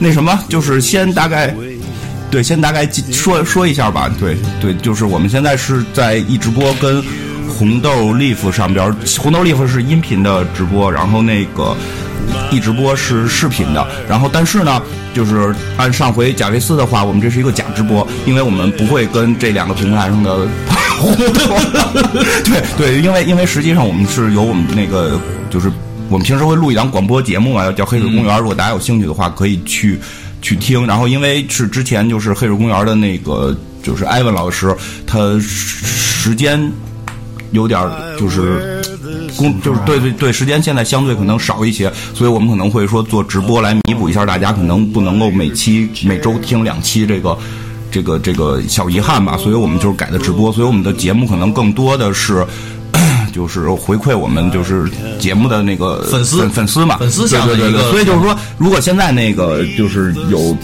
那什么，就是先大概，对，先大概说说一下吧。对对，就是我们现在是在一直播跟红豆 Leaf 上边，红豆 Leaf 是音频的直播，然后那个一直播是视频的。然后但是呢，就是按上回贾维斯的话，我们这是一个假直播，因为我们不会跟这两个平台上的。 互动。 对对，因为因为实际上我们是有我们那个就是我们平时会录一档广播节目嘛，叫《黑水公园》，如果大家有兴趣的话，可以去去听。然后因为是之前就是《黑水公园》的那个就是艾文老师，他时间有点儿就是工就是对对对，时间现在相对可能少一些，所以我们可能会说做直播来弥补一下大家可能不能够每期每周听两期这个。这个这个小遗憾吧，所以我们就是改的直播，所以我们的节目可能更多的是， 就是回馈我们就是节目的那个粉丝粉丝嘛，粉丝对向对的对一对，个所以就是说，如果现在那个就是有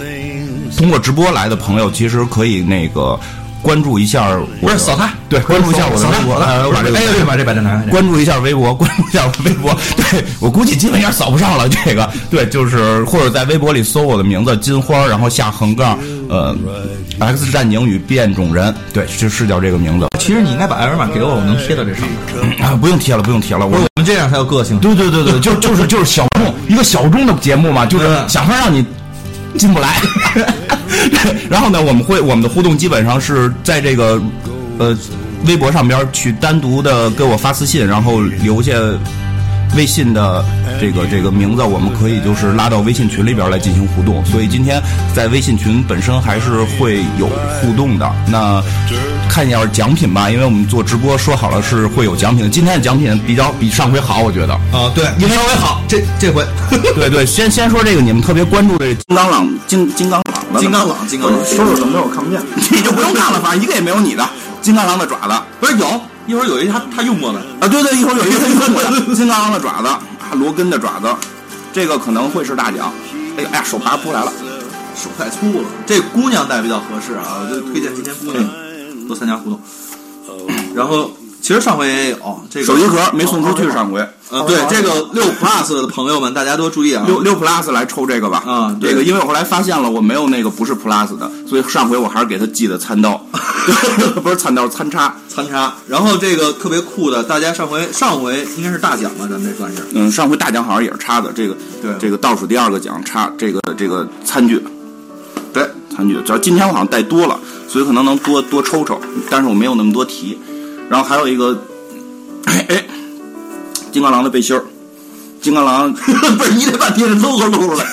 通过直播来的朋友，其实可以那个关注一下我不的，是扫他，对，关注一下我的扫微他博，呃我把这个哎对，把这把这拿开。关注一下微博，关注一下微博。 对我估计基本上扫不上了，这个 对，就是或者在微博里搜我的名字金花，然后下横杠，呃，X 战警与变种人，对，是是叫这个名字、其实你应该把二维码给我，我能贴到这上面。啊，不用贴了，不用贴了，我不是我们这样才有个性。对对对对，就就是就是小众一个小众的节目嘛，就是嗯想法让你进不来。 然后呢，我们会我们的互动基本上是在这个呃微博上边儿去单独的给我发私信，然后留下。微信的这个这个名字，我们可以就是拉到微信群里边儿来进行互动，所以今天在微信群本身还是会有互动的。那看一下奖品吧，因为我们做直播说好了是会有奖品的。今天的奖品比较比上回好，我觉得。啊，对，你稍微好，这这回 对对，先先说这个你们特别关注的这金刚朗金金刚朗的金刚狼，金刚狼，说说怎么着我看不见， 你就不用看了，反正一个也没有你的金刚狼的爪子啊，不是有一会儿有一他他用过的，对对，一会儿 有一个用我的金刚狼的爪子啊，罗根的爪子，这个可能会是大奖。哎呀哎呀，手爬不出来了，手太粗了，这姑娘戴比较合适啊，我就推荐今天姑娘多参加互动。然后其实上回哦，这个手机壳没送出去上回。呃，对这个六 plus 的朋友们，大家多注意啊。六六 plus 来抽这个吧，啊对这个因为我后来发现了我没有那个不是 plus 的，所以上回我还是给他寄的餐 刀， 不是餐刀餐叉，参差，然后这个特别酷的，大家上回上回应该是大奖吧，咱们这算是嗯，上回大奖好像也是插的，这个对这个倒数第二个奖插这个这个餐具，对餐具，主要今天我好像带多了，所以可能能多多抽抽，但是我没有那么多题。然后还有一个，哎，哎金刚狼的背心儿，金刚狼不是你得把贴的 logo 露出来，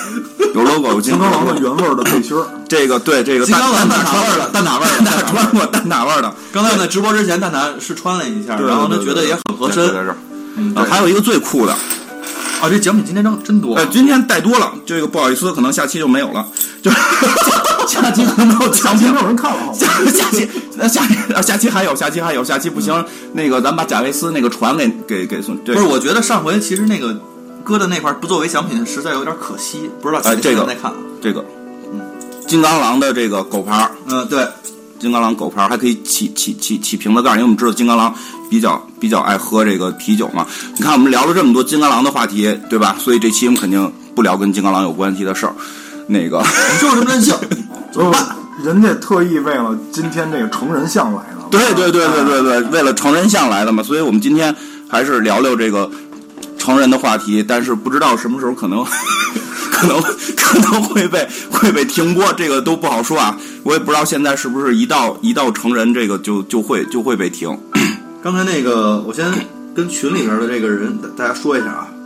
有 logo，金刚狼的原味的背心儿，这个对这个金刚狼蛋蛋挞味儿的蛋挞味儿的蛋挞穿过蛋挞味儿的，刚才我在直播之前，蛋挞是穿了一下，对然后他对觉得对也很合对身对对是嗯啊还有一个最酷的，啊。这奖品今天真真多 呃，，今天带多了，这个不好意思，可能下期就没有了，就下期可能有奖品，没有人看了，下下期那下期啊下期还有，下期还有，下期不行，那个咱把贾维斯那个船给给给送，对不是，我觉得上回其实那个搁的那块儿不作为奖品，实在有点可惜，不知道哎现这个在再看。这个，嗯，金刚狼的这个狗牌儿，嗯，对，金刚狼狗牌儿还可以起起起起瓶子盖儿，因为我们知道金刚狼比较比较爱喝这个啤酒嘛。你看我们聊了这么多金刚狼的话题，对吧？所以这期我们肯定不聊跟金刚狼有关系的事儿，那个。你就是这么 任性，怎么不是办？人家特意为了今天这个成人像来啊的。对对对对对对，为了成人像来的嘛，所以我们今天还是聊聊这个成人的话题，但是不知道什么时候可能 可能可能会被会被停播，这个都不好说啊。我也不知道现在是不是一到一到成人这个就就会就会被停。刚才那个，我先跟群里边的这个人大家说一下啊。嗯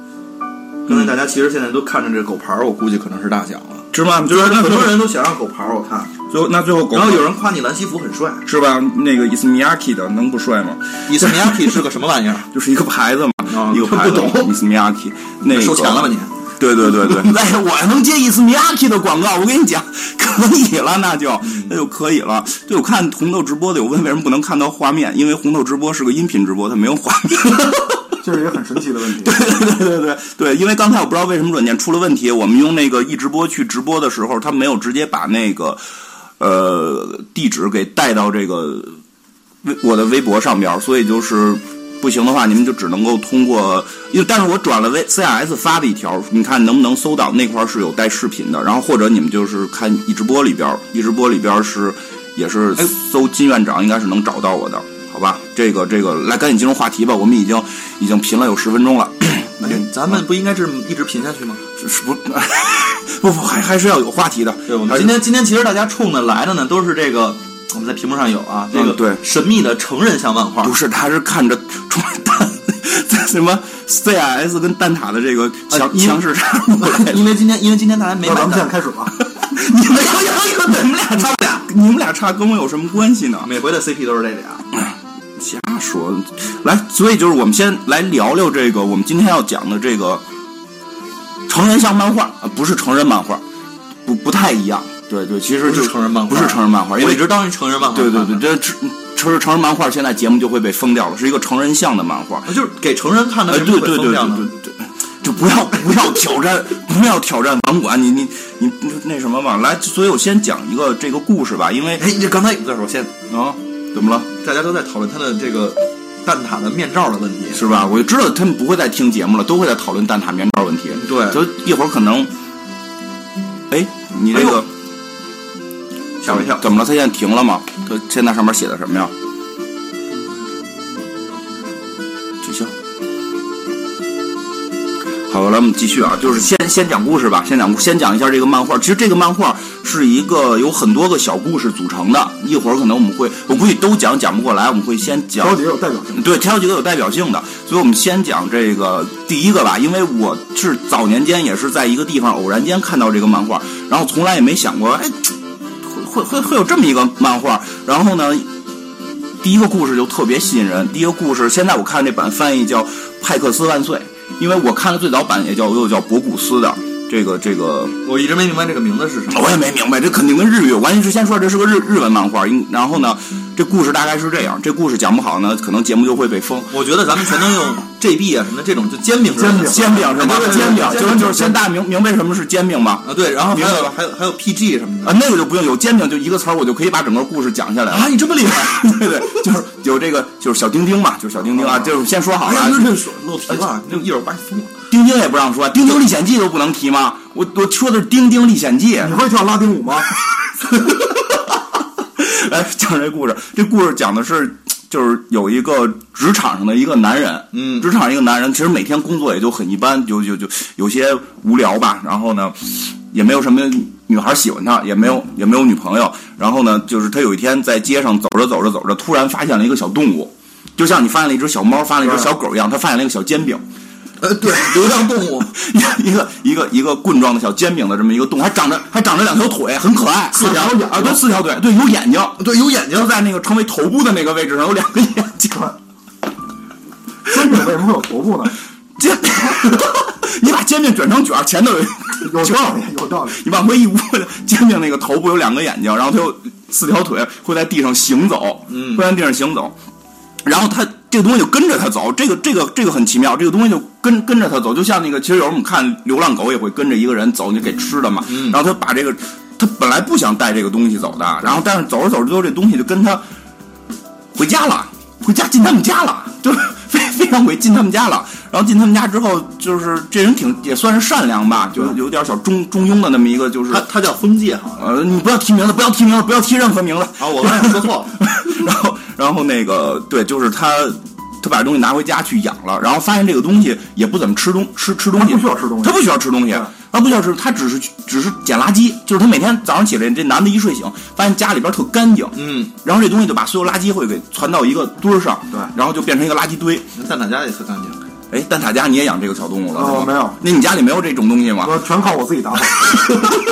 刚才大家其实现在都看着这狗牌儿，我估计可能是大奖了。是吗？就是那很最后多人都想让狗牌儿，我看。最后那最后狗然后有人夸你蓝西服很帅，是吧？那个伊斯米亚基的能不帅吗？伊斯米亚提是个什么玩 意儿？就是一个牌子嘛，啊一个牌子不懂伊斯米亚基。那个 收钱了吧你？对对对对， 哎，我能接伊斯米亚基的广告，我跟你讲，可以了，那就那就可以了。对，我看红豆直播的，我问为什么不能看到画面，因为红豆直播是个音频直播，它没有画面。这是一个很神奇的问题。对对对对，因为刚才我不知道为什么软件出了问题，我们用那个一直播去直播的时候，它没有直接把那个呃地址给带到这个微我的微博上边儿，所以就是不行的话，你们就只能够通过，因为但是我转了 V C R S 发的一条，你看能不能搜到那块儿是有带视频的，然后或者你们就是看一直播里边儿，一直播里边儿是也是搜金院长，应该是能找到我的，好吧？这个这个，来赶紧进入话题吧，我们已经已经贫了有十分钟了，那就咱们不应该是一直贫下去吗？是不 不不还还是要有话题的，对，我们还是今天今天其实大家冲的来的呢，都是这个我们在屏幕上有啊，这个嗯对神秘的成人像漫画不，是，他是看着出蛋，在什么 CIS 跟蛋挞的这个强、啊因强势杀入来的。 因为今天因为今天大家没那买咱们现单，在开始吧。你们你们俩差不俩，你们俩差跟我有什么关系呢？每回的 CP 都是这俩，瞎说，来，所以就是我们先来聊聊这个，我们今天要讲的这个成人像漫画，啊不是成人漫画，不不太一样。对对，其实不是就成人漫不画是成人漫画，因我为一直当一成人漫画对看对的。对，这成成成人漫画现在节目就会被封掉了，是一个成人像的漫画。啊就是给成人看的，哎，为什对么对会对疯对掉对呢？对，就不要不要挑战，不要挑战网管，你你你那什么嘛，来，所以我先讲一个这个故事吧，因为哎，你这刚才不是我先，啊，怎么了，大家都在讨论他的这个蛋挞的面罩的问题，是吧？我就知道他们不会再听节目了，都会在讨论蛋挞面罩问题，对就一会儿可能，哎，你这哎个呦吓我一跳。怎么了？他现在停了吗？他现在上面写的什么呀？取消。好了，我们继续啊，就是先先讲故事吧，先讲故先讲一下这个漫画。其实这个漫画是一个有很多个小故事组成的，一会儿可能我们会，我估计都讲讲不过来，我们会先讲高姐有代表性，对，挑几个有代表性的，所以我们先讲这个第一个吧，因为我是早年间也是在一个地方偶然间看到这个漫画，然后从来也没想过，哎，会会会会有这么一个漫画，然后呢，第一个故事就特别吸引人，第一个故事现在我看这版翻译叫《派克斯万岁》，因为我看的最早版也叫又叫博古斯的。这个这个，我一直没明白这个名字是什么。我也没明白，这肯定跟日语有关系。是先说这是个日日文漫画，因然后呢，这故事大概是这样。这故事讲不好呢，可能节目就会被封。我觉得咱们全能用 JB 啊什么的这种就煎饼煎饼煎饼是吗对？对对煎饼煎饼就是就是煎先大家明明白什么是煎饼吗？啊对，然后还明白有了还有还有 PG 什么的啊，那个就不用有煎饼，就一个词儿，我就可以把整个故事讲下来了。啊，你这么厉害， 对对，就是有这个，就是小丁丁嘛，就是小丁丁啊，就是先说好哎了啊，呀，这是漏题了，那一会儿把你封了。丁丁也不让说，《丁丁历险记》都不能提吗？我我说的是《丁丁历险记》你，会跳拉丁舞吗？ 来讲这故事。这故事讲的是，就是有一个职场上的一个男人，嗯职场上一个男人，其实每天工作也就很一般，就就就有些无聊吧。然后呢，也没有什么女孩喜欢他，也没有也没有女朋友。然后呢，就是他有一天在街上走着走着走着，突然发现了一个小动物。就像你发现了一只小猫，发现了一只小狗一样，他发现了一个小煎饼，呃，对，流浪动物， 一个一个一个棍状的小煎饼的这么一个洞，还长着还长着两条腿，很可爱，四条眼啊，对，四条腿，对，有眼睛，啊对，有眼睛就，在那个称为头部的那个位置上有两个眼 睛，煎饼为什么会有头部呢？煎饼， 你把煎饼卷成卷儿，前头有一，有道理，有道理。你往回一窝，煎饼那个头部有两个眼睛，然后它有四条腿，会在地上行走，嗯会在地上行走，然后它这个东西就跟着它走，这个这个这个很奇妙，这个东西就跟跟着它走，就像那个其实有时候我们看流浪狗也会跟着一个人走，你给吃的嘛，嗯然后它把这个。它本来不想带这个东西走的，然后但是走着走着之后，这东西就跟它回家了，回家进他们家了，就是 非非常鬼进他们家了。然后进他们家之后，就是这人挺也算是善良吧，就是嗯有点小中中庸的那么一个，就是它它叫婚介好像呃，你不要提名字，不要提名字，不要提任何名字。啊，我刚才说错了。 然后然后那个对，就是他他把东西拿回家去养了，然后发现这个东西也不怎么吃东吃吃东西，他不需要吃东西嗯他不需要吃东西对，他不需要吃，他只是去只是捡垃圾，就是他每天早上起来，这男的一睡醒，发现家里边特干净，嗯，然后这东西就把所有垃圾会给传到一个堆儿上，对然后就变成一个垃圾堆。蛋挞家也特干净，哎，蛋挞家你也养这个小动物了？哦是吗没有那你家里没有这种东西吗？我全靠我自己打扫。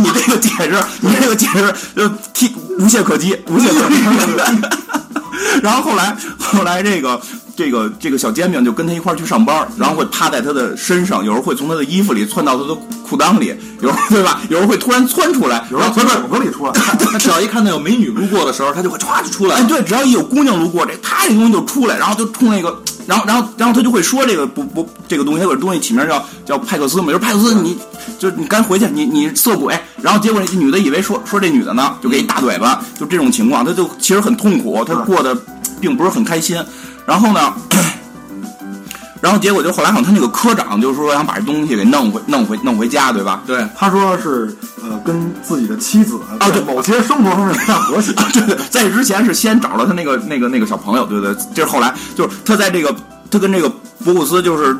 你这个解释，你这个解释，就替无懈可击，无懈可击。 然后后来，后来这个这个这个小煎饼就跟他一块儿去上班，然后会趴在他的身上，有时候会从他的衣服里窜到他的裤裆里，有时候对吧？有时候会突然窜出来，有然人后从手子 里出来，他只要一看到有美女路过的时候，他就会歘就出来哎，。对，只要一有姑娘路过，这啪这东西就出来，然后就冲那个，然后然后然后他就会说这个不不这个东西，他给东西起名叫叫派克斯嘛，就是派克斯你就是你赶紧回去，你你色鬼。然后结果这女的以为说说这女的呢，就给一大嘴巴，就这种情况，他就其实很痛苦，他过得并不是很开心。然后呢，然后结果就后来好像他那个科长就是说想把这东西给弄回弄回弄回家，对吧？对，他说是呃跟自己的妻子啊对啊在某些生活方面不太和谐，对 对，在这之前是先找了他那个那个那个小朋友，对对，这是后来就是他在这个他跟这个博古斯就是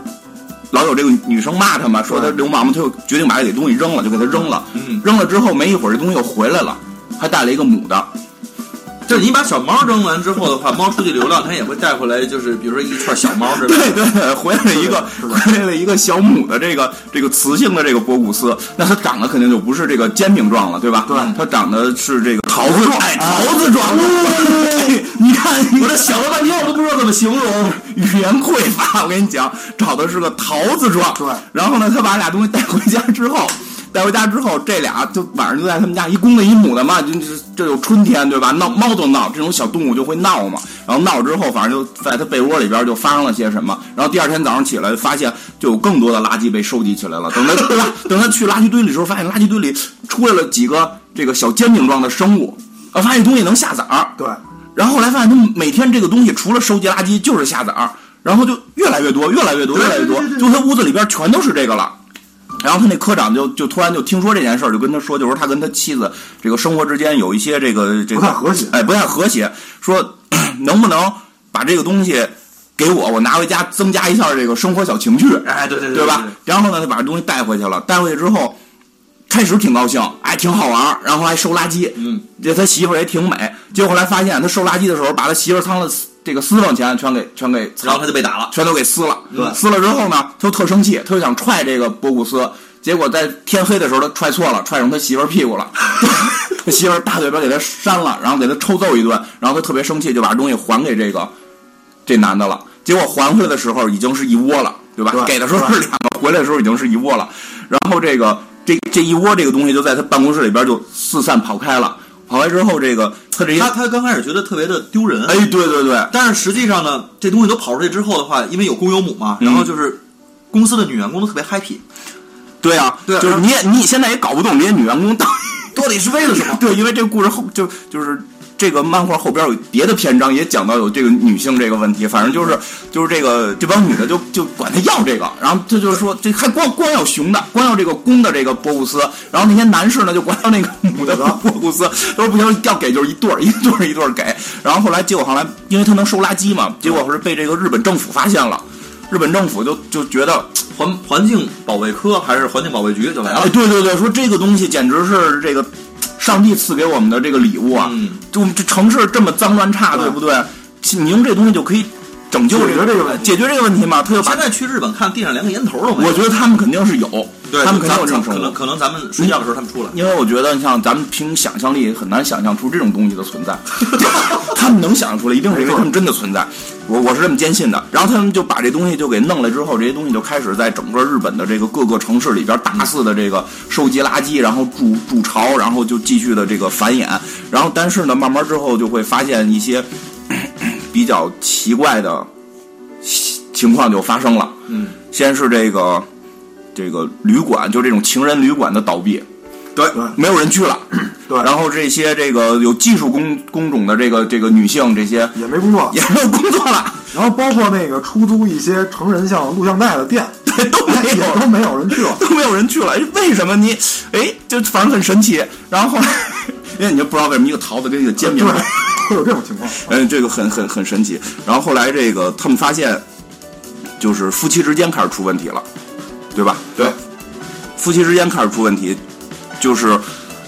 老有这个女生骂他嘛，说他对流氓嘛，他就决定把这东西扔了，就给他扔了。嗯，扔了之后没一会儿，这东西又回来了，还带了一个母的。就是你把小猫扔完之后的话，猫出去流浪，它也会带回来，就是比如说一串小猫之类对的。对对，回来了一个是的回来了一个小母的这个这个雌性的这个博古斯，那它长得肯定就不是这个煎饼状了，对吧？对它长得是这个桃子状，哎，桃子状。哎你看，我这想了半天，我都不知道怎么形容，语言匮乏。我跟你讲，找的是个桃子状。对然后呢，他把俩东西带回家之后。 带回家之后，这俩就晚上就在他们家，一公的，一母的嘛，就就是这有春天对吧？闹猫都闹，这种小动物就会闹嘛。然后闹之后，反正就在他被窝里边就发生了些什么。然后第二天早上起来，发现就有更多的垃圾被收集起来了。等他对吧？等他去垃圾堆里的时候，发现垃圾堆里出来了几个这个小煎饼状的生物，啊，发现这东西能下崽儿。对，然后后来发现他每天这个东西除了收集垃圾就是下崽儿，然后就越来越多，越来越多，越来越多，就他屋子里边全都是这个了。然后他那科长就就突然就听说这件事儿，就跟他说，就说他跟他妻子这个生活之间有一些这个这个不太和谐哎，不太和谐，说 能不能把这个东西给我，我拿回家增加一下这个生活小情趣，哎，对对对对吧？然后呢，他把这东西带回去了，带回去之后，开始挺高兴，哎，挺好玩儿，然后还收垃圾，嗯，这他媳妇儿也挺美，结果后来发现他收垃圾的时候，把他媳妇儿藏的私这个私房钱全给全给藏然后他就被打了。全都给撕了。对撕了之后呢，他就特生气，他就想踹这个博古斯，结果在天黑的时候他踹错了，踹成他媳妇儿屁 股了。他媳妇儿大嘴巴给他扇了，然后给他抽揍一顿，然后他特别生气，就把东西还给这个这男的了。结果还回来的时候已经是一窝了，对吧？对给的时候是两个，回来的时候已经是一窝了。然后这个这这一窝这个东西就在他办公室里边就四散跑开了。跑开之后，这个他这些他他刚开始觉得特别的丢人，哎，对对对，但是实际上呢，这东西都跑出去之后的话，因为有公有母嘛，嗯然后就是公司的女员工都特别 happy，对啊，对就是而你也你现在也搞不懂这些女员工到底 到底是为了什么？对，因为这个故事后就就是这个漫画后边有别的篇章也讲到有这个女性这个问题，反正就是就是这个这帮女的就就管他要这个，然后这就是说这还光光要雄的，光要这个公的这个博古斯，然后那些男士呢就光要那个母的博古斯，都说不行，要给就是一对儿一对儿一对儿给，然后后来结果后来因为他能收垃圾嘛，结果是被这个日本政府发现了，日本政府就就觉得。环环境保卫科还是环境保卫局就来哎，了，对对对，说这个东西简直是这个上帝赐给我们的这个礼物啊！嗯就我们这城市这么脏乱差，对对不对？你用这东西就可以拯救解决这个问题解决这个问题嘛？他就把现，在去日本看地上连个烟头都没有，我觉得他们肯定是有，对他们肯定咱有这种可生能活。可能咱们睡觉的时候他们出来，因为我觉得，像咱们凭想象力很难想象出这种东西的存在， 他们能想象出来，一定是因为他们真的存在。我我是这么坚信的。然后他们就把这东西就给弄来之后，这些东西就开始在整个日本的这个各个城市里边大肆的这个收集垃圾，然后筑筑巢，然后就继续的这个繁衍。然后但是呢，慢慢之后就会发现一些 比较奇怪的情况就发生了。嗯，先是这个这个旅馆，就这种情人旅馆的倒闭。对对没有人去了。对 然后这些这个有技术工工种的这个这个女性，这些 也没工作，也没有工作了， 然后包括那个出租一些成人像录像带的店，对，都 哎没有也都没有人 去了。都没有人去了。哎为什么你？哎，就反正很神奇。然后后 来，因为你就不知道为什么一个桃子跟一个煎饼对，，会有这种情况。嗯，这个很很很神奇。然后后来这个他们发现，就是夫妻之间开始出问题了，对吧？对，夫妻之间开始出问题，就是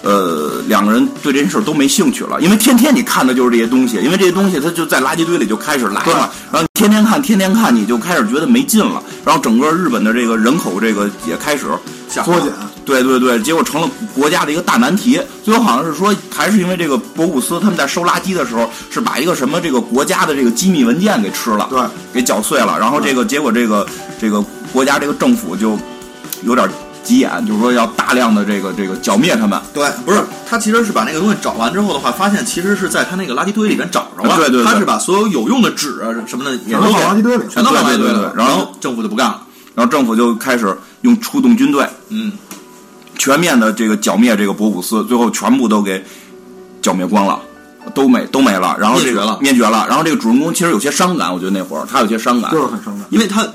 呃两个人对这件事儿都没兴趣了，因为天天你看的就是这些东西，因为这些东西它就在垃圾堆里就开始来对了，然后你天天看，天天看，你就开始觉得没劲了，然后整个日本的这个人口这个也开始下缩 减对对对，结果成了国家的一个大难题。最后好像是说，还是因为这个博古斯他们在收垃圾的时候，是把一个什么这个国家的这个机密文件给吃了，对，给搅碎了。然后这个结果，这个这个国家这个政府就有点急眼，就是说要大量的这个这个剿灭他们。对，不是他其实是把那个东西找完之后的话，发现其实是在他那个垃圾堆里面找着了，啊对对对他是把所有有用的纸啊什么的也全都都给放垃圾堆里，全都放垃圾堆对对对了对，然后政府就不干了，然后政府就开始用出动军队，嗯，全面的这个剿灭这个博古斯，最后全部都给剿灭光了。都没都没了，然后这灭绝个了灭绝了，然后这个主人公其实有些伤感，我觉得那会儿他有些伤感，就是很伤感。因为他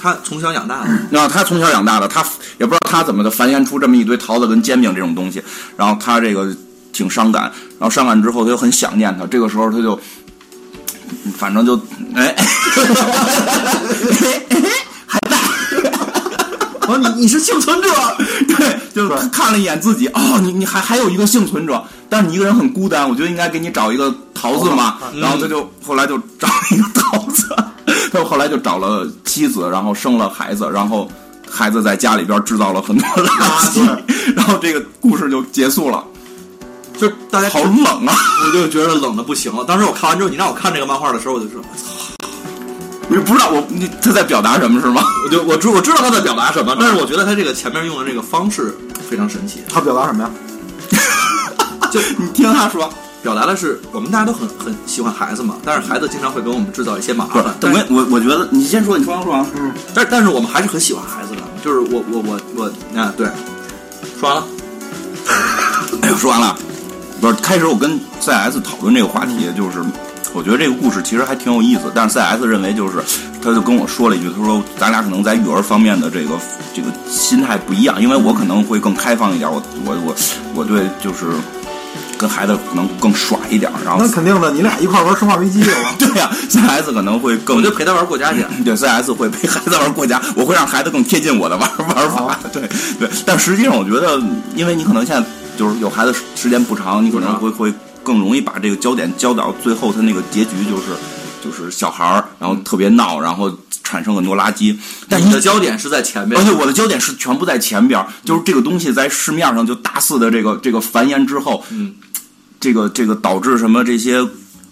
他从小养大 的， 那他从小养大的，他也不知道他怎么的繁衍出这么一堆桃子跟煎饼这种东西，然后他这个挺伤感，然后伤感之后他就很想念他，这个时候他就，嗯反正就哎， 哦，你你是幸存者， 对，就是对看了一眼自己，哦，你你还还有一个幸存者，但是你一个人很孤单，我觉得应该给你找一个桃子嗯嘛，然后他就后来就找了一个桃子， 他后来就找了妻子，然后生了孩子，然后孩子在家里边制造了很多垃圾， 然后这个故事就结束了。就是大家好冷啊！ 我就觉得冷的不行了。当时我看完之后，你让我看这个漫画的时候，我就说，你不知道我你他在表达什么是吗？我就我知我知道他在表达什么，但是我觉得他这个前面用的这个方式非常神奇，他表达什么呀？就啊你听他说，表达的是我们大家都很很喜欢孩子嘛，但是孩子经常会给我们制造一些麻不是烦。但我是啊我我觉得你先说，你说完说完。嗯，但但是我们还是很喜欢孩子的，就是我我我我啊对，说完了，哎呦，说完了。不是，开始我跟 CS 讨论这个话题，就是我觉得这个故事其实还挺有意思，但是 CS 认为就是，他就跟我说了一句，他说咱俩可能在育儿方面的这个这个心态不一样，因为我可能会更开放一点，我我我我对就是跟孩子可能更耍一点，哦然后那肯定啊的，你俩一块玩《生化危机》了。 对呀、c s 可能会我更就陪他玩过家去。 对 CS 会陪孩子玩过家，我会让孩子更贴近我的玩玩法。对对，但实际上我觉得，因为你可能现在就是有孩子时时间不长，你可能不长会会更容易把这个焦点焦到最后，他那个结局就是就是小孩儿，然后特别闹，然后产生很多垃圾。但你一的焦点是在前面而，且我的焦点是全部在前边儿，就是这个东西在市面上就大肆的这个这个繁衍之后，嗯，这个这个导致什么这些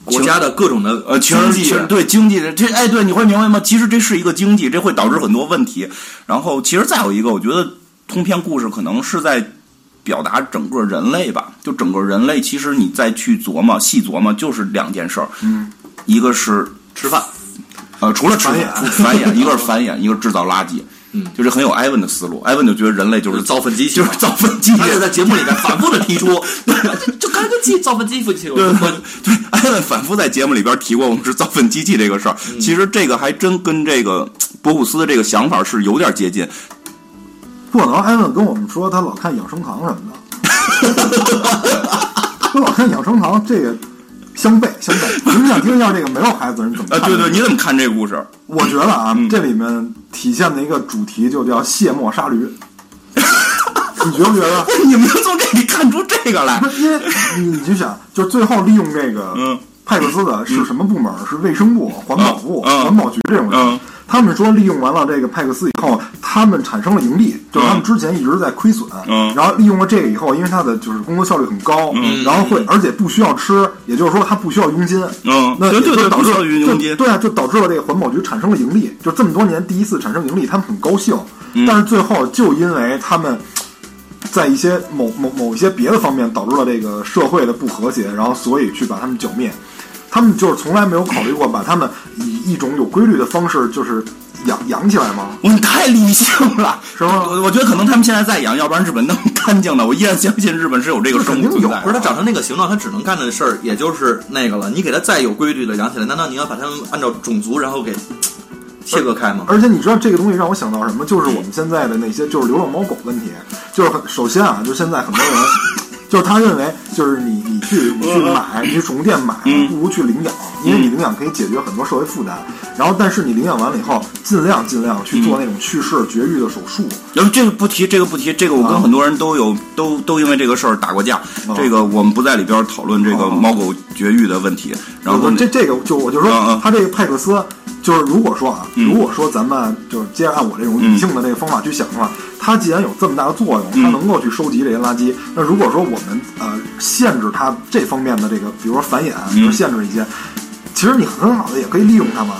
国家的各种的呃，其实经济其实对经济的这，哎，对，你会明白吗？其实这是一个经济，这会导致很多问题。然后，其实再有一个，我觉得通篇故事可能是在表达整个人类吧，就整个人类，其实你再去琢磨、细琢磨，就是两件事儿，嗯，一个是吃饭，呃，除了吃繁衍除繁 衍，一个是繁衍，一个是制造垃圾，嗯就是很有埃文的思路。埃文就觉得人类就就是是造粪机器，就是造粪机器他就在节目里边反复的 提出，就就干个鸡造粪机器，对我对，艾文反复在节目里边提过我们是造粪机器这个事儿，其实这个还真跟这个博古斯的这个想法是有点接近。不可能，艾文跟我们说他老看养生堂什么的，他老看养生堂，这个相悖相悖。你们想听一下这个没有孩子的人怎么啊，看？对对，你怎么看这个故事？我觉得啊，嗯这里面体现的一个主题就叫卸磨杀驴。 你觉不觉 得？啊你们能从这里看出这个来不？是因为 你你就想，就最后利用这个嗯派克斯的是什么部门？是卫生部、环保部、嗯嗯环保局这种嗯人。他们说利用完了这个派克斯以后，他们产生了盈利，就是他们之前一直在亏损嗯，然后利用了这个以后，因为他的就是工作效率很高，然后会而且不需要吃，也就是说他不需要佣金，嗯那对也对对就导不需致要佣就金对啊，就导致了这个环保局产生了盈利，就这么多年第一次产生盈利，他们很高兴，但是最后就因为他们在一些某某某一些别的方面导致了这个社会的不和谐，然后所以去把他们剿灭。他们就是从来没有考虑过把他们以一种有规律的方式就是养养起来吗？我你太理性了，是吗我我觉得可能他们现在在养，要不然日本那么干净了，我依然相信日本是有这个生物肯定存有在不的。是他长成那个形状，他只能干的事儿也就是那个了。你给他再有规律的养起来，难道你要把他们按照种族然后给切割开吗？而且你知道这个东西让我想到什么？就是我们现在的那些就是流浪猫狗问题，就是很首先啊，就是现在很多人，就是他认为就是你你去你去买，你去宠物店买，不如去领养，因为你领养可以解决很多社会负担。然后但是你领养完了以后，尽量尽量去做那种去世绝育的手术，然后这个不提，这个不提，这个我跟啊很多人都有都都因为这个事儿打过架哦。这个我们不在里边讨论这个哦猫狗绝育的问题。然后我这这个就我就嗯嗯说，他这个派克斯就是如果说啊，嗯如果说咱们就是接着按我这种理性的这个方法去想的话，它既然有这么大的作用，它能够去收集这些垃圾，那如果说我们呃限制它这方面的这个，比如说繁衍，比如限制一些，其实你很好的也可以利用它嘛。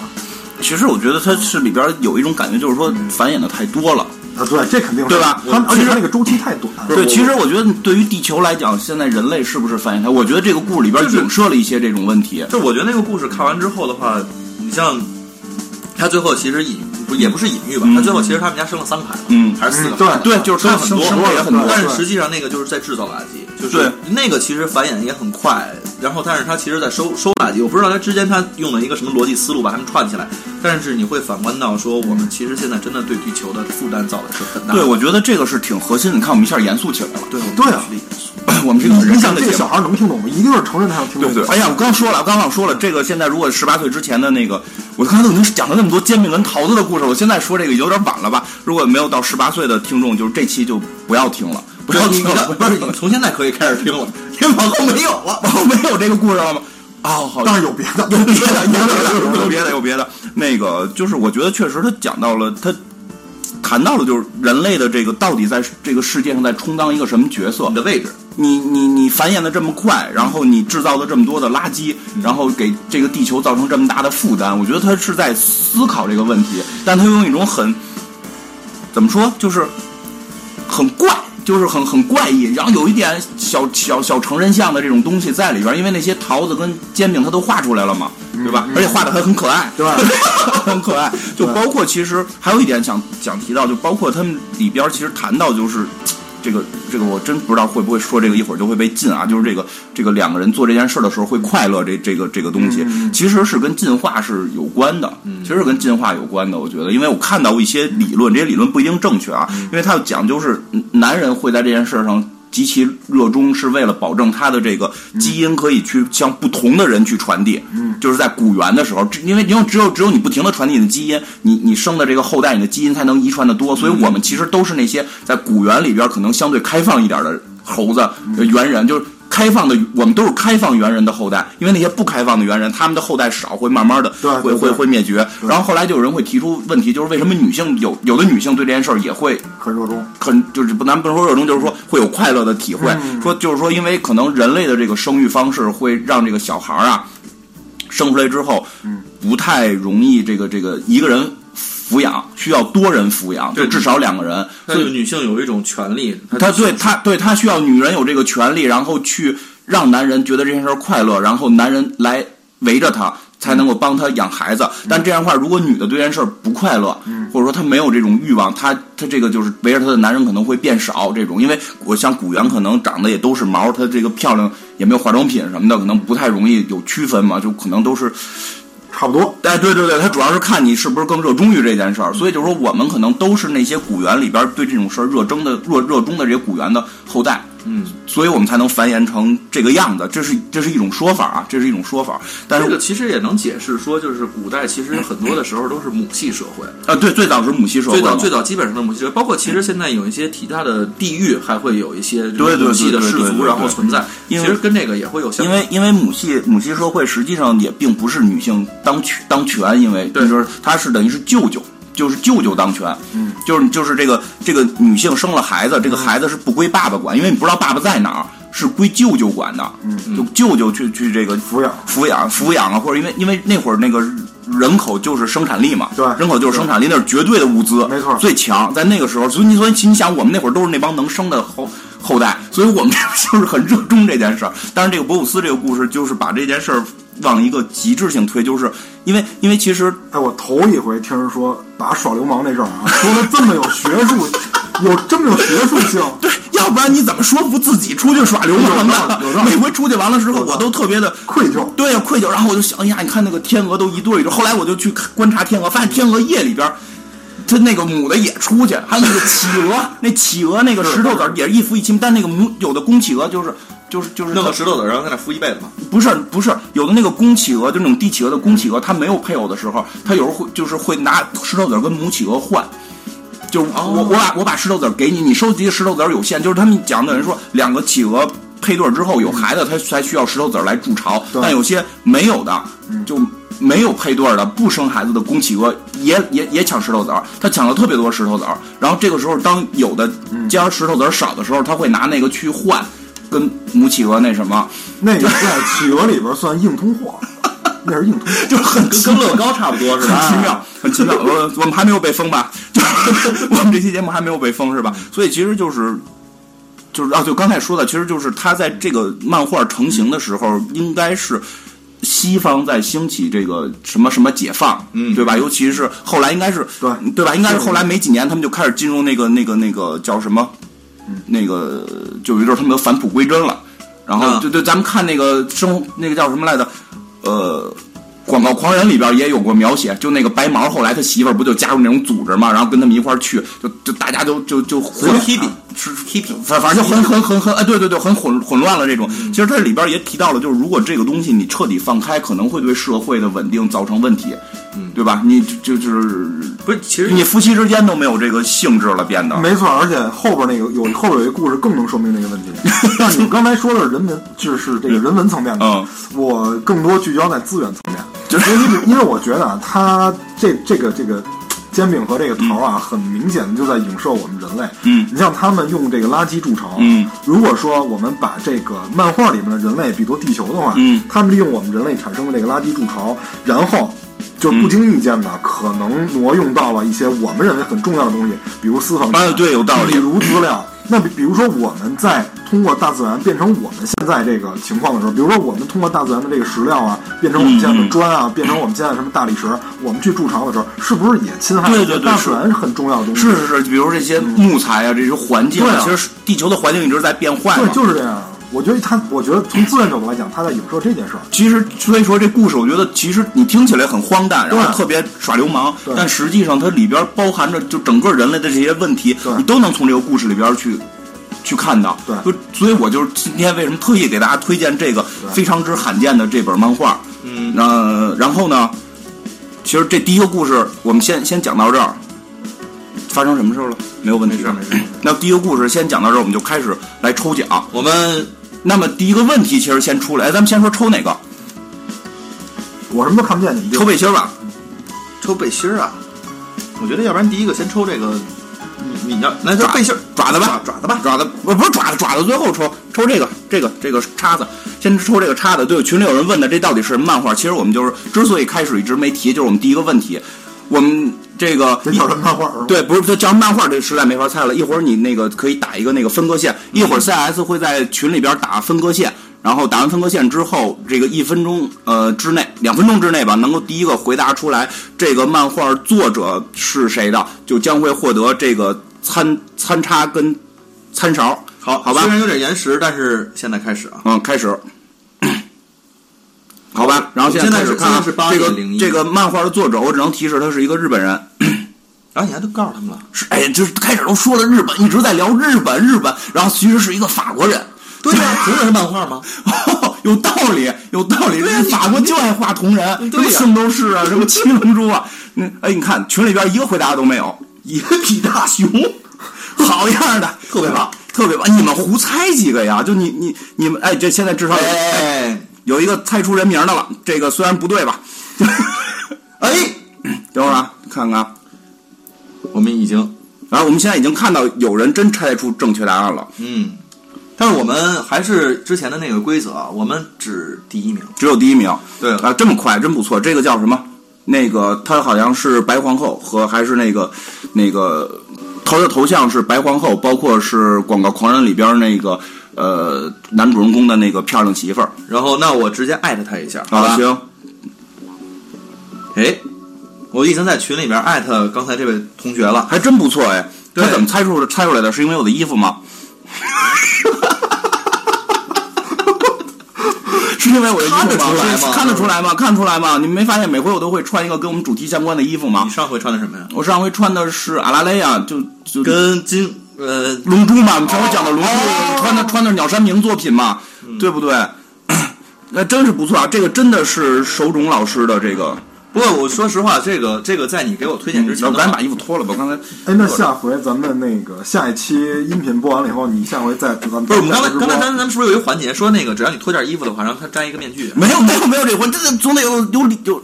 其实我觉得它是里边有一种感觉，就是说繁衍的太多了。啊，对，这肯定是对吧它我而且它那个周期太短，对，其实我觉得对于地球来讲，现在人类是不是繁衍它？我觉得这个故事里边就是影射了一些这种问题。就是我觉得那个故事看完之后的话，你像他最后其实以不也不是隐喻吧？他最后其实他们家生了三个孩子，嗯还是四个嗯对孩子，对就是生了生很多，生生了也很多但是对实际上那个就是在制造垃圾，就对是那个其实繁衍也很快，然后但是他其实在收收垃圾，我不知道他之间他用了一个什么逻辑思路把他们串起来，但是你会反观到说我们其实现在真的对地球的负担造的是很大的，对，我觉得这个是挺核心的。你看，我们一下严肃起来了。对，我们对啊是历史 我们这个嗯很认你真想的这节个目小。孩能听懂吗？一定是成人才能听对懂。对，哎呀，我刚说了，我刚忘说了，这个现在如果十八岁之前的那个，我刚才都已经讲了那么多煎饼跟桃子的故事，我现在说这个有点晚了吧？如果没有到十八岁的听众，就是这期就不要听了，不要你听了，不是你从现在可以开始听了，因为往后没有 了。然后没有这个故事了吗？啊、好，但是有别的，有别的，有别的，有别的。那个就是，我觉得确实他讲到了，他谈到了就是人类的这个到底在这个世界上在充当一个什么角色你？的位置，你你你繁衍的这么快，然后你制造了这么多的垃圾，然后给这个地球造成这么大的负担，我觉得他是在思考这个问题，但他用一种很怎么说，就是很怪，就是很很怪异，然后有一点小小小成人像的这种东西在里边，因为那些桃子跟煎饼他都画出来了嘛，对吧？而且画的还很可爱， 对嗯很可爱。就对包括其实还有一点想想提到，就包括他们里边其实谈到就是。这个这个我真不知道会不会说这个一会儿就会被禁啊，就是这个这个两个人做这件事的时候会快乐这这个这个东西，其实是跟进化是有关的，其实是跟进化有关的。我觉得，因为我看到过一些理论，这些理论不一定正确啊，因为它要讲就是嗯男人会在这件事上。极其热衷是为了保证他的这个基因可以去向不同的人去传递，就是在古猿的时候，只因为因为只有只有你不停的传递你的基因，你你生的这个后代，你的基因才能遗传的多，所以我们其实都是那些在古猿里边可能相对开放一点的猴子、呃猿人，就是开放的，我们都是开放猿人的后代，因为那些不开放的猿人，他们的后代少，会慢慢的对会对会对会灭绝。然后后来就有人会提出问题，就是为什么女性有有的女性对这件事儿也会很热衷。很就是不咱不说热衷，就是说会有快乐的体会。说就是说，因为可能人类的这个生育方式会让这个小孩儿啊生出来之后，不太容易这个这个一个人抚养，需要多人抚养，就对至少两个人。他所以对女性有一种权利，他对他对他需要女人有这个权利，然后去让男人觉得这件事儿快乐，然后男人来围着他。才能够帮他养孩子，但这样的话，如果女的对这件事儿不快乐，或者说她没有这种欲望，她她这个就是围着她的男人可能会变少。这种，因为我像古猿可能长得也都是毛，她这个漂亮也没有化妆品什么的，可能不太容易有区分嘛，就可能都是差不多，哎，对对对，他主要是看你是不是更热衷于这件事儿，所以就是说，我们可能都是那些古猿里边对这种事儿热衷的热热衷的这些古猿的后代，嗯，所以我们才能繁衍成这个样子。这是这是一种说法啊，这是一种说法。但这是个其实也能解释说，就是古代其实很多的时候都是母系社会，啊，对，最早是母系社会最嘛，早最早基本上的母系社会，包括其实现在有一些其他的地域还会有一些对对对母系的对氏对对族，对然后存在，因其为实跟这个也会有相因为因为母系母系社会实际上也并不是女性当权当权，因为对就是她是等于是舅舅，就是舅舅当权，嗯，就是就是这个这个女性生了孩子，这个孩子是不归爸爸管，因为你不知道爸爸在哪儿，是归舅舅管的，嗯，就舅舅去去这个抚养抚养抚养啊，或者因为因为那会儿那个人口就是生产力嘛，对人口就是生产力，那是绝对的物资，没错最强。在那个时候，所以你所以你想，我们那会儿都是那帮能生的后后代，所以我们 就是很热衷这件事儿。但是这个博古斯这个故事，就是把这件事儿往一个极致性推，就是因为因为其实哎，我头一回听人说把耍流氓这事儿啊， 说的这么有学术，有这么有学术性。对，要不然你怎么说服自己出去耍流氓呢有道？理每回出去完了之后，我都特别的愧疚对呀，愧疚。然后我就想，哎呀，你看那个天鹅都一对一对。后来我就去看观察天鹅，发现天鹅夜里边儿。它那个母的也出去，还有那个企鹅，那企鹅那个石头子儿也是一夫一妻，但那个母有的公企鹅就是就是就是弄它个石头子，然后在那敷一辈子嘛。不是不是，有的那个公企鹅，就那种帝企鹅的公企鹅，它没有配偶的时候，它有时候会就是会拿石头子儿跟母企鹅换。就是我、哦我把我把石头子儿给你，你收集的石头子儿有限，就是他们讲的人说两个企鹅配对儿之后有孩子，它才需要石头子儿来筑巢。对但有些没有的，就没有配对儿的不生孩子的公企鹅也也也抢石头子儿，它抢了特别多石头子儿。然后这个时候，当有的将石头子儿少的时候，它会拿那个去换跟母企鹅那什么。那个在企鹅里边算硬通货，那是硬通货。 就是很跟跟乐高差不多是吧很奇妙，很 奇妙。我我们还没有被封吧？ 就是我们这期节目还没有被封是嗯吧？所以其实就是。嗯就是啊，就刚才说的，其实就是他在这个漫画成型的时候，应该是西方在兴起这个什么什么解放，嗯对吧？尤其是后来应该是对对吧？应该是后来没几年，他们就开始进入那个那个那个叫什么，嗯那个就有一阵儿他们都返璞归真了。然后啊对对，咱们看那个生那个叫什么来着？呃，广告狂人里边也有过描写，就那个白毛后来他媳妇儿不就加入那种组织嘛，然后跟他们一块儿去，就就大家都就就混 hippie 是 hippie 反反正就很很很很哎，对对对，很混混乱了这种。其实它里边也提到了，就是如果这个东西你彻底放开，可能会对社会的稳定造成问题，嗯，对吧？你就就是不是，其实你夫妻之间都没有这个性质了，变得没错，而且后边那个有后边有一个故事更能说明这 个问题。但你们刚才说的是人文，就是这个人文层面的，嗯我更多聚焦在资源层面，就是因为因为我觉得啊，它这这个这个煎饼和这个桃啊，很明显的就在影射我们人类。嗯你像他们用这个垃圾筑巢，啊嗯，如果说我们把这个漫画里面的人类比作地球的话，嗯，他们利用我们人类产生的这个垃圾筑巢，然后。就嗯不经意间的，可能挪用到了一些我们认为很重要的东西，比如私房啊对有道理比如资料。那比比如说，我们在通过大自然变成我们现在这个情况的时候，比如说我们通过大自然的这个石料啊，变成我们现嗯在的砖啊，变成我们现在什么大理石，我们去筑巢的时候，是不是也侵害了对对对大自然是很重要的东西？是是是，比如这些木材啊，这些环境、对啊其实地球的环境一直在变坏对嘛，。就是这样。我觉得他，我觉得从资源角度来讲，他在影射这件事儿。其实，所以说这故事，我觉得其实你听起来很荒诞，然对后特别耍流氓对，但实际上它里边包含着就整个人类的这些问题对，你都能从这个故事里边去去看到。对就所以我就是今天为什么特意给大家推荐这个非常之罕见的这本漫画。嗯，那、然后呢，其实这第一个故事，我们先先讲到这儿。发生什么事儿了？没有问题。没事没事没事。那第一个故事先讲到这儿，我们就开始来抽奖。我们那么第一个问题其实先出来，哎，咱们先说抽哪个？我什么都看不见，你抽背心儿吧。抽背心儿啊，我觉得要不然第一个先抽这个，你你要来抽爪背心儿爪子吧，爪爪子吧，爪子不不是爪子，爪子最后抽抽这个这个这个叉子，先抽这个叉子。对，群里有人问的这到底是什么漫画？其实我们就是之所以开始一直没提，就是我们第一个问题，我们这个这叫什么漫画儿？对，不是它叫漫画，这实在没法猜了。一会儿你那个可以打一个那个分割线，嗯一会儿 CS 会在群里边打分割线，然后打完分割线之后，这个一分钟呃之内，两分钟之内吧，能够第一个回答出来这个漫画作者是谁的，就将会获得这个餐餐叉跟餐勺。好好吧虽然有点延时，但是现在开始啊，嗯，开始。好吧，然后现现在开始是看啊现在是八这个点零一这个漫画的作者，我只能提示他是一个日本人。然后啊你还都告诉他们了，是哎，就是开始都说了日本，一直在聊日本，日本，然后其实是一个法国人。哦对啊呀、 同人漫画吗？有道理，有道理。对呀人家你法国就爱画同人，什对么呀圣斗士啊，什么七龙珠啊。嗯，哎，你看群里边一个回答都没有，一个比大熊，好样的，特别棒，特别棒。你们胡猜几个呀？就你你你们，哎，这现在至少有 哎有一个猜出人名的了。这个虽然不对吧？哎， 等会儿啊，看看啊。我们已经然后我们现在已经看到有人真猜出正确答案了，嗯，但是我们还是之前的那个规则啊，我们只第一名，只有第一名。对啊，这么快，真不错。这个叫什么？那个她好像是白皇后和还是那个那个头的头像是白皇后，包括是《广告狂人》里边那个呃男主人公的那个漂亮媳妇儿。然后那我直接艾特他一下，好吧？啊，行，哎，我已经在群里边艾特刚才这位同学了。还真不错哎。对他怎么猜出猜出来的？是因为我的衣服 吗？是因为我的衣服吗？看得出来吗嗯看得出来吗？看得出来吗？你们没发现每回我都会穿一个跟我们主题相关的衣服吗你？上回穿的什么呀？我上回穿的是阿拉蕾亚，就就跟金呃龙珠嘛，我们上回讲的龙珠，穿哦的穿的是鸟山明作品嘛，嗯对不对？ 那真是不错啊，这个真的是手冢老师的这个。不过我说实话，这个这个在你给我推荐之要前不的话，咱把衣服脱了吧，刚才哎，那下回咱们那个下一期音频播完了以后，你下回再咱们不是我们刚才再直刚播才咱咱们是不是有一个环节说那个只要你脱点衣服的话，让他摘一个面具？没有没有没有这回，这总得有有有，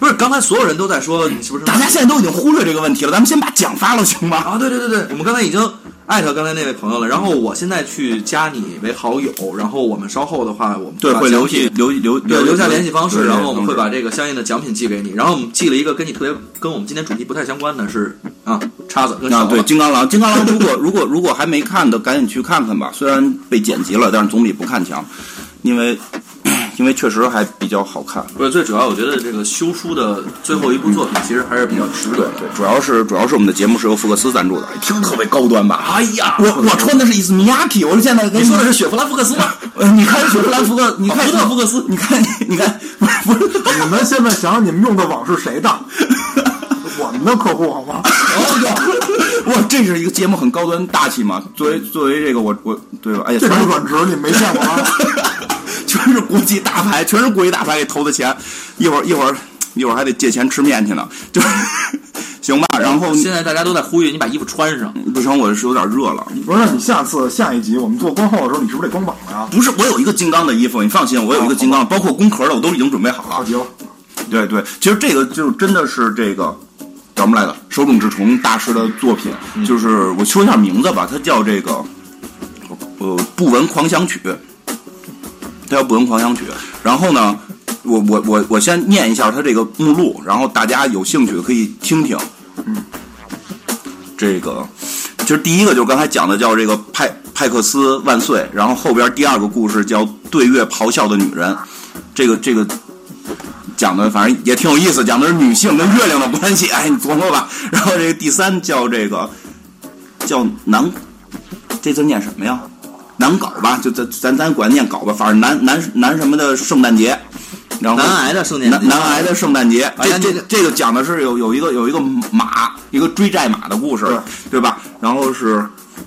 不是，刚才所有人都在说你是不是大家现在都已经忽略这个问题了，咱们先把奖发了行吗？啊？对对对对，我们刚才已经艾特刚才那位朋友了，然后我现在去加你为好友，然后我们稍后的话，我们把会奖留品系留留对，留下联系方式，对然后我们会把对这个相应的奖品寄给你。然后我们寄了一个跟你特别跟我们今天主题不太相关的是啊，叉子跟啊，勺对，子。金刚狼，金刚狼，如果如果如果还没看的，赶紧去看看吧。虽然被剪辑了，但是总比不看强，因为因为确实还比较好看。不是最主要，我觉得这个修书的最后一部作品其实还是比较值得的。对，主要是主要是我们的节目是由福克斯赞助的，一哎听特别高端吧？哎呀，我我穿的是伊斯米亚 i 我现在跟啊你说的是哦雪佛兰福克斯 吗？呃，你看雪佛兰福克，你看福特福克斯，你看你看，不是不是，你们现在想想，你们用的网是谁的？我们的客户好吗？哦 哇，这是一个节目很高端大气嘛。作为作为这个我我对吧？哎呀，这全种是软职你没见过吗？ 全是国际大牌，全是国际大牌给投的钱，一会儿一会儿一会儿还得借钱吃面去呢， 就是行吧？然后现在大家都在呼吁你把衣服穿上，不行，我是有点热了。不是，那你下次下一集我们做光后的时候，你是不是得光膀子呀？不是，我有一个金刚的衣服，你放心，我有一个金刚，包括工壳的，我都已经准备好好了。极了，对对，其实这个就真的是这个叫什么来着？手冢治虫大师的作品，就是我说一下名字吧，它叫这个呃《不闻狂想曲》，它叫《不闻狂想曲》。然后呢，我我我我先念一下它这个目录，然后大家有兴趣可以听听。这个，其实第一个就是刚才讲的叫这个派派克斯万岁，然后后边第二个故事叫对月咆哮的女人，这个这个讲的反正也挺有意思，讲的是女性跟月亮的关系，哎，你琢磨吧。 然后这个第三叫这个叫南，这字念什么呀？难搞吧，就咱咱咱管它念搞吧，反正南南南什么的圣诞节，然后南癌的圣诞节南南癌的圣诞节，哎呀这这那个这个讲的是有有一个有一个马，一个追债马的故事，对吧？然后是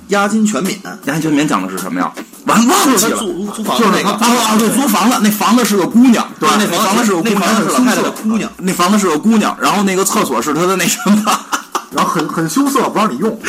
押金全免。杨全民讲的是什么呀？完忘他记了。租租房就子是那那个个啊啊，对，租房子，那房子是个姑娘，对吧？那那房子房子是个姑娘，那房子是老太太的姑娘，那房子是个姑娘，然后那个厕所是她的那什么。然后很很羞涩，不让你用。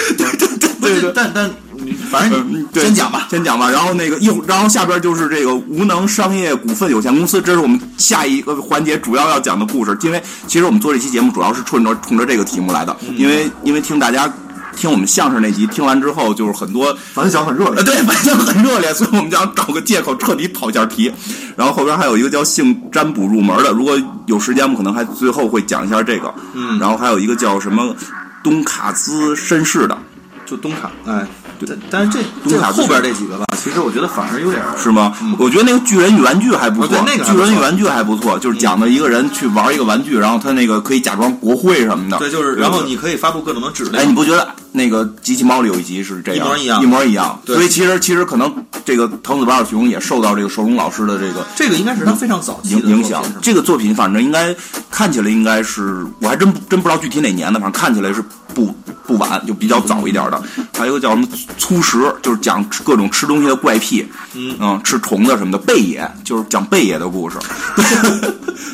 对对，但但你反正你嗯对先讲吧。先讲吧。然后那个一会儿，然后下边就是这个无能商业股份有限公司，这是我们下一个环节主要要讲的故事。因为其实我们做这期节目主要是冲着冲着这个题目来的，因为因为听大家听我们相声那集听完之后，就是很多反响很热呃，烈，对，反正很热烈，所以我们就要找个借口彻底跑一下题。然后后边还有一个叫性占卜入门的，如果有时间，我们可能还最后会讲一下这个。嗯，然后还有一个叫什么东卡兹绅士的，就东塔，哎，但但是这东这塔后就是边这几个吧，其实我觉得反而有点儿是吗？嗯我觉得那个巨人与玩具还不错，哦对那个还巨不错嗯人与玩具还不错，就是讲的一个人去玩一个玩具，然后他那个可以假装国会什么的。对，就是然后你可以发布各种的指哎，你令。不觉得那个机器猫里有一集是这样，一模一样一模一样？对所以其实其实可能这个藤子不二雄也受到这个手冢老师的这个这个应该是他非常早期影的影作响品是吧这个作品，反正应该看起来应该是，我还真不真不知道具体哪年的，反正看起来是不不晚，就比较早一点的。还有一个叫什么粗食，就是讲吃各种吃东西的怪癖，嗯吃虫子什么的。贝野就是讲贝野的故事， 《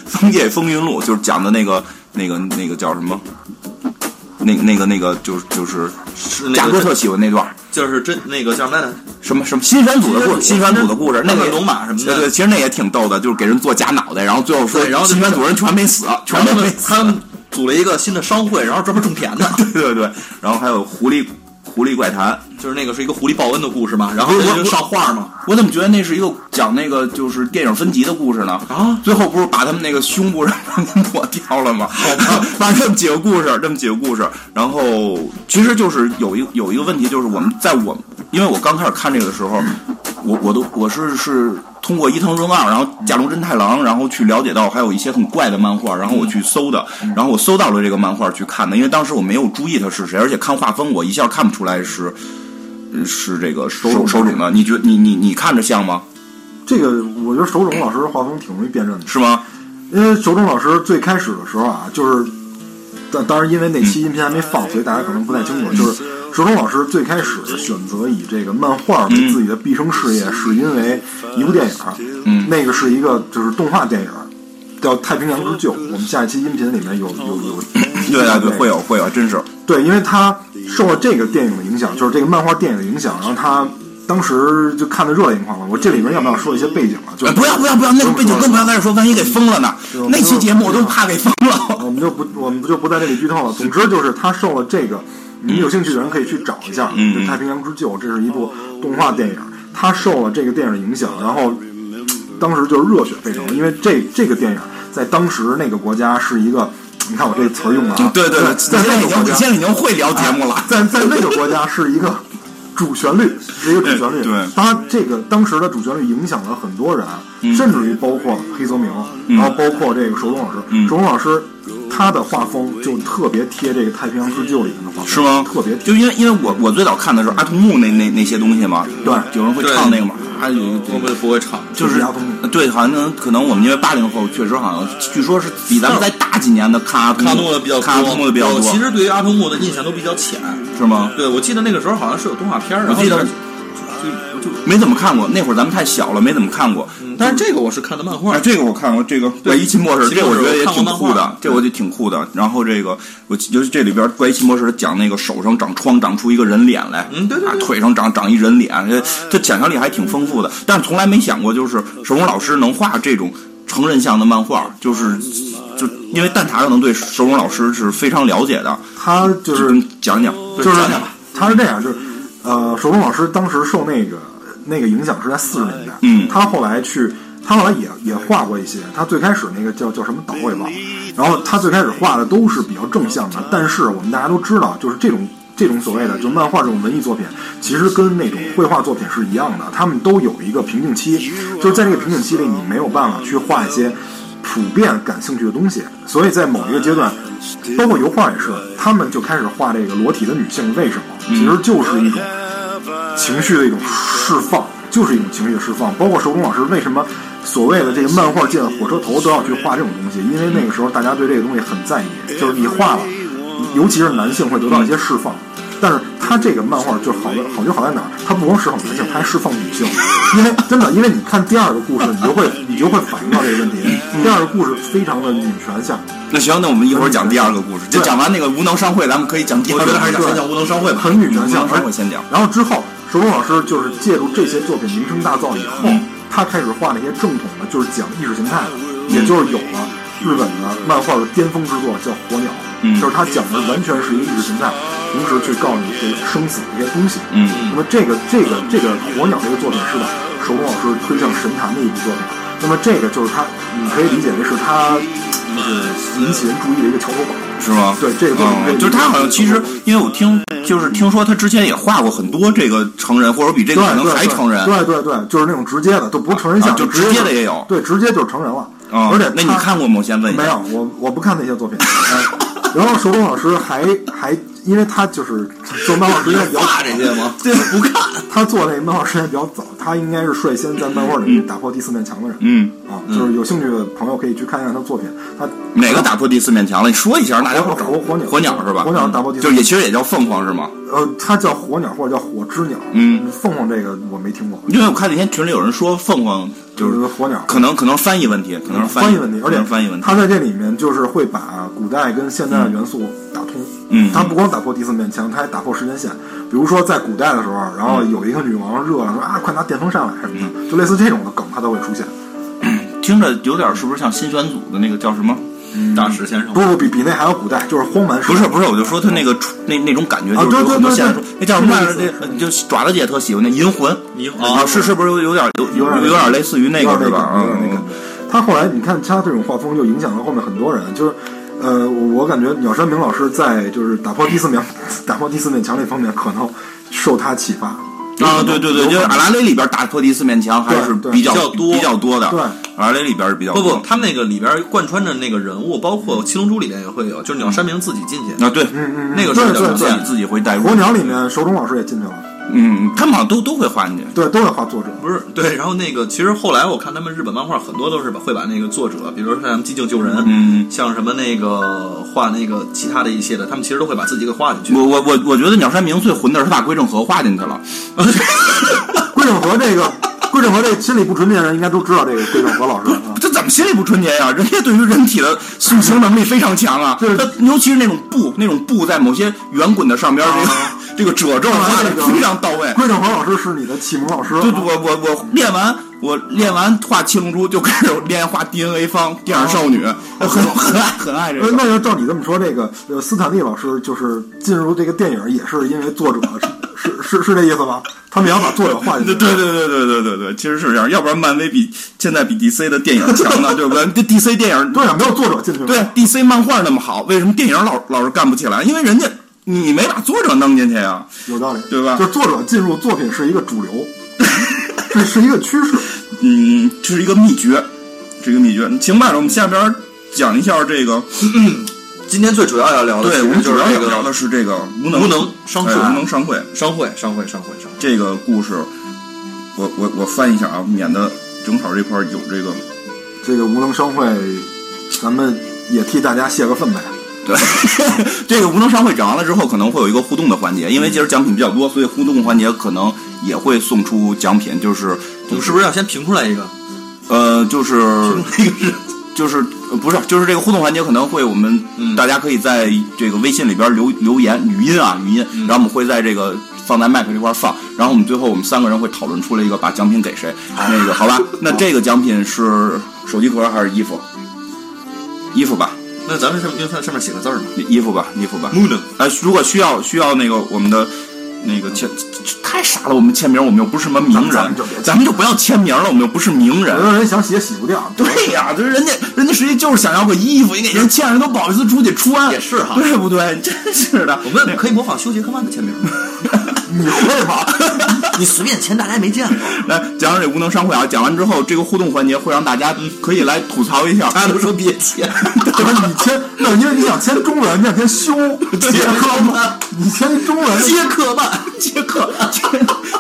枫叶风云录》就是讲的那个那个那个叫什么？那那个那个就是就是是那贾个哥特喜欢那段儿就是真那个叫什么来着？什么什么新选组的故事，新新选选组组的故事，那那个个龙马什么的对对，其实那也挺逗的，就是给人做假脑袋，然后最后说对然后就新选组人全没死，全然都后没呢，死。他们组了一个新的商会，然后专门种田的， 对对对，然后还有狐狸狐狸怪谈，就是那个是一个狐狸报恩的故事嘛。然后不是他我就我上画嘛，我怎么觉得那是一个讲那个就是电影分级的故事呢？啊，最后不是把他们那个胸部 让他们抹掉了吗？好吧，反正这么几个故事，这么几个故事，然后其实就是有一个有一个问题，就是我们在我因为我刚开始看这个的时候，我我都我是是通过伊藤润二，然后假如真太郎，然后去了解到还有一些很怪的漫画，然后我去搜的，然后我搜到了这个漫画去看的，因为当时我没有注意他是谁，而且看画风我一下看不出来是。呃是这个手手冢的，你觉你你你看着像吗？这个我觉得手冢老师的画风挺容易辨认的，是吗？因为手冢老师最开始的时候啊，就是，但当然因为那期音频还没放，所以大家可能不太清楚，就是手冢老师最开始选择以这个漫画为自己的毕生事业，是因为一部电影，嗯，那个是一个就是动画电影。叫《太平洋之救》，我们下一期音频里面有有有，对啊，对，会有会有，真是。对，因为他受了这个电影的影响，就是这个漫画电影的影响，然后他当时就看的热泪盈眶了。我这里面要不要说一些背景啊？就哎是不要不要不要，那个背景更不要在这说，万一给封了呢对我？们那期节目我都怕给封了。我们就不我们就不在这里剧透了。总之就是他受了这个，你们有兴趣的人可以去找一下，嗯就《太平洋之救》，这是一部动画电影，他受了这个电影的影响，然后当时就是热血沸腾，因为这这个电影在当时那个国家是一个，你看我这词儿用的啊，嗯对对对，在你现在在那已个经国你家现在已经会聊节目了。在在那个国家是一个主旋律是一个主旋律，对对嗯它这个当时的主旋律影响了很多人，甚至于包括黑泽明，然后包括这个手冢老师，嗯手冢老师他的画风就特别贴这个《太平洋之救》里面的画风，是吗？特别贴。就因为因为我我最早看的是阿童木那那那些东西嘛，对有人会对哦唱那个嘛，还有我不不会唱，就是呃阿童木对，好像可能我们因为八零后确实好像据说是比咱们再大几年的卡卡诺的比较多，卡通的比较我多，其实对于阿童木的印象都比较浅，是吗？对我记得那个时候好像是有动画片儿，然后我记得嗯是就就就，嗯没怎么看过，那会儿咱们太小了，没怎么看过。但是这个我是看的漫画啊，，这个我看过，这个怪医奇末士，奇这个末我士觉得我也看过挺漫酷的画，这我就挺酷的。然后这个，我记就是这里边怪医奇末士他讲那个手上长疮，长出一个人脸来，嗯对对啊对嗯腿上长长一人脸，这这想象力还挺丰富的。但是从来没想过，就是手冢老师能画这种成人向的漫画，嗯就是就因为蛋挞可能对手冢老师是非常了解的，他就就是讲讲，就是讲讲吧。他是这样，就是呃，手工老师当时受那个那个影响是在四十年代，嗯他后来去，他后来也也画过一些，他最开始那个叫叫什么岛我也忘了，然后他最开始画的都是比较正向的，但是我们大家都知道，就是这种。这种所谓的就漫画这种文艺作品，其实跟那种绘画作品是一样的，他们都有一个瓶颈期，就是在这个瓶颈期里，你没有办法去画一些普遍感兴趣的东西，所以在某一个阶段， 包括油画也是，他们就开始画这个裸体的女性，为什么？其实就是一种情绪的一种释放，就是一种情绪的释放。包括手冢老师为什么所谓的这个漫画界的火车头都要去画这种东西，因为那个时候大家对这个东西很在意，就是你画了，尤其是男性会得到一些释放。但是他这个漫画就好在好就好在哪儿？他不光释放男性，他还释放女性。因为真的，因为你看第二个故事，你就会你就会反映到这个问题。第二个故事非常的女权向，那行，那我们一会儿讲第二个故事。就对讲完那个无能商会，咱们可以讲第二我个觉故事。得还是对讲讲无能商会吧，很女权无向能。商会先讲。然后之后，手冢老师就是借助这些作品名声大噪以后，他开始画那些正统的，就是讲意识形态的，也就是有了日本的漫画的巅峰之作叫《火鸟》，就是他讲的完全是一个意识形态，同时去告诉你这个生死的一些东西。嗯那么这个这个这个《火鸟》这个作品是把手冢老师推向神坛的一部作品。那么这个就是他，你可以理解为是他就是引起人注意的一个桥头堡。是吗？对这个作品嗯这个就是他好像其实，因为我听就是听说他之前也画过很多这个成人，或者比这个对，可能对还对成人。对对对，就是那种直接的，都不是成人啊像，就直接的也有对，直接就是成人了。啊，而且那你他看过吗？我先问一下。没有，我我不看那些作品。 哎、然后手冢老师还还，因为他就是做漫画 时间比较早画这些 吗？对，不看。他做这个漫画时间比较早，他应该是率先在漫画里面打破第四面墙的人。嗯，啊，就是有兴趣的朋友可以去看一下他的作品。他哪个打破第四面墙了？你说一下，大家伙火火鸟火鸟是吧？嗯火鸟打破第四就面也其实也叫凤凰是吗？呃，他叫火鸟或者叫火之鸟。嗯，凤凰这个我没听过，因为我看那天群里有人说凤凰就就是是火鸟。可能可能翻译问题，可能是嗯翻译译问题，而可且能翻译问题。他在这里面就是会把古代跟现代的元素打通。嗯他不光打破第四面墙，他还打破时间线。比如说在古代的时候，然嗯后有一个女王热了，说啊，快拿电风扇来什么的，就类似这种的梗，它都会出现。听着有点是不是像新选组的那个叫什么？嗯大石先生不，不，比比那还要古代，就是荒蛮时不代。是不是，我就说他那个出那那种感觉，就啊是对有对很多对现代对书那叫什么来着？是那个那呃就爪子姐特喜欢那银魂，银魂啊，是是不是有有点有有点有点类似于那个有点是吧？有点那个嗯，。他后来你看他这种画风就影响了后面很多人，就是。呃，我我感觉鸟山明老师在就是打破第四面 打破第四面墙这方面，可能受他启发。嗯啊，对对对，就是阿拉蕾里边打破第四面墙还对是对比较比较多比较多的，对阿拉蕾里边是比较不多不，的他们那个里边贯穿着那个人物，包括《七龙珠》里面也会有，就是鸟山明自己进去，啊，对，嗯嗯，那个是对比较对自常对己自己会带入火，鸟里面手冢老师也进去了，嗯，他们好像都都会画进去，对，都在画作者。不是对。然后那个其实后来我看他们日本漫画很多都是把会把那个作者，比如说像寂静救人，嗯，像什么那个画那个其他的一些的，他们其实都会把自己给画进去。我我我我觉得鸟山明最混的是他把归正和画进去了， 桂正和这个，桂正和这心理不纯洁的人应该都知道这个桂正和老师啊。这怎么心里不纯洁呀、人家对于人体的塑形能力非常强啊，对他尤其是那种布，那种布在某些圆滚的上边，这个、啊这个褶皱画的非常到位。桂正和老师是你的启蒙老师，啊就我我我练完我练完画七龙珠就开始练画 DNA 方电影少女，我很很爱很爱这呃个。啊那要照你这么说，这个呃斯坦利老师就是进入这个电影也是因为作者是是是是这意思吧？他们也要把作者画进对去。对对对对对对对，其实是这样，要不然漫威比现在比 DC 的电影强呢，对不对？这 DC 电影对啊，没有作者进去吗？对 DC 漫画那么好，为什么电影老老是干不起来？因为人家你没把作者弄进去啊？有道理，对吧就是作者进入作品是一个主流，这是一个趋势。嗯，这是一个秘诀，这个秘诀。行吧，我们下边讲一下这个，今天最主要要聊的，对其我实们就主是要这要聊的个是这个无能无能商哎社、无能商会商会、商会、商会、商会。这个故事，我我我翻一下啊，免得正好这块儿有这个。这个无能商会，咱们也替大家泄个愤呗。对， 这个无能商会讲完了之后，可能会有一个互动的环节，因为今儿奖品比较多，所以互动环节可能也会送出奖品，就是我们是不是要先评出来一个？呃，就是那个是就是呃不是就是这个互动环节可能会我们、嗯大家可以在这个微信里边留留言语音啊语音，嗯然后我们会在这个放在麦克这块放，然后我们最后我们三个人会讨论出来一个把奖品给谁，啊那个好 吧？那这个奖品是手机壳还是衣服？衣服吧，那咱们上面上上面写个字儿呢。衣服吧，衣服嗯吧。无能呃，如果需要需要那个我们的那个签，太傻了，我们签名，我们又不是什么名咱人们就别，咱们就不要签名了，我们又不是名人有。的人想洗也洗不掉，对呀、就是人家人家实际就是想要个衣服，你给人欠着都不好意思出去穿，也是哈对不对？ 真是的，我们可以模仿休杰克曼的签名， 你会吧？你随便签，大家也没见过。来讲讲这无能商会啊，讲完之后，这个互动环节会让大家嗯可以来吐槽一下。大家都说别 签，对吧？你签，那因为你想签中文，你想签修杰克曼，你签中 文，杰克曼，杰克，杰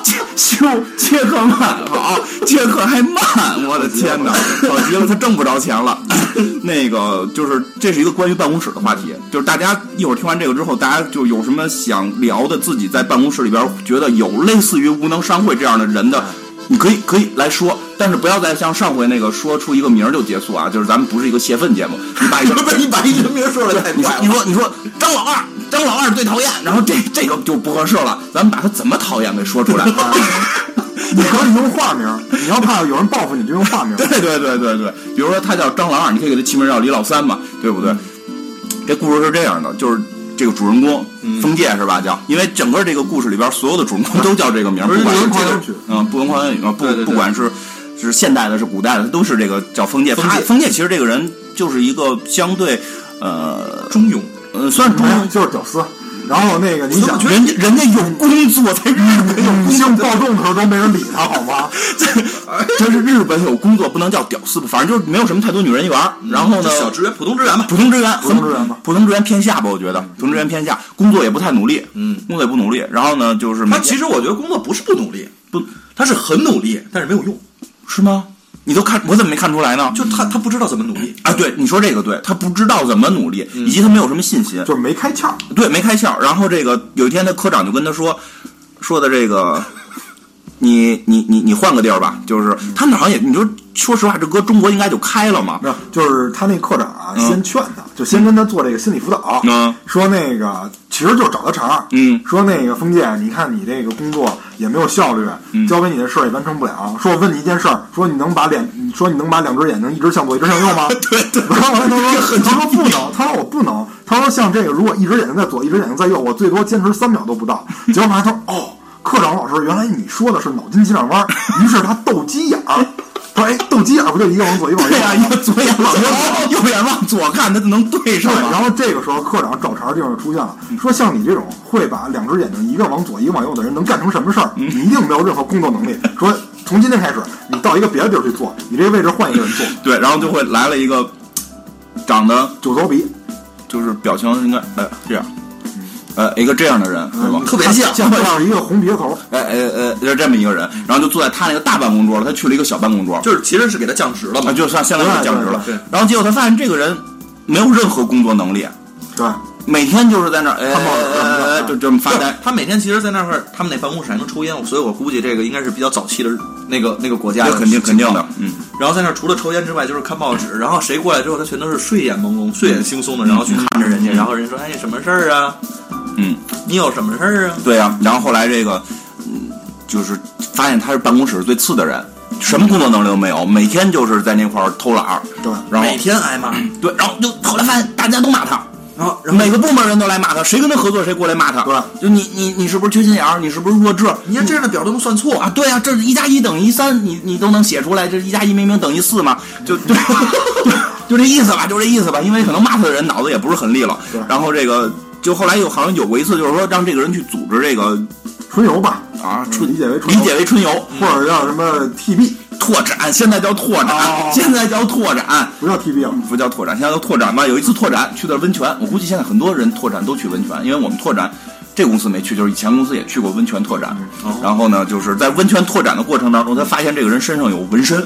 杰修杰克曼好，杰克啊还慢，我的天哪！好极了，他挣不着钱了。那个就是，这是一个关于办公室的话题，就是大家一会儿听完这个之后，大家就有什么想聊的，自己在办公室里边觉得有类似于无能商会这样的人的。你可以可以来说，但是不要再像上回那个说出一个名儿就结束啊！就是咱们不是一个泄愤节目，你把一个你把一人名说出来太哎你说快你了。说你说张老二，张老二最讨厌，然后这这个就不合适了，咱们把他怎么讨厌给说出来。啊你可以用化名，你要怕有人报复你就用化名。 对对对对对，比如说他叫张老二，你可以给他起名叫李老三嘛，对不对？这故事是这样的，就是这个主人公嗯封建是吧？叫，因为整个这个故事里边所有的主人公都叫这个名儿，不不是管是流行这歌个曲嗯，不文狂言语嘛，不对对对不管是是现代的，是古代的，他都是这个叫封建。封他建封建其实这个人就是一个相对呃中庸，呃，算是中没有，就是屌丝。然后那个，你想，人家人家有工作在日本有嗯女工 性暴动的时候都没人理他，好吗？真是日本有工作不能叫屌丝吧，反正就是没有什么太多女人缘儿。然后呢嗯就，小职员，普通职员吧。普通职员，普通职员吧普通职员偏下吧，我觉得普通职员偏下，工作也不太努力，嗯，工作也不努力。然后呢，就是每他天其实我觉得工作不是不努力，不他是很努力，但是没有用，是吗？你都看我怎么没看出来呢？就他他不知道怎么努力。啊，对，你说这个对，他不知道怎么努力，嗯以及他没有什么信心，就是没开窍，对，没开窍。然后这个有一天，他科长就跟他说，说的这个，你你你你换个地儿吧，就是他们那好像也，你就说实话，这搁中国应该就开了嘛没，有，就是他那科长啊，先劝他，就先跟他做这个心理辅导，啊嗯说那个其实就是找他茬儿，嗯说那个封建，你看你这个工作也没有效率，嗯交给你的事儿也完成不了。说我问你一件事儿，说你能把脸，你说你能把两只眼睛一直向左一直 向右吗？对对。然后他说，他说不能，他说我不能，他说像这个如果一只眼睛在左，一只眼睛在右，我最多坚持三秒都 不到。结果马上他说哦。科长老师，原来你说的是脑筋急转 弯儿，于是他斗鸡眼儿。他说：“哎，斗鸡眼儿不就一个往左，一个往 右对呀、吗？一个左眼往右，右眼往左看，他能对上对，吗？然后这个时候科长找茬儿地方就出现了，说像你这种会把两只眼睛一个往左一个往右的人能干成什么事儿？嗯你一定没有任何工作能力。说从今天开始，你到一个别的地儿去做，你这个位置换一个人做，对，然后就会来了一个长得九头鼻，就是表情应该呃这样，呃一个这样的人是吧？特别像嗯像像一个红鼻 子头，哎哎哎，就这么一个人，然后就坐在他那个大办公桌了，他去了一个小办公桌，就是其实是给他降职了啊，嘛。就算相当于对降职了对对。然后结果他发现这个人没有任何工作能力，对，每天就是在那儿哎看报纸哎哎哎嗯就这么发不是呆。他每天其实，在那块儿，他们那办公室还能抽烟，所以我估计这个应该是比较早期的那个那个国家这的肯定肯定情的况，嗯，然后在那儿除了抽烟之外，就是看报纸。然后谁过来之后，他全都是睡眼朦胧、睡眼惺忪的，然后去看着人家。然后人家说：“哎，什么事儿啊？嗯，你有什么事儿啊对呀、然后后来这个，嗯，就是发现他是办公室最次的人，什么工作能力都没有，每天就是在那块儿偷懒儿，对然？”后每啊天挨骂，对，然后就后来发现大家都骂他，然后然后每个部门人都来骂他，谁跟他合作谁过来骂他。对，就你你你是不是缺心眼儿？你是不是弱智？你看这样的表都能算错啊，对啊，这一加一等于一三，你你都能写出来，这一加一明明等于四嘛？就对， 就这意思吧，就这意思吧。因为可能骂他的人脑子也不是很利落对，然后这个就后来有好像有过一次，就是说让这个人去组织这个春游吧，啊春理解为春理解为春游或者叫什么 TB，拓展，现在叫拓展，哦现在叫拓展。不叫 TB 了，不叫拓展，现在叫拓展吧。有一次拓展去的温泉，我估计现在很多人拓展都去温泉，因为我们拓展这公司没去，就是以前公司也去过温泉拓展。然后呢，就是在温泉拓展的过程当中，他发现这个人身上有纹身，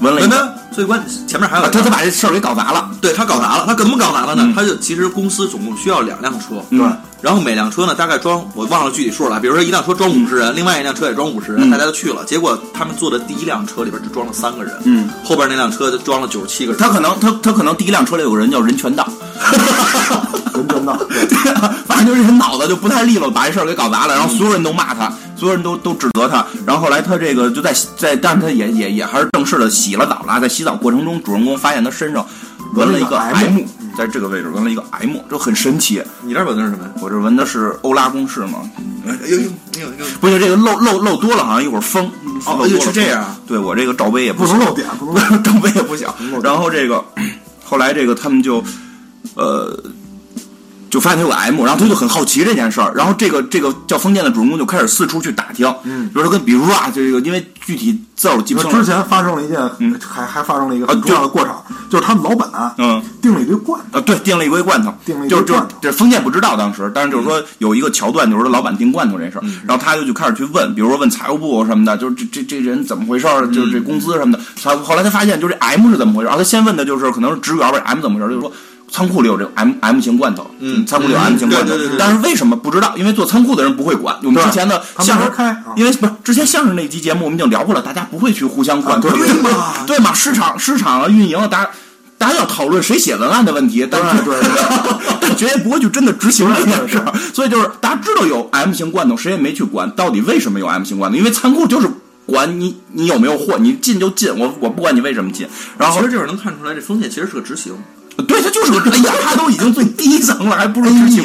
纹了一没个没，最关前面还有啊一个嗯他他把这事儿给搞砸了。嗯对他搞砸了，他怎么搞砸了呢？他就其实公司总共需要两辆车，嗯然后每辆车呢大概装我忘了具体数了，比如说一辆车装五十人，另外一辆车也装五十人，嗯大家都去了，结果他们坐的第一辆车里边只装了三个人，嗯，后边那辆车就装了九十七个人，他可能他他可能第一辆车里有个人叫人权 党，人真的。对啊， 反正就是人脑子就不太利落，把这事儿给搞砸了，然后所有人都骂他，所有人都都指责他，然后后来他这个就在在，但是他也也也还是正式的洗了澡了，在洗澡过程中，主人公发现他身上纹了一纹了一个个 M，在这个位置纹了一个 M，就很神奇。你那儿纹的是什么呀？我这纹的是欧拉公式嘛，哎呦呦哎呦呦！不行，这个漏漏漏多了，好像一会儿风。哦漏多了是这样啊对我这个罩杯也不不行能漏点，不能漏 点。装备也不小。嗯然后这个后来这个他们就呃就发现他有个 M，然后他就很好奇这件事儿。然后这个这个叫封建的主人公就开始四处去打听，嗯比如说跟比如说啊，这个因为具体字儿我记不因清为了之，前发生了一件，嗯还还发生了一个啊很重要的对过场，就是他们老板嗯。订了一堆罐头，啊，对，订了一堆罐头，订了一就是堆就是罐头嗯这封建不知道当时，但是就是说有一个桥段，就是说老板订罐头这事儿，然后他就就开始去问，比如说问财务部什么的，就是这这这人怎么回事儿，就是嗯这工资什么的。他后来他发现就是这 M 是怎么回事儿，啊，他先问的就是可能是职员吧，M 怎么回事儿，就是说。仓库里有这个 M M 型罐头，嗯仓库里有嗯 M 型罐头对对对，对但是为什么不知道？因为做仓库的人不会管。我们对之前的他们相声没开啊因为不是之前相声那一期节目我们已经聊过了，大家不会去互相管，啊 对对嘛，对嘛，市场市场啊，运营啊，大家大家要讨论谁写文案的问题，但是对对对 但绝对不会去真的执行这件事儿。所以就是大家知道有 M 型罐头，谁也没去管到底为什么有 M 型罐头，因为仓库就是管你你有没有货，你进就进，我我不管你为什么进。然后其实这会儿能看出来，这封建其实是个执行。对他就是个，哎呀，他都已经最低层了，还不如执行。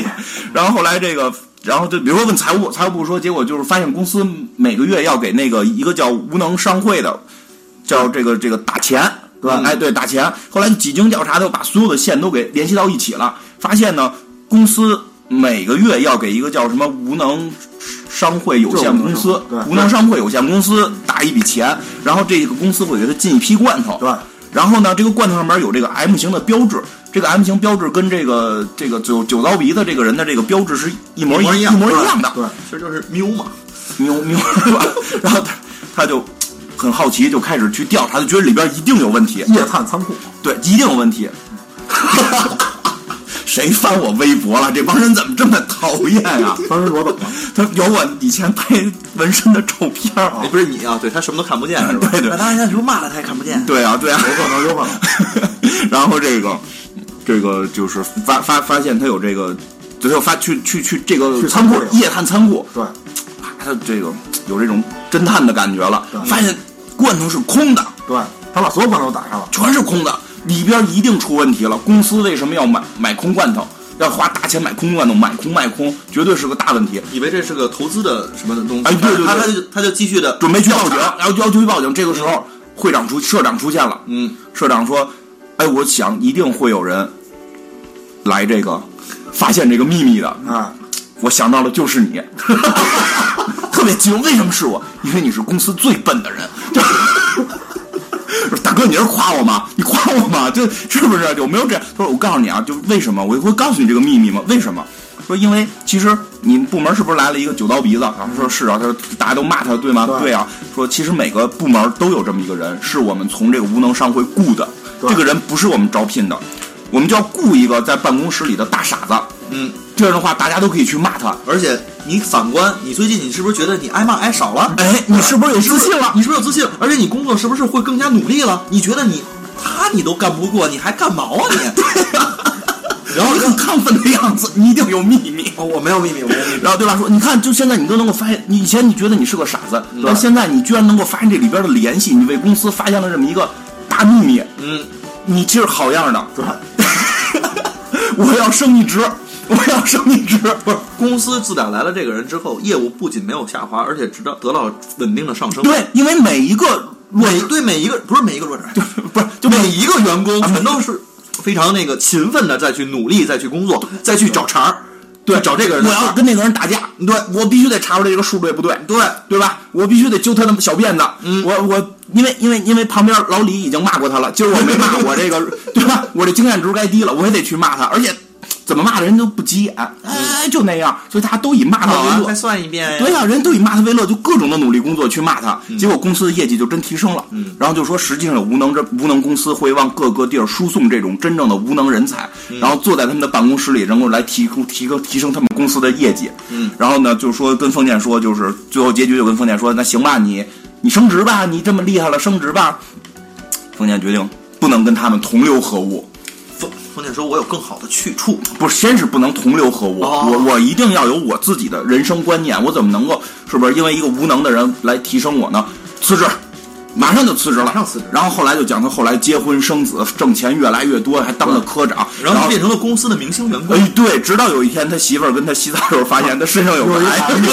然后后来这个，然后就比如说问财务，财务部说，结果就是发现公司每个月要给那个一个叫无能商会的，叫这个这个打钱，对吧？哎，对，打钱。后来几经调查，就把所有的线都给联系到一起了，发现呢，公司每个月要给一个叫什么无能商会有限公司就是无能商会、对无能商会有限公司打一笔钱，然后这个公司会给他进一批罐头，对吧？然后呢，这个罐头上面有这个 M 型的标志，这个 M 型标志跟这个这个九九糟鼻的这个人的这个标志是一模一模一一样模一样的，对，其实就是缪啊嘛，牛牛是吧？ 然后他他就很好奇，就开始去调查，就觉得里边一定有问题，夜探仓库，对，一定有问题。 谁翻我微博了？这帮人怎么这么讨厌啊？翻微博怎么了？他有我以前拍纹身的照片儿哎，不是你啊，对他什么都看不见是吧？ 对对那当然，他时候骂他他也看不见。对啊，对啊，有可能，有可能。 然后这个这个就是发发发现他有这个，他就发去去去这个去仓仓库库夜探仓库，啊对，他这个有这种侦探的感觉了对，发现罐头是空的，对，他把所有罐头都打上了，全是空的，里边一定出问题了。公司为什么要买买空罐头？要花大钱买空罐头，买空卖空，绝对是个大问题。以为这是个投资的什么的东西，哎对对他对他就他就继续的准备去报警，然后要求去报警。这个时候，会长出社长出现了，嗯，社长说：“哎，我想一定会有人来这个发现这个秘密的。哎，我想到的就是你， 特别激动。为什么是我？因为你是公司最笨的人。 大哥，你是夸我吗？你夸我吗？这是不是有没有这样？他说：“我告诉你啊，就为什么我会告诉你这个秘密吗？为什么？说因为其实你部门是不是来了一个九刀鼻子？然后说是啊，他说大家都骂他，对吗？对啊，说其实每个部门都有这么一个人，是我们从这个无能商会雇的。对这个人不是我们招聘的，我们就要雇一个在办公室里的大傻子。嗯，这样的话，大家都可以去骂他。而且你反观，你最近你是不是觉得你挨骂挨少了？哎，你是不是有自信了？你是不是有自信？而且你工作是不是会更加努力了？你觉得你他你都干不过，你还干毛 啊你？然后你很亢奋的样子，你一定有秘密。哦，我没有秘密，我没有秘密。然后对吧？说你看，就现在你都能够发现，你以前你觉得你是个傻子，嗯但现在你居然能够发现这里边的联系，你为公司发现了这么一个大秘密，嗯，你这是好样的！对， 我要升一职，我要升一职。不是，公司自打来了这个人之后，业务不仅没有下滑，而且直到得到稳定的上升。对，因为每一个落每对每一个不是每一个弱者，不是就就每一个员工全都是非常那个勤奋的，再去努力，再去工作，再去找茬儿。对，找这个人我来玩要跟那个人打架，对我必须得查出来这个数对不对，对对吧？我必须得揪他的小辫子。嗯我我因为因为因为旁边老李已经骂过他了，今儿我没骂，我这个对吧？我这经验值该低了，我也得去骂他，而且怎么骂的人都不急眼，哎，就那样，所以大家都以骂哎他好啊，为再乐。算一遍呀。对呀、人都以骂他为乐，就各种的努力工作去骂他，结果公司的业绩就真提升了。嗯然后就说，实际上有无能这无能公司会往各个地儿输送这种真正的无能人才，嗯然后坐在他们的办公室里，然后来提供提高提升他们公司的业绩。嗯，然后呢，就说跟封建说，就是最后结局就跟封建说，那行吧，你你升职吧，你这么厉害了，升职吧。封建决定不能跟他们同流合污。封封建说，我有更好的去处。不是，先是不能同流合污，哦我我一定要有我自己的人生观念，我怎么能够是不是因为一个无能的人来提升我呢？辞职，马上就辞职了，马上辞职然后后来就讲他后来结婚生子，挣钱越来越多，还当了科长，然后后就变成了公司的明星员工。哎，对，直到有一天他媳妇儿跟他洗澡的时候发现他身上有个有一癌癌症。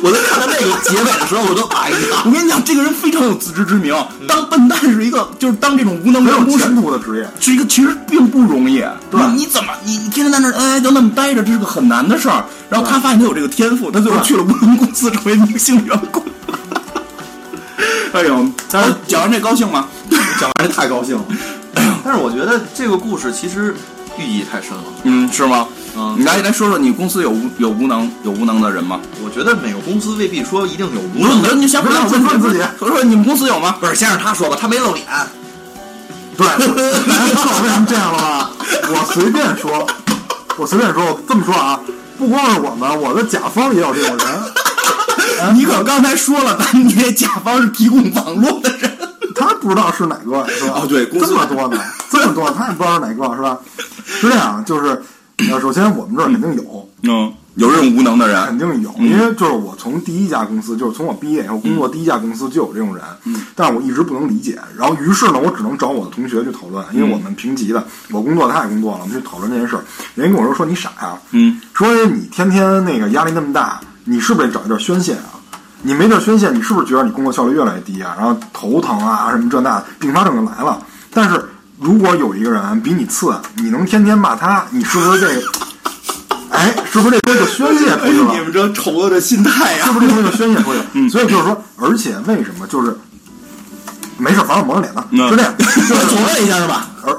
我在看到那个结尾的时候，我都哎呀，我跟你讲，这个人非常有自知之明，当笨蛋是一个，就是当这种无能没有员工是前途的职业。是一个其实并不容易，对你你怎么你你天天在那儿哎就那么待着，这是个很难的事儿。然后他发现他有这个天赋，他最后对去了无人公司成为明星员工。 哎呦，但是哦嗯讲完这高兴吗？讲完这太高兴了。但是我觉得这个故事其实寓意太深了。嗯，是吗？嗯你来来说说你公司有无有无能有无能的人吗？我觉得每个公司未必说一定有不无是，你能说的。你先不要问不是你问自己说说你们公司有吗？不是，先让他说吧，他没露脸。对， 哎 知道为什么这样了啊吧？我随便说，我随便说，我这么说啊，不光是我们，我的甲方也有这种人。你可刚才说了，咱们这甲方是提供网络的人。他不知道是哪个是吧？哦对公司这么多呢，这么多，他也不知道是哪个是吧？是这样，就是呃，首先我们这儿肯定有，嗯，有这种无能的人，肯定嗯有，因为就是我从第一家公司，就是从我毕业以后工作第一家公司就有这种人，嗯但是我一直不能理解。然后于是呢，我只能找我的同学去讨论，因为我们平级的，我工作他也工作了，我们去讨论这件事儿。人家跟我说说你傻呀、嗯，说哎你天天那个压力那么大，你是不是得找一地儿宣泄啊？你没地儿宣泄，你是不是觉得你工作效率越来越低啊？然后头疼啊，什么这那，并发症就来了。但是如果有一个人比你次，你能天天骂他，你是不是这个？哎，是不是这这就宣泄出去了？哎你们这丑恶的心态呀、 是不是这东西就宣泄出去？嗯，所以就是说，而且为什么就是没事，反正我抹着脸呢，嗯就这 样，就是左问一下是吧？而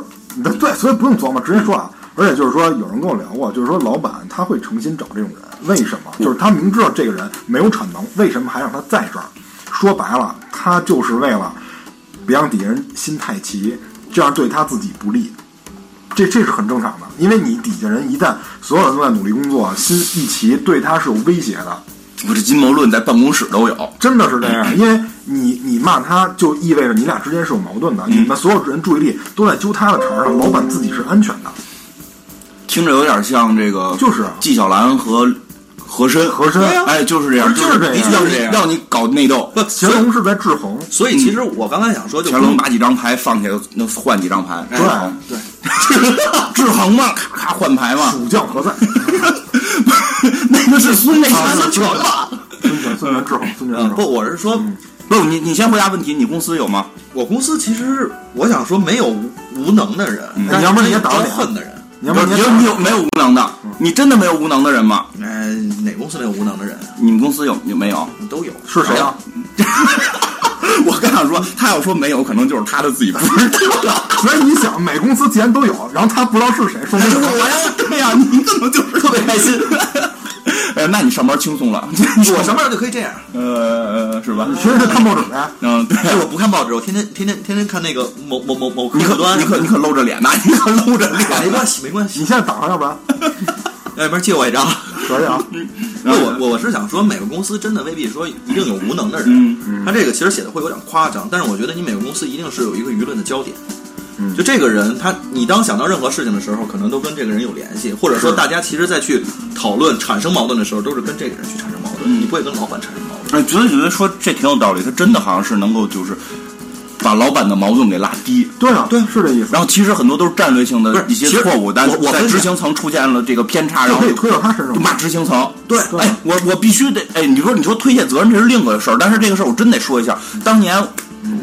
对，所以不用琢磨，直接说啊。而且就是说，有人跟我聊过，就是说老板他会诚心找这种人，为什么？就是他明知道这个人没有产能，为什么还让他在这儿？说白了，他就是为了别让底下人心太齐，这样对他自己不利。这这是很正常的，因为你底下人一旦所有人都在努力工作，心一齐，对他是有威胁的。我这阴谋论在办公室都有。真的是这样，因为你你骂他，就意味着你俩之间是有矛盾的，嗯你们所有人注意力都在揪他的茬儿上，老板自己是安全的。听着有点像这个，就是啊纪晓岚和和珅，和珅对呀哎，就是这样，就是这样让就是这你样让你搞内斗，不，乾隆是在制衡，所以其实我刚才想说，就乾隆把几张牌放下，那换几张牌，对对， 制衡嘛，咔咔换牌嘛，主将何在？ 那个是孙内啊孙是权吧？孙权，孙权制衡，孙权嗯，哦不，制衡。我是说，不，你你先回答问题，你公司有吗？我公司其实我想说没有无无能的人，但你要不然也你也打我脸恨的人。你要不然你你有你有没有无能的？你真的没有无能的人吗？哎，哪公司没有无能的人啊？你们公司有有没有？都 有。是谁哦啊？ 我刚想说，他要说没有，可能就是他的自己不知道。所以你想，每公司既然都有，然后他不知道是谁，说明就是我要对哎呀，你可能就是特别开心。哎，那你上班轻松了，我什么时候就可以这 样？呃是吧？你天天看报纸呗。嗯，对。哎，我不看报纸，我天天天天天天看那个某某某某客你户可端。你可你可露着脸呐，你可露着哎没脸。关系，没关系你。现在挡上，要不然要不然借我一张。可以啊。那我我是想说，每个公司真的未必说一定有无能的人。嗯他这个其实写的会有点夸张，但是我觉得你每个公司一定是有一个舆论的焦点。就这个人，他你当想到任何事情的时候，可能都跟这个人有联系，或者说大家其实在去讨论、产生矛盾的时候，都是跟这个人去产生矛盾，你不会跟老板产生矛盾。哎，觉得觉得说这挺有道理，他真的好像是能够就是把老板的矛盾给拉低。对啊，对，是这意思。然后其实很多都是战略性不的是一些其实错误，但我我在分析执行层出现了这个偏差，然就后可以推到他身上就。骂执行层。对对哎哎，我我必须得，哎，你说你说推卸责任这是另一个事儿，但是这个事儿我真得说一下，当年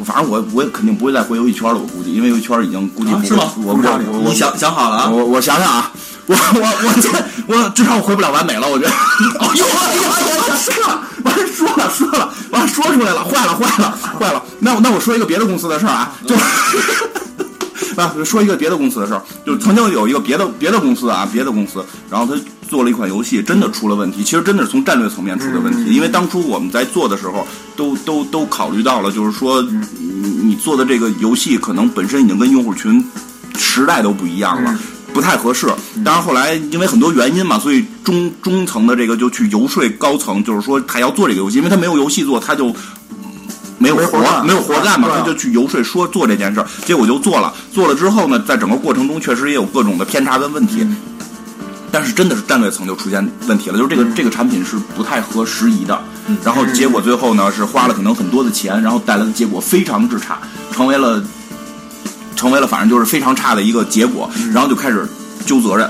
反正我我也肯定不会再回游戏圈了，我估计，因为游戏圈已经估计不啊会是吗我我我我你想想好了啊？我我想想啊，我我我这我至少我回不了完美了，我觉得。 哦，有了有了有了，说了，啊完了说了说了，完了说出来了，坏了坏了坏了。那我那我说一个别的公司的事儿啊，就。 啊，说一个别的公司的事儿，就是曾经有一个别的别的公司啊，别的公司，然后他做了一款游戏，真的出了问题。其实真的是从战略层面出的问题，嗯因为当初我们在做的时候，都都都考虑到了，就是说嗯你你做的这个游戏可能本身已经跟用户群时代都不一样了。不太合适，当然后来因为很多原因嘛，所以中中层的这个就去游说高层，就是说他要做这个游戏，因为他没有游戏做，他就没有没活活干没有活干嘛，对啊他就去游说说做这件事儿，结果就做了。做了之后呢，在整个过程中确实也有各种的偏差跟问嗯题，但是真的是战略层就出现问题了，就是这个、嗯这个产品是不太合时宜的。然后结果最后呢是花了可能很多的钱，然后带来的结果非常之差，成为了成为了反正就是非常差的一个结果，嗯然后就开始揪责任。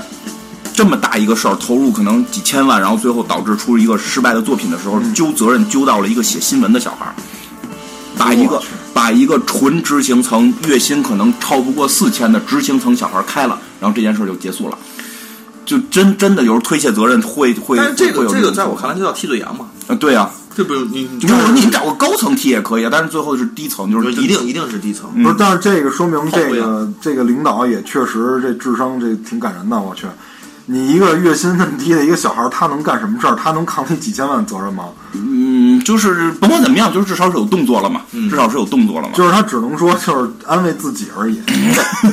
这么大一个事儿，投入可能几千万，然后最后导致出一个失败的作品的时候，嗯揪责任揪到了一个写新闻的小孩儿，把一个我去把一个纯执行层月薪可能超不过四千的执行层小孩儿开了，然后这件事儿就结束了。就真真的有时候推卸责任会会，但是这会个有这个种在我看来就叫替罪羊嘛，啊，对啊，这不你你你说你找个高层踢也可以啊，但是最后是低层，就是一定一定是低层，不是，但是这个说明这后悔个这个领导也确实这智商这挺感人的，我去。你一个月薪那么低的一个小孩儿，他能干什么事儿？他能扛起几千万责任吗？嗯，就是甭管怎么样，就是至少是有动作了嘛，嗯至少是有动作了嘛。就是他只能说就是安慰自己而已。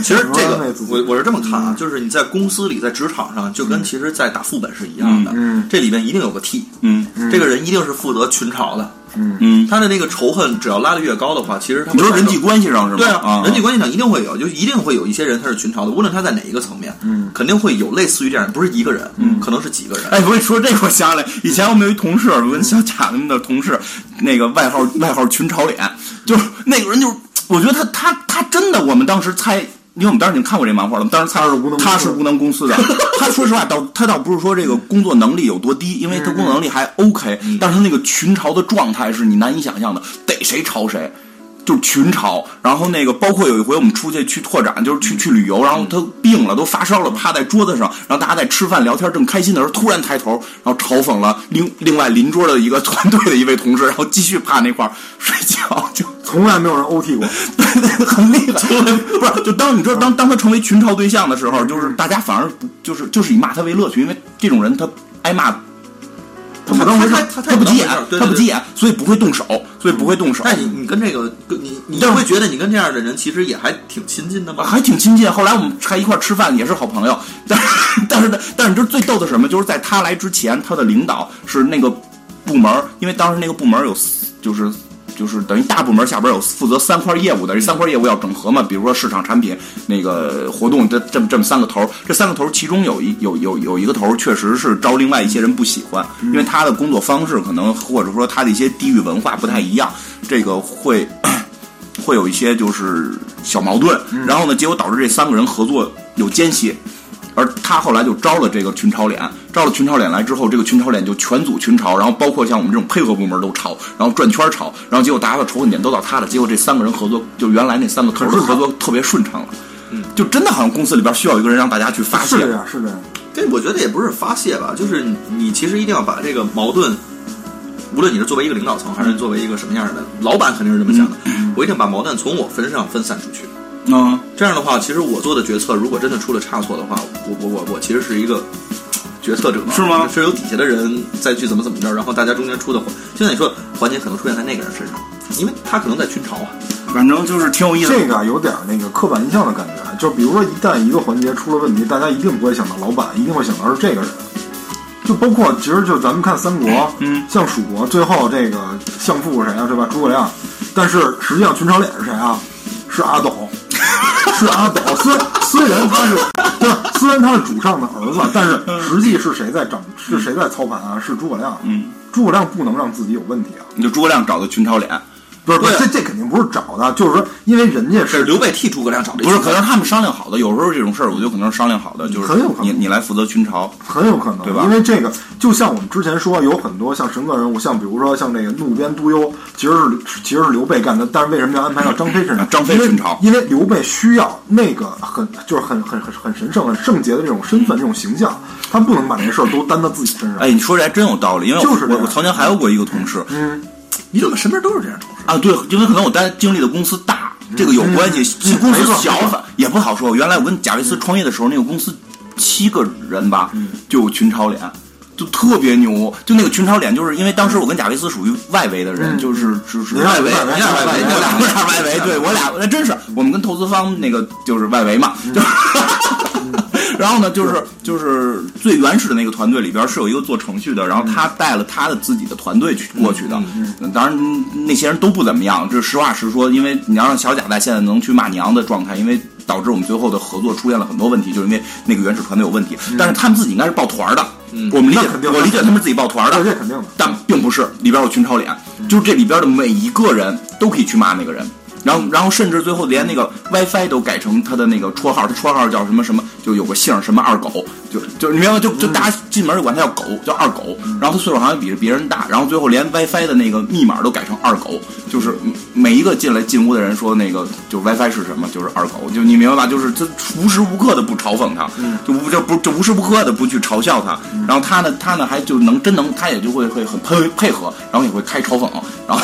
其啊实这安慰个自己我我是这么看嗯啊，就是你在公司里，在职场上，就跟其实，在打副本是一样的。嗯这里边一定有个 T，嗯这个人一定是负责群嘲的。嗯，他的那个仇恨，只要拉得越高的话，其实他你会说人际产生关系上是吗？嗯对啊啊，，人际关系上一定会有，就是一定会有一些人他是群嘲的，无论他在哪一个层面，嗯，肯定会有类似于这样，不是一个人，嗯，可能是几个人。哎，我跟你说这个，我想起来，以前我们有一同事，我跟小贾他们的同事，那个外号外号群嘲脸，就是那个人，就是我觉得他他他真的，我们当时猜，因为我们当时已经看过这漫画了，我们当时猜他是无能公司他是无能公 司的。他说实话，倒他倒不是说这个工作能力有多嗯低，因为他工作能力还 OK，但是他那个群嘲的状态是你难以想象的，逮谁嘲谁。就是群嘲，然后那个包括有一回我们出去去拓展，就是嗯去去旅游，然后他病了，都发烧了，趴在桌子上，然后大家在吃饭聊天正开心的时候，突然抬头，然后嘲讽了另另外邻桌的一个团队的一位同事，然后继续趴那块儿睡觉，就从来没有人 OT 过， 对对，很厉害。不是，就当你知道，当当他成为群嘲对象的时候，就是大家反而不就是就是以骂他为乐趣，因为这种人他挨骂，他不当回事他儿他，他他不他急不眼当回事儿，对他不对急眼，所以不会动手，所以不会动手。但你你跟这个跟你你但是会觉得你跟这样的人其实也还挺亲近的吧？还挺亲近。后来我们还一块儿吃饭，也是好朋友。 但是，但是，但是，你知道最逗的是什么？就是在他来之前，他的领导是那个部门儿，因为当时那个部门儿有四就是。就是等于大部门下边有负责三块业务的，这三块业务要整合嘛，比如说市场、产品、那个活动，这这么这么三个头儿，这三个头儿其中有一有有有一个头儿确实是招另外一些人不喜欢，因为他的工作方式可能或者说他的一些地域文化不太一样，这个会会有一些就是小矛盾，然后呢，结果导致这三个人合作有间隙，而他后来就招了这个群嘲脸，招了群嘲脸来之后，这个群嘲脸就全组群嘲，然后包括像我们这种配合部门都吵，然后转圈吵，然后结果大家的仇恨点都到他了，结果这三个人合作，就原来那三个特别合作特别顺畅了，就真的好像公司里边需要一个人让大家去发是泄这，样，是这样。这我觉得也不是发泄吧，就是你你其实一定要把这个矛盾，无论你是作为一个领导层，还是作为一个什么样的老板，肯定是这么想的。我一定把矛盾从我身上分散出去。嗯，这样的话，其实我做的决策，如果真的出了差错的话，我我我我其实是一个决策者，是吗是有底下的人再去怎么怎么着，然后大家中间出的环，就像你说环节可能出现在那个人身上，因为他可能在群嘲啊。反正就是挺有意思的。这个有点那个刻板印象的感觉，啊就比如说一旦一个环节出了问题，大家一定不会想到老板，一定会想到是这个人。就包括其实就咱们看三国，嗯，像蜀国最后这个相父是谁啊，对吧？诸葛亮。但是实际上群嘲脸是谁啊？是阿 斗，是阿斗。虽虽然他是，就是虽然他是主上的儿子，但是实际是谁在掌，是谁在操盘啊？是诸葛亮。嗯，诸葛亮不能让自己有问题啊。你就诸葛亮找的群嘲脸，不是不是，对这这肯定不是找的，就是说，因为人家这是是刘备替诸葛亮找这不是，一可个能他们商量好的，有时候这种事儿，我觉得可能是商量好的，就是很有可能你你来负责群嘲，很有可能，对吧因为这个就像我们之前说，有很多像神怪人物，像比如说像那个怒边督邮，其实是其实是刘备干的，但是为什么要安排到张飞身上？张飞因为巡朝因为刘备需要那个很就是很很很很神圣、很圣洁的这种身份、这种形象，他不能把这事儿都担到自己身上。哎，你说这还真有道理，因为我就是这我样嗯我曾经还有过一个同事，你怎么身边都是这样同事？啊，对，因为可能我单经历的公司大，这个有关系。嗯公司没错小没错反也不好说。原来我跟贾维斯创业的时候，那个公司七个人吧，嗯就有群嘲脸。就特别牛，就那个群嘲脸，就是因为当时我跟贾维斯属于外围的人，嗯就是就是你俩围，外围你俩外围我俩外我围俩外围，对我俩那真是我们跟投资方那个就是外围嘛，嗯就是。 然后呢，就是就是最原始的那个团队里边是有一个做程序的，然后他带了他的自己的团队去过去的。嗯当然那些人都不怎么样，这实话实说，因为你要让小贾在现在能去骂娘的状态，因为导致我们最后的合作出现了很多问题，就是因为那个原始团队有问题。但是他们自己应该是抱团的，我们理解嗯那肯，定我理解他们是自己抱团的，对这肯定的但并不是里边有群嘲脸，就是这里边的每一个人都可以去骂那个人。然后，然后甚至最后连那个 WiFi 都改成他的那个绰号，他绰号叫什么什么，就有个姓儿什么二狗，就就你明白吗？就就大家进门就管他叫狗，叫二狗。然后他岁数好像比比人大，然后最后连 WiFi 的那个密码都改成二狗，就是每一个进来进屋的人说那个就是 WiFi 是什么，就是二狗，就你明白吧？就是他无时无刻的不嘲讽他，就无就不就无时无刻的不去嘲笑他。然后他呢，他呢还就能真能，他也就会会很配配合，然后也会开嘲讽，然后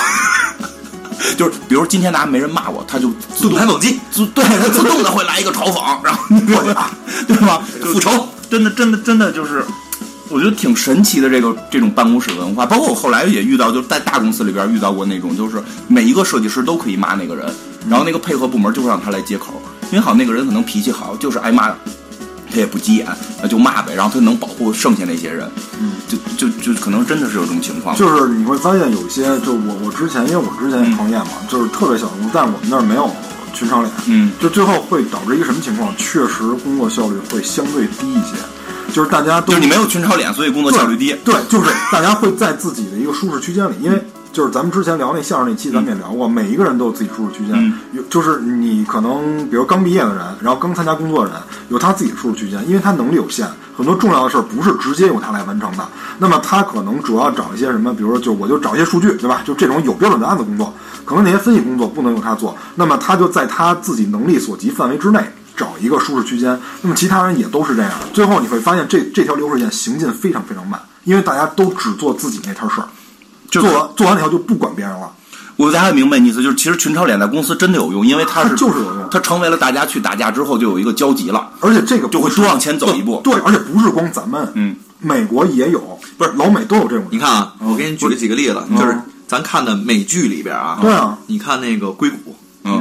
就是比如今天大家没人骂我，他就自动反猛击，自对他自动的会来一个嘲讽，然后你过去吧，对吧？复仇，真的真的真的就是。我觉得挺神奇的，这个这种办公室文化，包括我后来也遇到，就是在大公司里边遇到过那种，就是每一个设计师都可以骂那个人，然后那个配合部门就会让他来接口，因为好那个人可能脾气好，就是挨骂，他也不急眼，那就骂呗，然后他能保护剩下那些人，嗯，就就就可能真的是有这种情况，就是你会发现有些，就我我之前，因为我之前也创业嘛，就是特别小的公司，但是我们那儿没有群嘲脸，嗯，就最后会导致一个什么情况？确实工作效率会相对低一些，就是大家都就是你没有群嘲脸，所以工作效率低，对，就是大家会在自己的一个舒适区间里，因为就是咱们之前聊那相声那期，咱们也聊过，每一个人都有自己舒适区间，嗯有就是你可能比如刚毕业的人，然后刚参加工作的人，有他自己的舒适区间，因为他能力有限，很多重要的事儿不是直接由他来完成的，那么他可能主要找一些什么，比如说就我就找一些数据，对吧？就这种有标准的案子工作，可能那些分析工作不能由他做，那么他就在他自己能力所及范围之内。找一个舒适区间，那么其他人也都是这样。最后你会发现这，这条流水线行进非常非常慢，因为大家都只做自己那摊事儿，就做完做完以后就不管别人了。我大概明白你意思，就是其实群嘲脸在公司真的有用，因为它是它就是有用它成为了大家去打架之后就有一个交集了，而且这个不就会是多往前走一步。对，而且不是光咱们，嗯，美国也有，不是老美都有这种人。你看啊，哦我给你举了几个例子，就是咱看的美剧里边啊，对啊你看那个硅谷，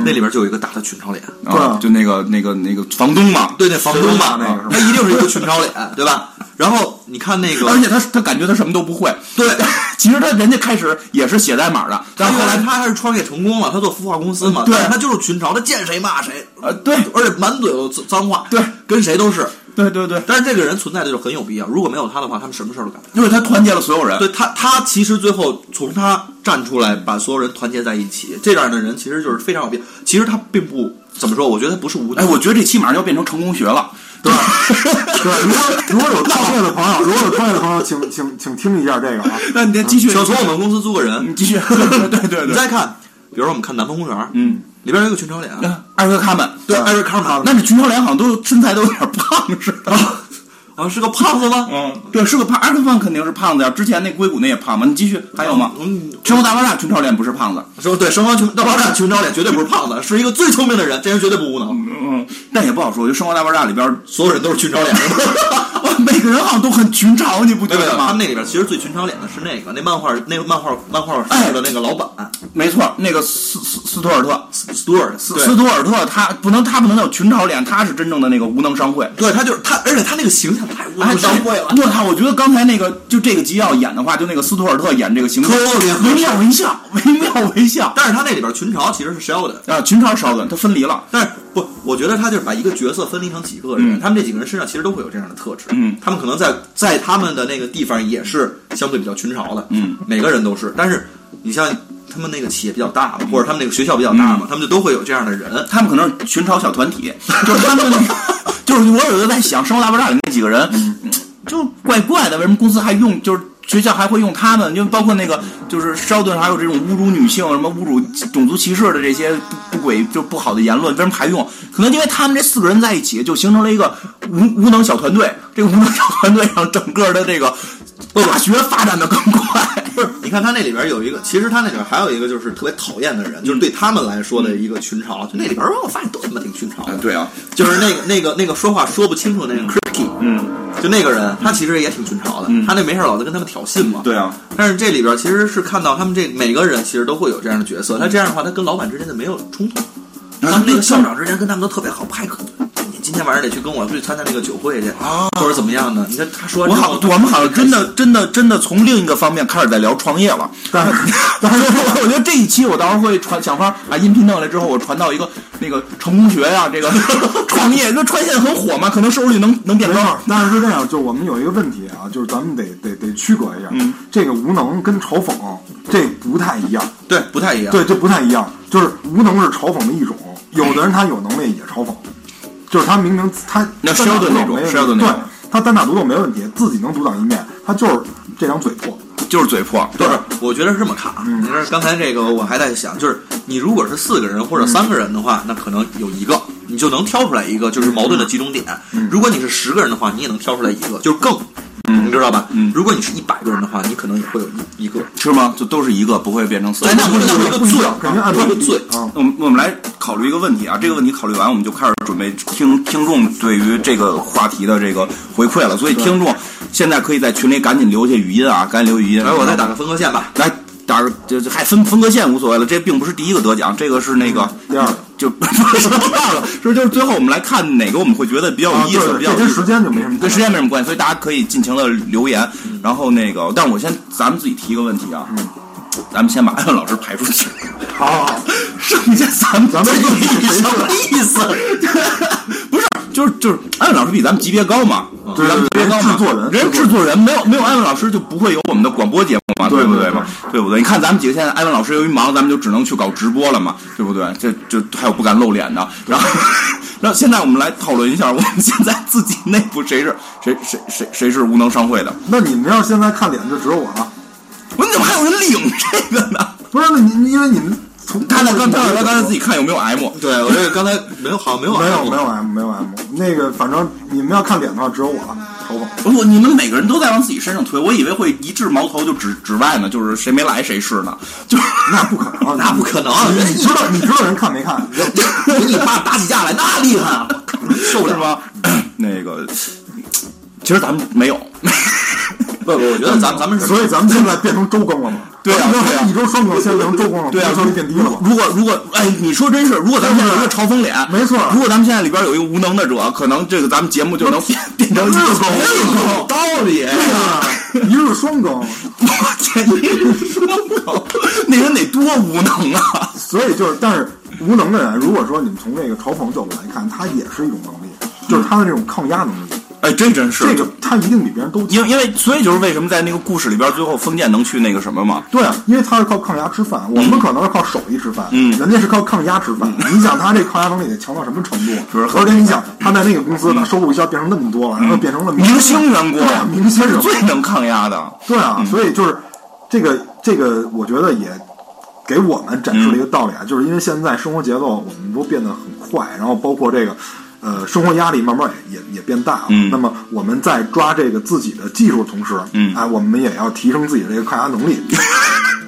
那里边就有一个大的群嘲脸，啊对啊就那个那个那个房东嘛，对，那房东嘛，那个是吧他一定是一个群嘲脸，对吧？然后你看那个，而且他他感觉他什么都不会，对， 其实他人家开始也是写代码的，但但是后后来来他还是创业成功了，他做孵化公司嘛，对但是他就是群嘲，他见谁骂谁，呃对而且满嘴有脏话，对，跟谁都是。对对对，但是这个人存在的就很有必要，如果没有他的话，他们什么事儿都干不了。因为他团结了所有人，对他，他其实最后从他站出来，把所有人团结在一起，这样的人其实就是非常有必要。其实他并不怎么说，我觉得他不是无能。哎，我觉得这期马上要变成成功学了，对， 对，如果如果有创业的朋友，如果有创业的朋友，请请请听一下这个啊。那你继续，想从我们公司租个你人，继续， 对对对你对，再看，比如说我们看南方公园，嗯，里边有一个群嘲脸啊，艾瑞克卡门，对，艾瑞卡尔嗯那你群嘲脸好像都身材都有点胖似的。啊是个胖子吗？嗯，对，是个胖，艾克曼肯定是胖子呀。之前那硅谷那也胖嘛，你继续还有吗？嗯，生活大爆炸群嘲脸不是胖子，说对，生活群大爆炸群嘲脸绝对不是胖子，是一个最聪明的人，这人绝对不无能，嗯，但也不好说。我觉得生活大爆炸里边儿， 所有人都是群嘲脸， 是吧每个人好像都很群嘲，你不觉对得吧？吗？他们那里边其实最群嘲脸的是那个那漫画那个漫画漫画哎社的那个老板没错，那个斯斯斯图尔特，斯斯图尔斯斯图尔特他不能，他不能叫群嘲脸，他是真正的那个无能商会。对他就是他，而且他那个形象太无哎，能商会 了。我操！我觉得刚才那个，就这个集要演的话，就那个斯图尔特演这个形象，特别合适惟妙惟肖，惟妙惟肖但是他那里边群嘲其实是 Sheldon，啊！群嘲烧的，他分离了。但是不，我觉得他就是把一个角色分离成几个人，嗯他们这几个人身上其实都会有这样的特质。嗯他们可能在在他们的那个地方也是相对比较群嘲的。嗯，每个人都是，但是你像他们那个企业比较大嘛，或者他们那个学校比较大嗯嘛，他们就都会有这样的人。他们可能是寻找小团体，就是他们， 就是我有时候在想，生活大爆炸里那几个人，就怪怪的，为什么公司还用就是。学校还会用他们，就包括那个，就是烧顿还有这种侮辱女性、什么侮辱种族歧视的这些不不轨就不好的言论，为什么还用？可能因为他们这四个人在一起，就形成了一个无无能小团队。这个无能小团队让整个的这个大学发展的更快。不是，你看他那里边有一个，其实他那里边还有一个就是特别讨厌的人，就是对他们来说的一个群嘲。就那里边我发现都他妈挺群嘲的，嗯对啊，就是那个那个那个说话说不清楚的那个 Cricky，嗯，就那个人，他其实也挺群嘲的，他那没事老在跟他们挑衅嘛。对啊，但是这里边其实是看到他们这每个人其实都会有这样的角色，他这样的话，他跟老板之间就没有冲突。他们那个校长之间跟他们都特别好，派克，你今天晚上得去跟我去参加那个酒会去，啊、或者怎么样的？你看他说我好，我们好像真的真的真的从另一个方面开始在聊创业 了。但是但是我觉得这一期我到时候会传想法把音频弄来之后，我传到一个那个成功学呀、 这个创业，那创业很火嘛，可能收视率能能变高。但是是这样，就我们有一个问题啊，就是咱们得得得区隔一下，嗯这个无能跟嘲讽这不太一样，对不太一样。对，这不太一样。就是无能是嘲讽的一种，有的人他有能力也嘲讽，就是他明明他那单打 Sheldon 那独斗种没问题 Sheldon 那对种，他单打独斗没问题，自己能独当一面，他就是这张嘴破。就是嘴破，不是，我觉得是这么看啊。你说刚才这个，我还在想，就是你如果是四个人或者三个人的话，那可能有一个，你就能挑出来一个，就是矛盾的集中点。如果你是十个人的话，你也能挑出来一个，就是更，你知道吧？如果你是一百个人的话，你可能也会有一一个。是吗？就都是一个，不会变成四个。哎那不是不那一一个样不一罪样，肯定按那比一个例罪啊。嗯我们我们来考虑一个问题啊，这个问题考虑完，我们就开始准备听听众对于这个话题的这个回馈了。所以听众现在可以在群里赶紧留下语音啊，赶紧留语音。来，我再打个分割线吧。来打个就就还分分割线无所谓了，这并不是第一个得奖，这个是那个第二个就 不是第二个，是就是最后我们来看哪个我们会觉得比较啊，有意思，对，比较有意这跟思时间就没什么跟嗯关时系。间没什么关系，所以大家可以尽情的留言。然后那个，但是我先咱们自己提一个问题啊，嗯咱们先把艾文老师排除去，好好，好剩下咱们咱们自己谁什么意思？ 不是，就是就是艾文老师比咱们级别高嘛，对咱们级别高嘛，人制作人人制作人没有没有艾文老师就不会有我们的广播节目嘛，对不对对嘛？对不对？你看咱们几个现在艾文老师由于忙，咱们就只能去搞直播了嘛，对不对？这就还有不敢露脸的，然后。然后现在我们来讨论一下，我们现在自己内部谁是谁谁谁谁是无能商会的？那你们要是现在看脸，就只有我了。我说你怎么还有人领这个呢？不是，那你你因为你们从他在刚他才他刚才自己看有没有 M，对，哎我这个刚才没有，好像没有没有按过没有 M 没有 M，那个反正你们要看脸的话，只有我了，嘲讽。我你们每个人都在往自己身上推，我以为会一致矛头就指指外呢，就是谁没来谁是呢，就是那 不可能，那不可能，你人你知道你知道人看没看？给你爸打起架来那厉害啊！ 受不了吗？那个，其实咱们没有，不不，我觉得 咱咱们是所以咱们现在变成周更了嘛？对啊对啊一周双更，现在变成周更了，对啊，效率变低了嘛？如果如果哎，你说真是，如果咱们现在有一个嘲 讽脸，没错如果咱们现在里边有一个无能的者，可能这个咱们节目就能变变成一个日更日更有道理。对啊， 一日双更，我天，你说狗那人得多无能啊！所以就是，但是无能的人，如果说你们从那个嘲讽角度来看，他也是一种能力，就是他的这种抗压能力， 哎，真真是这个他一定比别人都强。因为因为所以就是为什么在那个故事里边，最后封建能去那个什么嘛？对啊，因为他是靠抗压吃饭，我们可能是靠手艺吃饭，嗯人家是靠抗压吃饭。你想他这抗压能力得强到什么程度？就是很嗯而且你想他在那个公司呢，收入一下变成那么多了，然后变成了明星员工对啊，明星人物最能抗压的，对嗯啊，所以就是这个这个，我觉得也给我们展示了一个嗯道理啊，就是因为现在生活节奏我们都变得很快，然后包括这个呃生活压力慢慢也也也变大了。啊嗯那么我们在抓这个自己的技术的同时，嗯哎，我们也要提升自己的这个抗压 能力，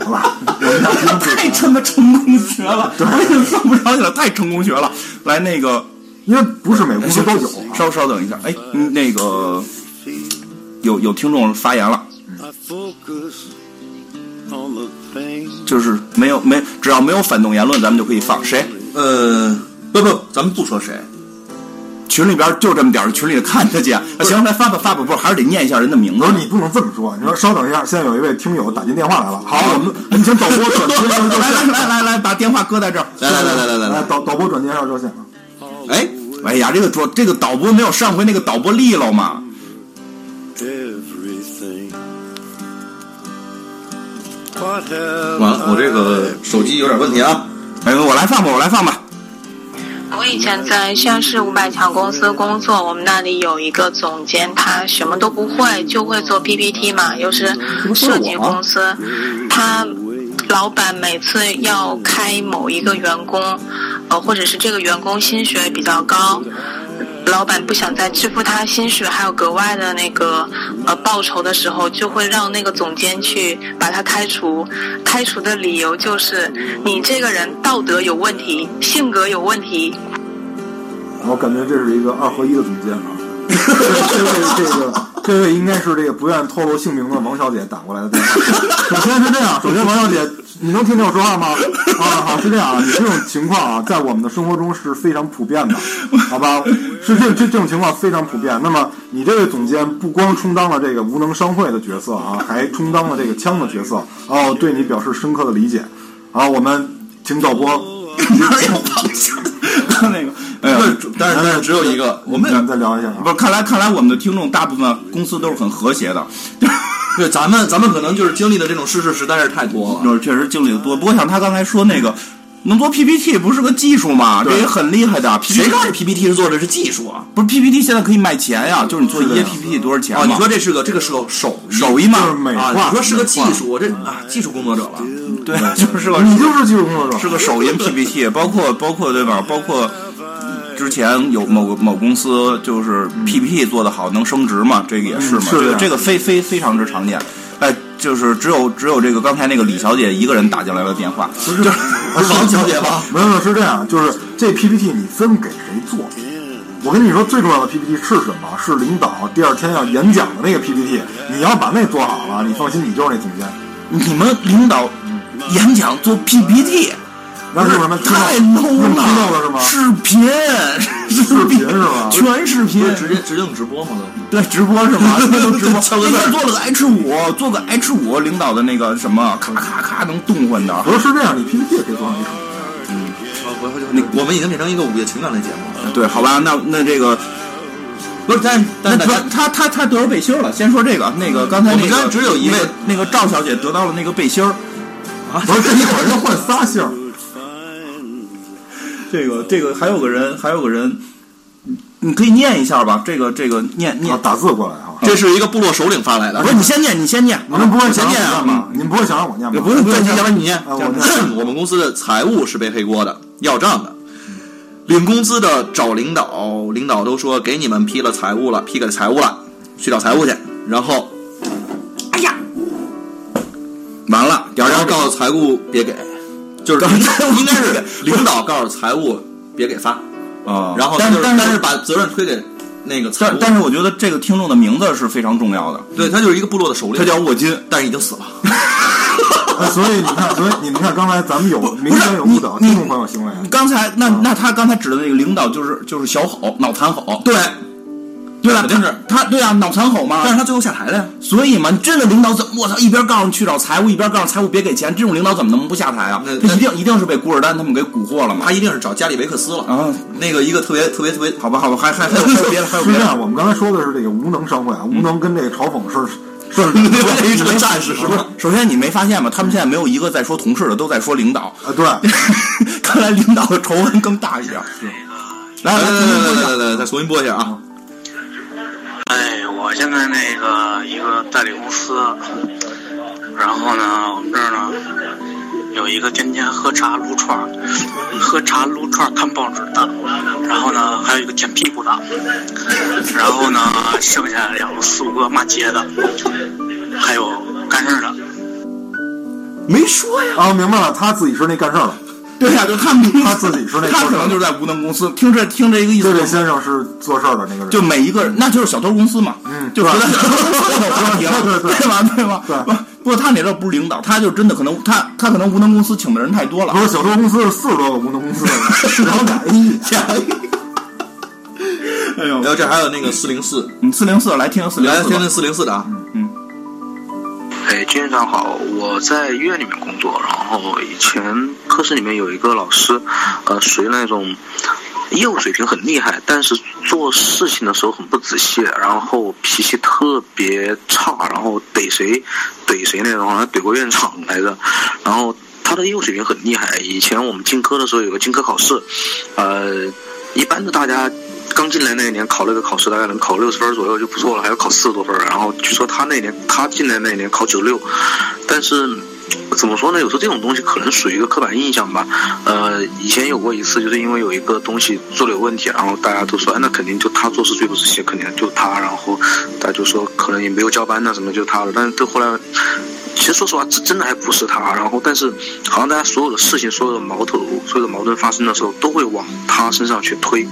好吧？我们要提升自己 太的抗压能力他妈成功学了，我已经算不上去了，太成功学了。来，那个因为不是每个公司都有 啊。稍稍等一下，哎，嗯那个有有听众发言了， I focus on the things 就是没有没只要没有反动言论，咱们就可以放。谁呃，不不，咱们不说谁，群里边就这么点儿，群里看得见。啊行，来发吧发吧，不是还是得念一下人的名我字说。你不能这么说，你说稍等一下，现在有一位听友打进电话来了。好，我们我们请导播转接一下热来来线。来来来，把电话搁在这儿。来来来来来来来，哎导导播转接一下热线啊。哎，哎呀，这个主这个导播没有上回那个导播利落嘛？ everything. What have 完了，我这个手机有点问题啊。哎，我来放吧，我来放吧。我以前在县市五百强公司工作，我们那里有一个总监，他什么都不会，就会做 PPT 嘛，又是设计公司，他老板每次要开某一个员工，呃，或者是这个员工薪水比较高。老板不想再支付他薪水，还有格外的那个呃报酬的时候，就会让那个总监去把他开除。开除的理由就是你这个人道德有问题，性格有问题。我感觉这是一个二合一的总结啊。这位这个这位应该是这个不愿透露姓名的王小姐打过来的电话。首先是这样，首先王小姐，你能听见我说话吗？啊，好，是这样啊，你这种情况啊，在我们的生活中是非常普遍的，好吧？是这这这种情况非常普遍。那么你这位总监不光充当了这个无能商会的角色啊，还充当了这个枪的角色。哦，对你表示深刻的理解。好，我们请导播， 那个，哎呀，但是但是只有一个，我们咱们再聊一下啊。不是，看来看来我们的听众大部分公司都是很和谐的，对咱们咱们可能就是经历的这种世事实在是太多了。就是确实经历的多。不过像他刚才说那个，能做 PPT 不是个技术吗？这也很厉害的。啊谁 PPT 告诉你 PPT 是做的是技术啊？不是 PPT 现在可以卖钱呀？就是你做一页 PPT 多少钱嘛啊，你说这是个这个是个手艺手艺嘛，就是美啊？化你说是个技术，我这啊技术工作者了。对，就是个你就是技术工作者，是个手淫 PPT，包括包括对吧？包括之前有某个某公司就是 PPT 做的好能升职嘛，这个也是嘛，嗯是的这个这个非非非常之常见。哎，就是只有只有这个刚才那个李小姐一个人打进来的电话，不 是不是王小姐吗？没有，没有，是这样，就是这 PPT 你分给谁做？我跟你说，最重要的 PPT 是什么？是领导第二天要演讲的那个 PPT。你要把那做好了，你放心，你就是那总监。你们领导演讲做 PPT，那是什么？太 low low 了是吗？视频，视视频是吧全视频不，是直接直接用直播吗？都对，直播是吗？那啊 都直播，敲个字儿那天做了个 H 五，做个 H 五，领导的那个什么，咔咔咔能动换的。 啊不是是这样，你 PPT 也可以做上一手。那我们已经变成一个午夜情感类节目了。对，好吧，那那这个不是，但那但大他家他他他得着背心儿了。先说这个，那个刚才我那们个刚才只有一位那个那个赵小姐得到了那个背心儿。啊不是，这一会儿要换仨姓儿。这个这个还有个人，还有个人，你可以念一下吧。这个这个念念啊，，打字过来啊！这是一个部落首领发来的不。是你先念，你先念，你们不会想先让我念啊念吗？？你们不会想让我念吗？不用不用，对，要不然你啊我念。我们公司的财务是被黑锅的，要账的。领工资的找领导，领导都说给你们批了财务了，批给财务了，去找财务去。然后，哎呀，完了，点然儿上后告诉财务别给，就是应 该是领导告诉财务别给发，啊。然后但就是但是是把责任推给那个财但务，但是我觉得这个听众的名字是非常重要的，对他就是一个部落的首领，他叫沃金。但是已经死了。啊 所以你看，所以你们看，刚才咱们有明显有误导你听众朋友行为。啊刚才那那他刚才指的那个领导就是就是小吼脑残吼，对，对吧？肯定是他他对啊脑残吼嘛。但是他最后下台了呀。所以嘛，这个领导怎么我操，一边告诉你去找财务，一边告诉财务别给钱，这种领导怎么能不下台啊？那他一定一定是被古尔丹他们给蛊惑了嘛他？一定是找加里维克斯了啊！那个一个特别特别特别好吧，好吧，还还还 有还有别的，还有是别这的。样，我们刚才说的是这个无能商会啊，无能跟这个嘲讽是是是对是个战士是不是吧？，首先你没发现吗？他们现在没有一个在说同事的，都在说领导。啊，对，看来领导的仇恨更大一点。来来来来来来来来来，来来，再重新播一下啊！哎，我现在那个一个代理公司，然后呢，我们这儿呢有一个天天喝茶撸串儿，喝茶撸串儿看报纸的，然后呢还有一个舔屁股的，然后呢剩下有四五个骂街的，还有干事儿的。没说呀。啊，明白了，他自己是那干事儿的。对呀，就他们他自己是那他可能就是在无能公司。听这听这个意这思，位先生是做事儿的那个人，就每一个人，那就是小偷公司嘛，嗯就是在对对对对对吧？对吧？对不不过他那这不是领导，他就真的可能他他可能无能公司请的人太多了不。是小偷公司是四十多个无能公司 的人，然后俩 A 哎呦然，后这还有那个四零四，你四零四来听四零来四天津四零四的啊，哎，金院长好，我在医院里面工作，然后以前科室里面有一个老师，呃，属于那种业务水平很厉害，但是做事情的时候很不仔细，然后脾气特别差，然后怼谁怼谁那种，好像怼过院长来着。然后他的业务水平很厉害，以前我们进科的时候有个进科考试，呃，一般的大家。刚进来那一年考那个考试，大概能考六十分左右就不错了，还要考四十多分儿。然后据说他那年他进来那一年考九十六，但是怎么说呢？有时候这种东西可能属于一个刻板印象吧。呃，以前有过一次，就是因为有一个东西做的有问题，然后大家都说，哎，那肯定就他做事最不仔细，肯定就他。然后大家就说可能也没有交班呐、什么，就他了。但是到后来。其实说实话，这真的还不是他。然后，但是好像大家所有的事情、所有的矛头、所有的矛盾发生的时候，都会往他身上去推。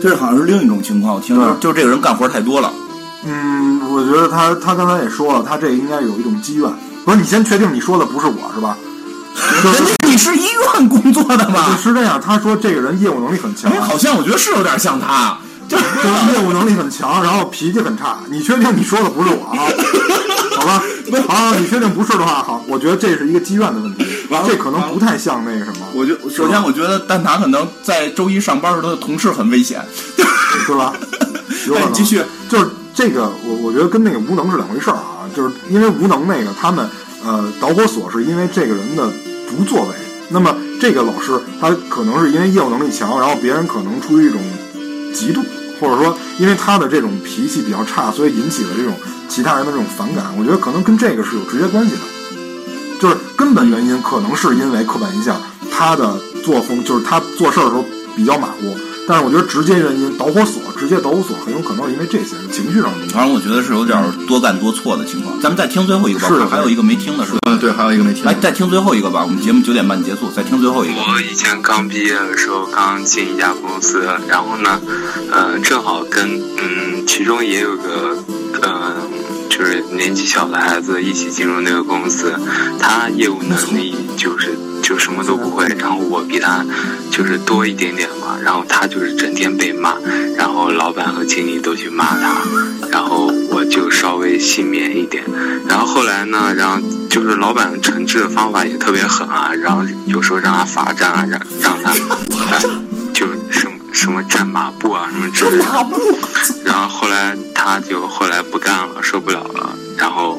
这好像是另一种情况，我听说对就是这个人干活太多了。嗯，我觉得他他刚才也说了，他这应该有一种积怨。不是，你先确定你说的不是我是吧？人家你是医院工作的就吧？是这样，他说这个人业务能力很强因为，好像我觉得是有点像他，啊就是哎就是业务能力很强，然后脾气很差。你确定你说的不是我啊？好吧，好，你确定不是的话，好，我觉得这是一个积怨的问题完，了这可能不太像那个什么，我觉得，首先我觉得蛋挞可能在周一上班时，他的同事很危险。对吧？有可那能哎你继续，就是这个，我我觉得跟那个无能是两回事儿啊。就是因为无能那个他们呃导火索是因为这个人的不作为。那么这个老师他可能是因为业务能力强，然后别人可能出于一种嫉妒，或者说因为他的这种脾气比较差，所以引起了这种其他人的这种反感。我觉得可能跟这个是有直接关系的。就是根本原因可能是因为刻板印象，他的作风就是他做事儿的时候比较马虎。但是我觉得直接原因导火索，直接导火索很有可能是因为这些情绪上的东西。反正我觉得是有点多干多错的情况。咱们再听最后一个吧，是还有一个没听的是吧？嗯，对，还有一个没听来，再听最后一个吧。我们节目九点半结束，再听最后一个。我以前刚毕业的时候，刚进一家公司，然后呢，呃，正好跟嗯，其中也有个呃，就是年纪小的孩子一起进入那个公司，他业务能力就是就什么都不会，然后我比他就是多一点点嘛，然后他就是整天被骂，然后老板和经理都去骂他，然后我就稍微幸免一点。然后后来呢，然后就是老板惩治的方法也特别狠啊，然后有时候让他罚站啊，让让他就是什么什么站马步啊什么之类的。然后后来他就后来不干了，受不了了，然后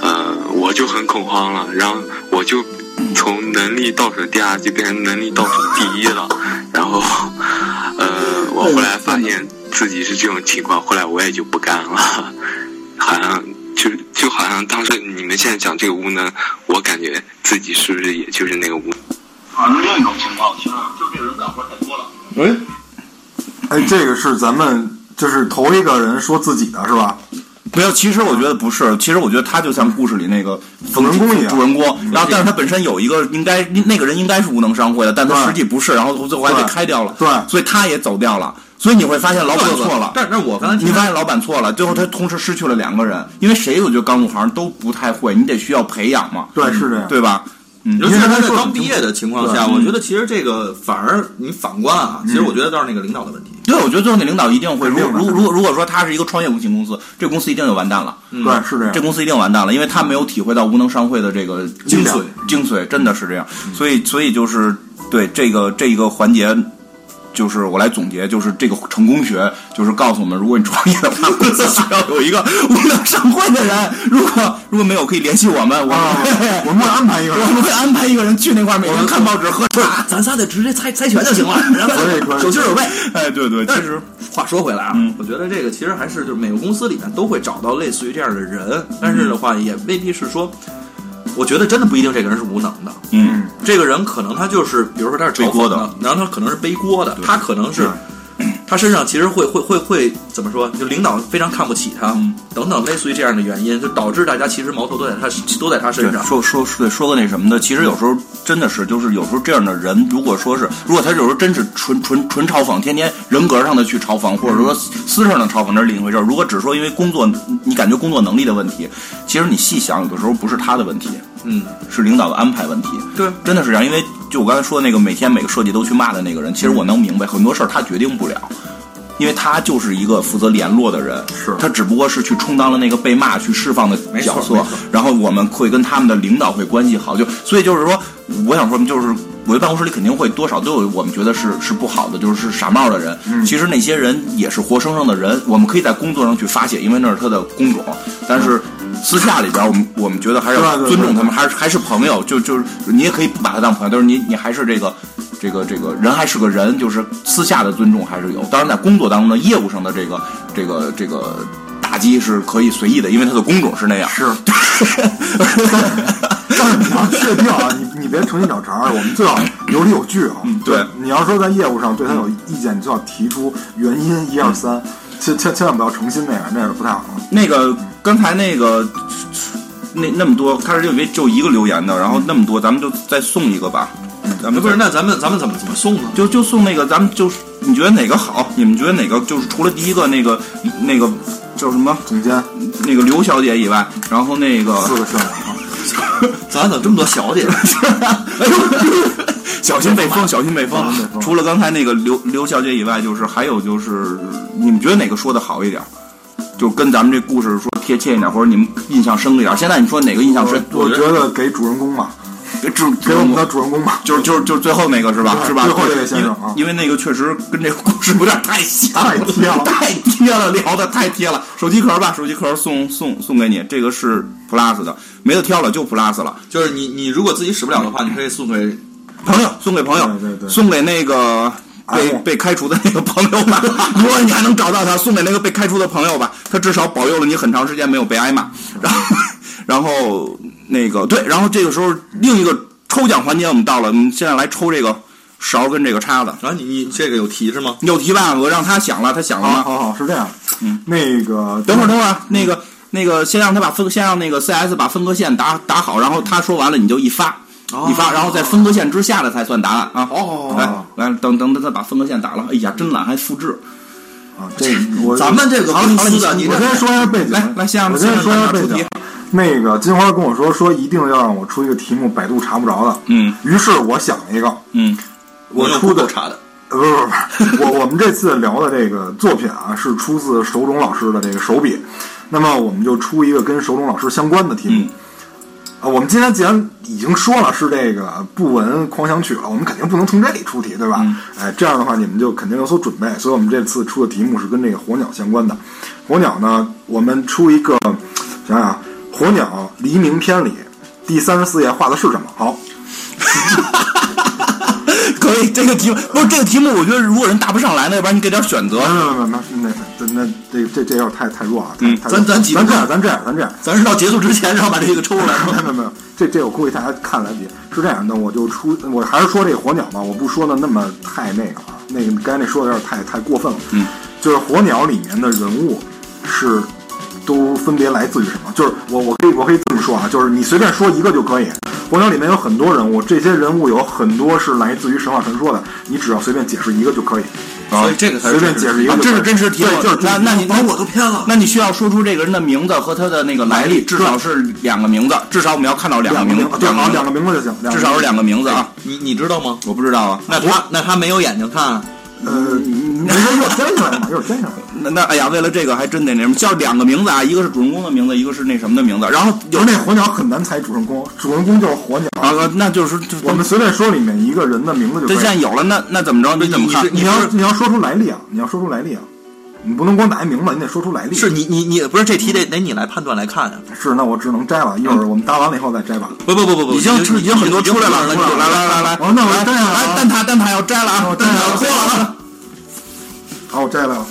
呃我就很恐慌了，然后我就从能力倒数第二就变成能力倒数第一了，然后呃我后来发现自己是这种情况，后来我也就不干了。好像就就好像当时你们现在讲这个无能，我感觉自己是不是也就是那个无反正另一种情况，我听着就是这个人干活太多了。哎，哎，这个是咱们就是头一个人说自己的 是吧？没有，其实我觉得不是，其实我觉得他就像故事里那个主人公一样主人公。嗯然后，但是他本身有一个应该那个人应该是无能商会的，但他实际不是，然后最后还被对开掉了，对所以他也走掉了。所以你会发现老板错了，但但我刚才你听发现老板错了，最后他同时失去了两个人，因为谁我觉得刚入行都不太会，你得需要培养嘛，对，是这样。对吧？嗯，尤其因为是他在说刚毕业的情况下，我觉得其实这个反而你反观啊，其实我觉得倒是那个领导的问题。对，我觉得最后那领导一定会，如肯定的如如果如果说他是一个创业无形公司，这公司一定就完蛋了，对，是这样这。公司一定完蛋了，因为他没有体会到无能商会的这个精力髓量，嗯精髓真的是这样，所以所以就是对这个这一个环节。就是我来总结，就是这个成功学，就是告诉我们，如果你创业的话，公司需要有一个无能商会的人。如果如果没有，可以联系我们，我们啊，会、我们会安排一个人我。们会安排一个人去那块儿，每天看报纸喝茶。咱仨得直接猜猜拳就行了，然后可以可以手心手背。哎，对对，其但实是话说回来啊，我觉得这个其实还是就是每个公司里面都会找到类似于这样的人，但是的话也未必是说，我觉得真的不一定这个人是无能的，嗯，这个人可能他就是比如说他是嘲讽背锅的，然后他可能是背锅的，他可能是。他身上其实会会会会怎么说？就领导非常看不起他，等等，类似于这样的原因，就导致大家其实矛头都在他都在他身对上。说说说说个那什么的，其实有时候真的是，就是有时候这样的人，如果说是，如果他有时候真是纯纯纯嘲讽，天天人格上的去嘲讽，或者说私事上的嘲讽，那是另一回事儿。如果只说因为工作，你感觉工作能力的问题，其实你细想，有的时候不是他的问题，嗯，是领导的安排问题。对，真的是这样，因为就我刚才说的那个每天每个设计都去骂的那个人，其实我能明白很多事儿他决定不了，因为他就是一个负责联络的人，是他只不过是去充当了那个被骂去释放的没错角色没错，然后我们会跟他们的领导会关系好，就所以就是说，我想说就是。我觉得办公室里肯定会多少都有我们觉得是是不好的，就是傻帽的人。其实那些人也是活生生的人，我们可以在工作上去发泄，因为那是他的工种。但是私下里边，我们我们觉得还是要对对对尊重他们，还是还是朋友。就就是你也可以不把他当朋友，但是你你还是这个这个这个人还是个人，就是私下的尊重还是有。当然，在工作当中的业务上的这个这个这个打击是可以随意的，因为他的工种是那样。 是，但是你要确定啊，你你别重新找茬儿，我们最好有理有据啊。嗯对你要说在业务上对他有意见，你最好提出原因一二三，千千千万不要诚心那样，那样是不太好的。那个刚才那个那那么多，他是就为就一个留言的，然后那么多，咱们就再送一个吧。咱们不是，再那咱们咱们怎么怎么送呢？就就送那个，咱们就是你觉得哪个好？你们觉得哪个就是除了第一个那个那个叫什么总监，那个刘小姐以外，然后那个四个社长啊，咱怎么这么多小 姐？ 小心被封，小心被小封心被。封除了刚才那个刘刘小姐以外，就是还有就是，你们觉得哪个说的好一点？就跟咱们这故事说贴切一点，或者你们印象深刻一点。现在你说哪个印象深？我我觉得给主人公吧，给主给我们的主人公吧，就是就是就是最后那个是吧？对是吧？最后这位先生啊因为因为那个确实跟这个故事有点太像，太贴了 太贴了，聊的太贴了。手机壳吧，手机壳送送送给你，这个是 Plus 的，没得挑了，就 Plus 了。就是你你如果自己使不了的话，你可以送给朋友 送给朋友，对对对送给那个被哎被开除的那个朋友 吧。如果你还能找到他，送给那个被开除的朋友吧，他至少保佑了你很长时间没有被挨骂。然后， 然后那个对，然后这个时候另一个抽奖环节我们到了，我们现在来抽这个勺跟这个叉子。啊，你你这个有提示吗？有提吧？我让他想了，他想了好吗？啊好好，是这样。那个啊等会儿，等会儿，那个那个，先让他把分，先让那个 CS 把分割线打打好，然后他说完了你就一发。哦一发，然后在分割线之下的才算答案啊！好好好，来来，等等等，他把分割线打了，哎嗯呀，真懒，还复制。啊，这我咱们这个公司好了好了的，你我先说一下背景，来来先让我先说一先让大下背家出景题。那个金花跟我说，说一定要让我出一个题目，百度查不着的。嗯，于是我想了一个，嗯，我用出 Google 的查的，呃不不不不，我我们这次聊的这个作品啊，是出自手冢老师的这个手笔。那么我们就出一个跟手冢老师相关的题目。啊，我们今天既然已经说了是这个不闻狂想曲了，我们肯定不能从这里出题，对吧？哎，这样的话你们就肯定有所准备。所以我们这次出的题目是跟这个火鸟相关的。火鸟呢，我们出一个，想想啊，《火鸟黎明篇》里第三十四页画的是什么？好， 可以，这个题目不是这个题目，我觉得如果人答不上来呢，要不然你给点选择没。没没没，啊那那那这这这有点太太弱了。太太嗯弱咱咱几个咱这样，咱这样，咱这样。咱是到结束之前让把这个抽出来没哦吗？有没有没有，这这我估计大家看来不及。是这样的，我就出，我还是说这个火鸟吧，我不说的那么太那个啊，那个刚才那说的有点太太过分了。嗯，就是火鸟里面的人物是都分别来自于什么？就是我我可以我可以这么说啊，就是你随便说一个就可以。火鸟里面有很多人物，这些人物有很多是来自于神话传说的，你只要随便解释一个就可以。所以这个才随是便解释一个啊就可以、这是真实题目对，就是真那实那你把哦我都骗了。那你需要说出这个人的名字和他的那个来历，至少是两个名字，至少我们要看到两个两个名名字，对，好，两两个个名字就行，名两个字，至少是两个名字啊。你哎你知道吗？我不知道啊，那他那他没有眼睛看啊，呃，没事，一会儿摘下来嘛，一会儿摘下来。那那哎呀，为了这个还真得那什么，叫两个名字啊，一个是主人公的名字，一个是那什么的名字。然后有有那火鸟很难猜主人公，主人公就是火鸟。啊，呃那就是就我们随便说里面一个人的名字就可这以现在了。有了，那那怎么着？你怎么看你？你是要你要说出来历啊，你要说出来历啊，你不能光打一名字，你得说出来历。是你你你不是这题得得你来判断来看 啊？是，那我只能摘了。一会儿我们搭完了以后再摘吧。嗯不不不不不，已经你已经很多出来了，你来来来来，哦，那我来摘下来来了蛋挞蛋挞要摘了啊，我蛋摘挞要了脱了啊。好，我摘了。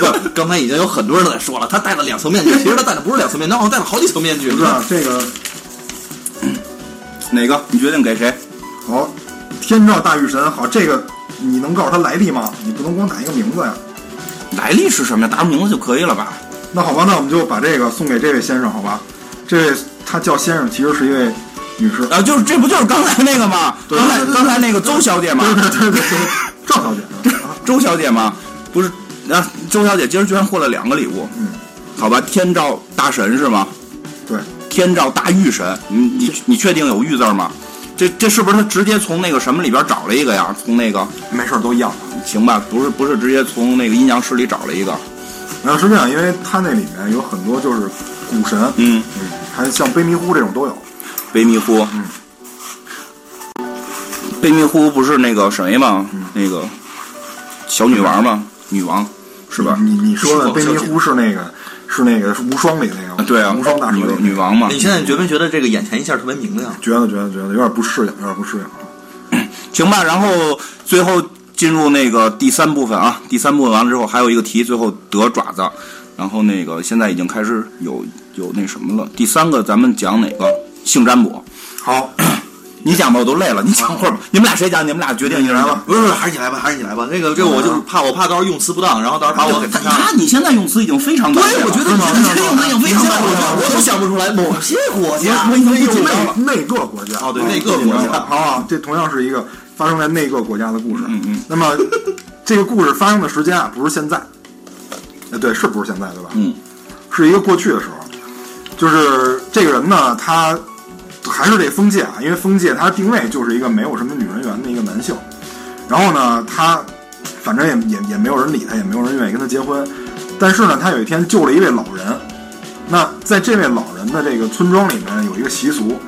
不，刚才已经有很多人在说了，他戴了两层面具，其实他戴的不是两层面具，他好像戴了好几层面具。不你是看啊，这个哪个？你决定给谁？好，天照大御神，好，这个你能告诉他来历吗？你不能光打一个名字呀。来历是什么呀？答名字就可以了吧？那好吧，那我们就把这个送给这位先生，好吧？这位他叫先生，其实是一位女士。啊，就是这不就是刚才那个吗？对刚才对对刚才那个邹小姐吗？ 对对对对，赵小姐 啊，周小姐吗？不是，啊，周小姐今儿居然获了两个礼物。嗯，好吧，天照大神是吗？对，天照大御神，你你你确定有御字儿吗？这这是不是他直接从那个什么里边找了一个呀？从那个没事儿都一样。行吧，不是不是直接从那个阴阳师里找了一个。然后呃是这样，因为它那里面有很多就是古神，嗯，嗯，还像悲迷糊这种都有。维密呼，贝密呼不是那个谁吗？嗯那个小女王吗？女王是吧？你你说的是贝尼是呼是那个是那个是无双里那个吗啊，对啊，无双大师女女王嘛啊你。现在觉没觉得这个眼前一下特别明亮？觉得觉得觉得有点不适应，有点不适应。行吧，然后最后进入那个第三部分啊，第三部分完了之后还有一个题，最后得爪子，然后那个现在已经开始有有那什么了。第三个咱们讲哪个？性占卜。好，你讲吧，我都累了。你讲会儿吧，你们俩谁讲？你们俩决定一人来吧。不是不是，还是你来吧，还是你来吧。这个这个，我就怕我怕到时候用词不当，然后到时候把我给你封杀了。看你现在用词已经非常到位了，对，我觉得你你这个用词已经非常到位了。我都想不出来某些国家，我已经内用到了。内个国家，哦对内各国家好啊，这同样是一个发生在内各国家的故事。嗯嗯。那么这个故事发生的时间啊，不是现在，呃，对，是不是现在对吧？嗯，是一个过去的时候，就是这个人呢，他还是这封界啊，因为封界他定位就是一个没有什么女人缘的一个男性，然后呢，他反正也也也没有人理他，也没有人愿意跟他结婚，但是呢，他有一天救了一位老人。那在这位老人的这个村庄里面有一个习俗，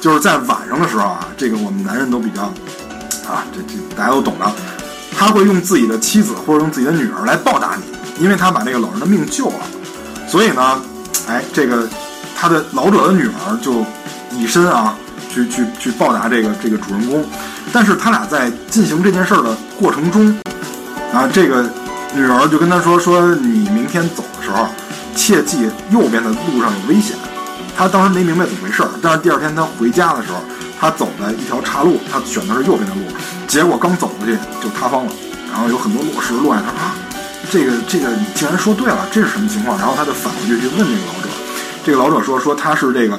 就是在晚上的时候啊，这个我们男人都比较啊，这这大家都懂的，他会用自己的妻子或者用自己的女儿来报答你，因为他把那个老人的命救了。所以呢，哎，这个他的老者的女儿就以身啊，去去去报答这个这个主人公。但是他俩在进行这件事儿的过程中，啊，这个女儿就跟他说说你明天走的时候，切记右边的路上有危险。他当时没明白怎么回事儿，但是第二天他回家的时候，他走在一条岔路，他选的是右边的路，结果刚走过去就塌方了，然后有很多落石落下来。他说啊，这个这个你竟然说对了，这是什么情况？然后他就返回去去问这个老者，这个老者说说他是这个，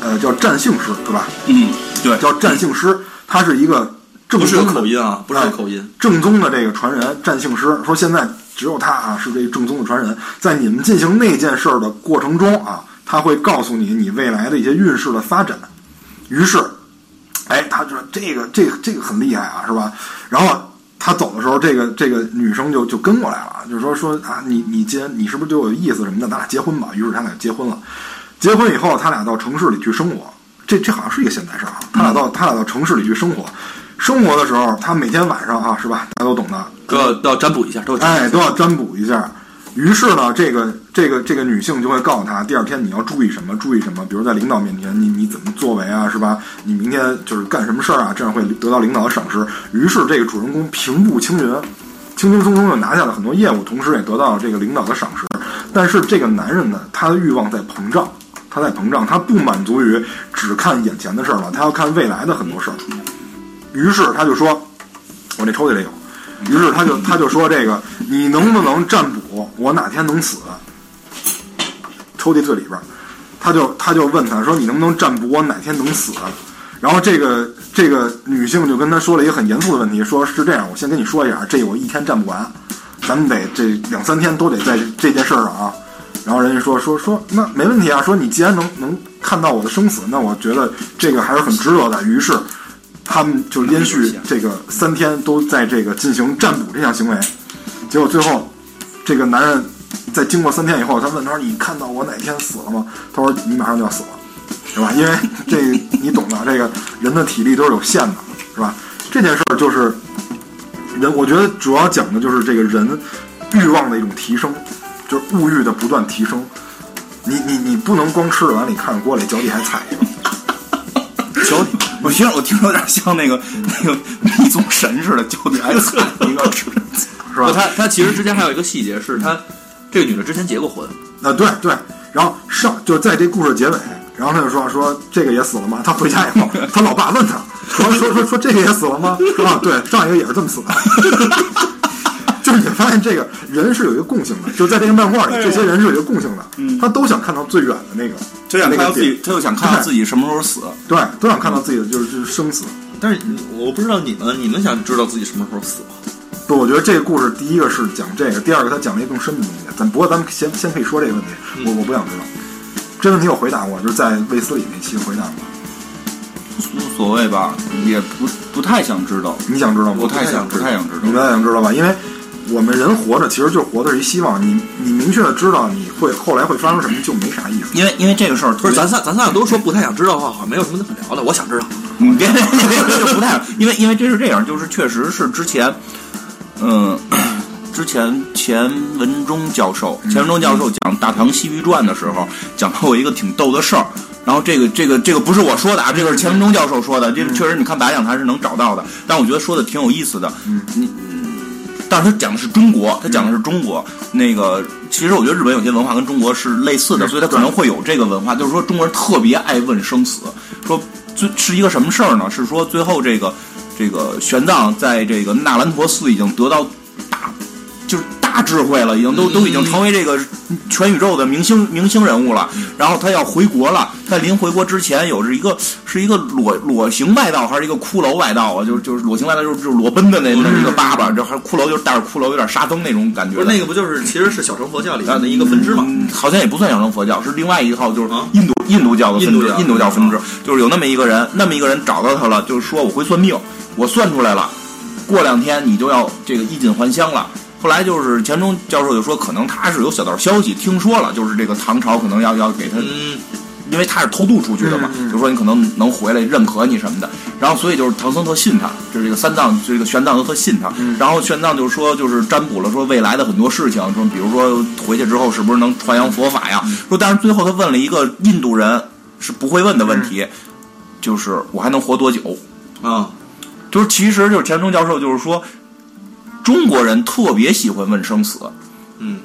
呃，叫占姓师对吧？嗯，对，叫占姓师，他是一个正不是有宗的口音啊，不是有哎口音。正宗的这个传人占姓师说，现在只有他啊是这正宗的传人，在你们进行那件事儿的过程中啊，他会告诉你你未来的一些运势的发展。于是，哎，他就说这个这个这个很厉害啊，是吧？然后他走的时候，这个这个女生就就跟过来了，就说说啊，你你既然你是不是对我有意思什么的，咱俩结婚吧。于是他俩结婚了。结婚以后，他俩到城市里去生活，这这好像是一个现代事儿啊。他俩到他俩到城市里去生活，生活的时候，他每天晚上啊，是吧？大家都懂的，都要都要占卜一下，都要占卜哎，都要占卜一下。于是呢，这个这个这个女性就会告诉他，第二天你要注意什么，注意什么，比如在领导面前，你你怎么作为啊，是吧？你明天就是干什么事儿啊，这样会得到领导的赏识。于是这个主人公平步青云，轻轻松松就拿下了很多业务，同时也得到了这个领导的赏识。但是这个男人呢，他的欲望在膨胀，他在膨胀，他不满足于只看眼前的事儿了，他要看未来的很多事儿。于是他就说：“我这抽屉里有。”于是他就他就说：“这个你能不能占卜？我哪天能死？”抽屉最里边儿，他就他就问他说：“你能不能占卜？我哪天能死？”然后这个这个女性就跟他说了一个很严肃的问题，说是这样，我先跟你说一下，这我一天占不完，咱们得这两三天都得在这件事儿上啊。然后人家说说说那没问题啊，说你既然能能看到我的生死，那我觉得这个还是很值得的。于是他们就连续这个三天都在这个进行占卜这项行为，结果最后这个男人在经过三天以后，他问他说：“你看到我哪天死了吗？”他说：“你马上就要死了，是吧？因为这个你懂的， 这个人的体力都是有限的，是吧？这件事儿就是人，我觉得主要讲的就是这个人欲望的一种提升，就是物欲的不断提升。你你你不能光吃着碗里看着锅里，脚底还踩着。脚底，我听着我听着有点像那个那个密宗神似的，脚底还踩一个，是吧不，他他其实之前还有一个细节是，他这个女的之前结过婚，啊，对对，然后上就在这故事结尾，然后他就说说这个也死了吗？他回家以后，他老爸问他说说说说这个也死了吗？说啊，对，上一个也是这么死的。 就是你发现这个人是有一个共性的，就在这个漫画里，这些人是有一个共性的，他都想看到最远的那个，嗯就想看那到个自点己，他就想看到自己什么时候死。对，都想看到自己的就是就是生死。但是你我不知道你们，你们想知道自己什么时候死吗？不，我觉得这个故事第一个是讲这个，第二个他讲了一个更深的东西。咱不过咱们先先可以说这个问题，我我不想知道。这问题我回答过，就是在卫斯理那期回答过。无所谓吧，也不不太想知道。你想知道吗？不太想，不太想知你道。们想知道吧？因为我们人活着其实就是活的是一希望，你你明确的知道你会后来会发生什么，就没啥意思。因为因为这个事儿，不是咱仨咱仨都说不太想知道的话，好像没有什么可聊的。我想知道，你别别别别就不太，因为因为这是这样，就是确实是之前，嗯，之前钱文忠教授，钱文忠教授讲《大唐西域传》的时候，讲到过一个挺逗的事儿。然后这个这个这个不是我说的啊，这个是钱文忠教授说的，这个确实你看百讲坛是能找到的，但我觉得说的挺有意思的。你但是他讲的是中国，他讲的是中国。那个，其实我觉得日本有些文化跟中国是类似的，所以他可能会有这个文化，就是说中国人特别爱问生死，说最是一个什么事儿呢？是说最后这个这个玄奘在这个纳兰陀寺已经得到大就是大智慧了，已经都嗯都已经成为这个全宇宙的明星明星人物了。嗯然后他要回国了，在临回国之前有是一个是一个裸裸行外道还是一个骷髅外道啊？就是就是裸行外道就是就是裸奔的嗯那那是一个爸爸，这还骷髅就是带着骷髅有点沙僧那种感觉不的。是那个不就是其实是小乘佛教里面的一个分支嘛？嗯好像也不算养生佛教，是另外一套，就是啊印度印度教的分印度支教，印度教分支，就是有那么一个人，那么一个人找到他了，就是说我会算命，我算出来了，过两天你就要这个衣锦还乡了。后来就是钱钟教授就说，可能他是有小道消息听说了，就是这个唐朝可能要要给他嗯，因为他是偷渡出去的嘛，就说你可能能回来认可你什么的。然后所以就是唐僧特信他，就是这个三藏，就是这个玄奘都特信他。嗯然后玄奘就说，就是占卜了，说未来的很多事情，说比如说回去之后是不是能传扬佛法嗯呀？说但是最后他问了一个印度人是不会问的问题，就是我还能活多久？啊，就是其实就是钱钟教授就是说，中国人特别喜欢问生死。嗯，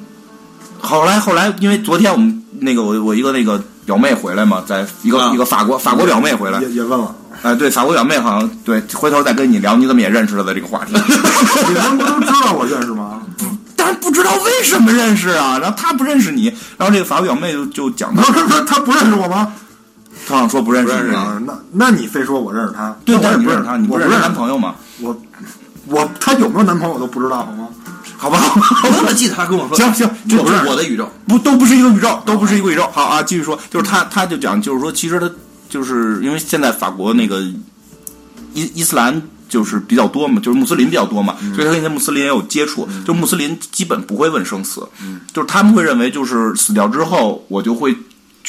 后来后来，因为昨天我们那个我我一个那个表妹回来嘛，在一个、啊一个法国法国表妹回来，也也问了，哎，对，法国表妹好像对，回头再跟你聊，你怎么也认识了的这个话题。你们不都知道我认识吗？但是不知道为什么认识啊，然后她不认识你，然后这个法国表妹就就讲不到，是他他不认识我吗？她好像说不认识不认识你，啊，那那你非说我认识他，对，但但我是也你不不认认识她，你不认识我认识识男朋友吗？我我他有没有男朋友我都不知道，好吗？好 吧，好吧我怎么记得他跟我说？行行这这不不是是我的宇宙，不都不是一个宇宙，都不是一个宇宙。好啊，继续说，就是他他就讲，就是说，其实他就是因为现在法国那个伊伊斯兰就是比较多嘛，就是穆斯林比较多嘛，所以他跟那穆斯林也有接触。就穆斯林基本不会问生死，就是他们会认为就是死掉之后我就会。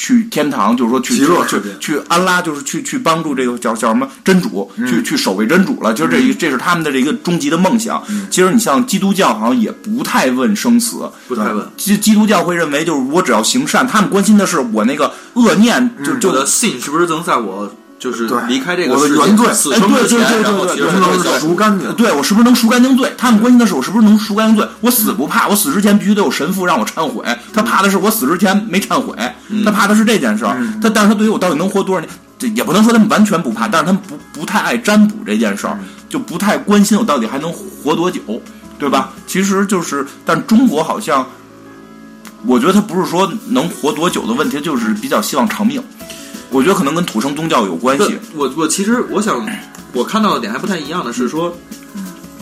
去天堂，就是说去极乐世去界去安拉，就是去去帮助这个叫叫什么真主，嗯去去守卫真主了，就是这一这是他们的这一个终极的梦想。嗯其实你像基督教好像也不太问生死，不太问。基基督教会认为，就是我只要行善，他们关心的是我那个恶念，就就就的信是不是能在我就是对离开这个我的世界原罪死哎生对之对对前，对然后对其实对是对会能消赎干净。对我是不是能赎干净罪？他们关心的是我是不是能赎干净罪。我死不怕，我死之前必须得有神父让我忏悔。他怕的是我死之前没忏悔，他怕的是这件事儿。他但是他对于我到底能活多少年，这也不能说他们完全不怕，但是他们不不太爱占卜这件事儿，就不太关心我到底还能活多久，对吧？其实就是，但中国好像。我觉得他不是说能活多久的问题，就是比较希望长命。我觉得可能跟土生宗教有关系对。我我其实我想，我看到的点还不太一样的是说，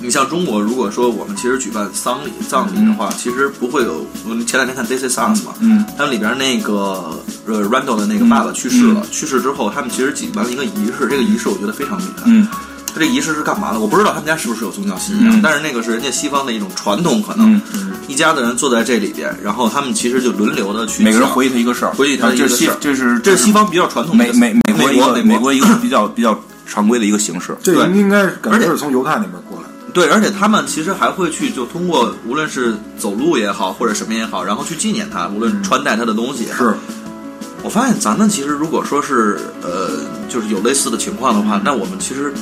你像中国，如果说我们其实举办丧礼、葬礼的话，其实不会有。我前两天看《This Is Us》嘛，嗯，他们里边那个呃 Randall 的那个爸爸去世了，嗯去世之后，他们其实举办了一个仪式，这个仪式我觉得非常美。嗯，他这仪式是干嘛的？我不知道他们家是不是有宗教信仰，嗯但是那个是人家西方的一种传统，可能、一家子人坐在这里边，然后他们其实就轮流的去每个人讲回忆他一个事儿，回忆他啊的一这个是西事儿这是这是西方比较传统的美美美国啊美一国个美美国一个比较比较常规的一个形式。这对应该感而觉且是从犹太那边过来的。对，而且他们其实还会去，就通过无论是走路也好，或者什么也好，然后去纪念他，无论穿戴他的东西也好。是，我发现咱们其实如果说是呃，就是有类似的情况的话，那我们其实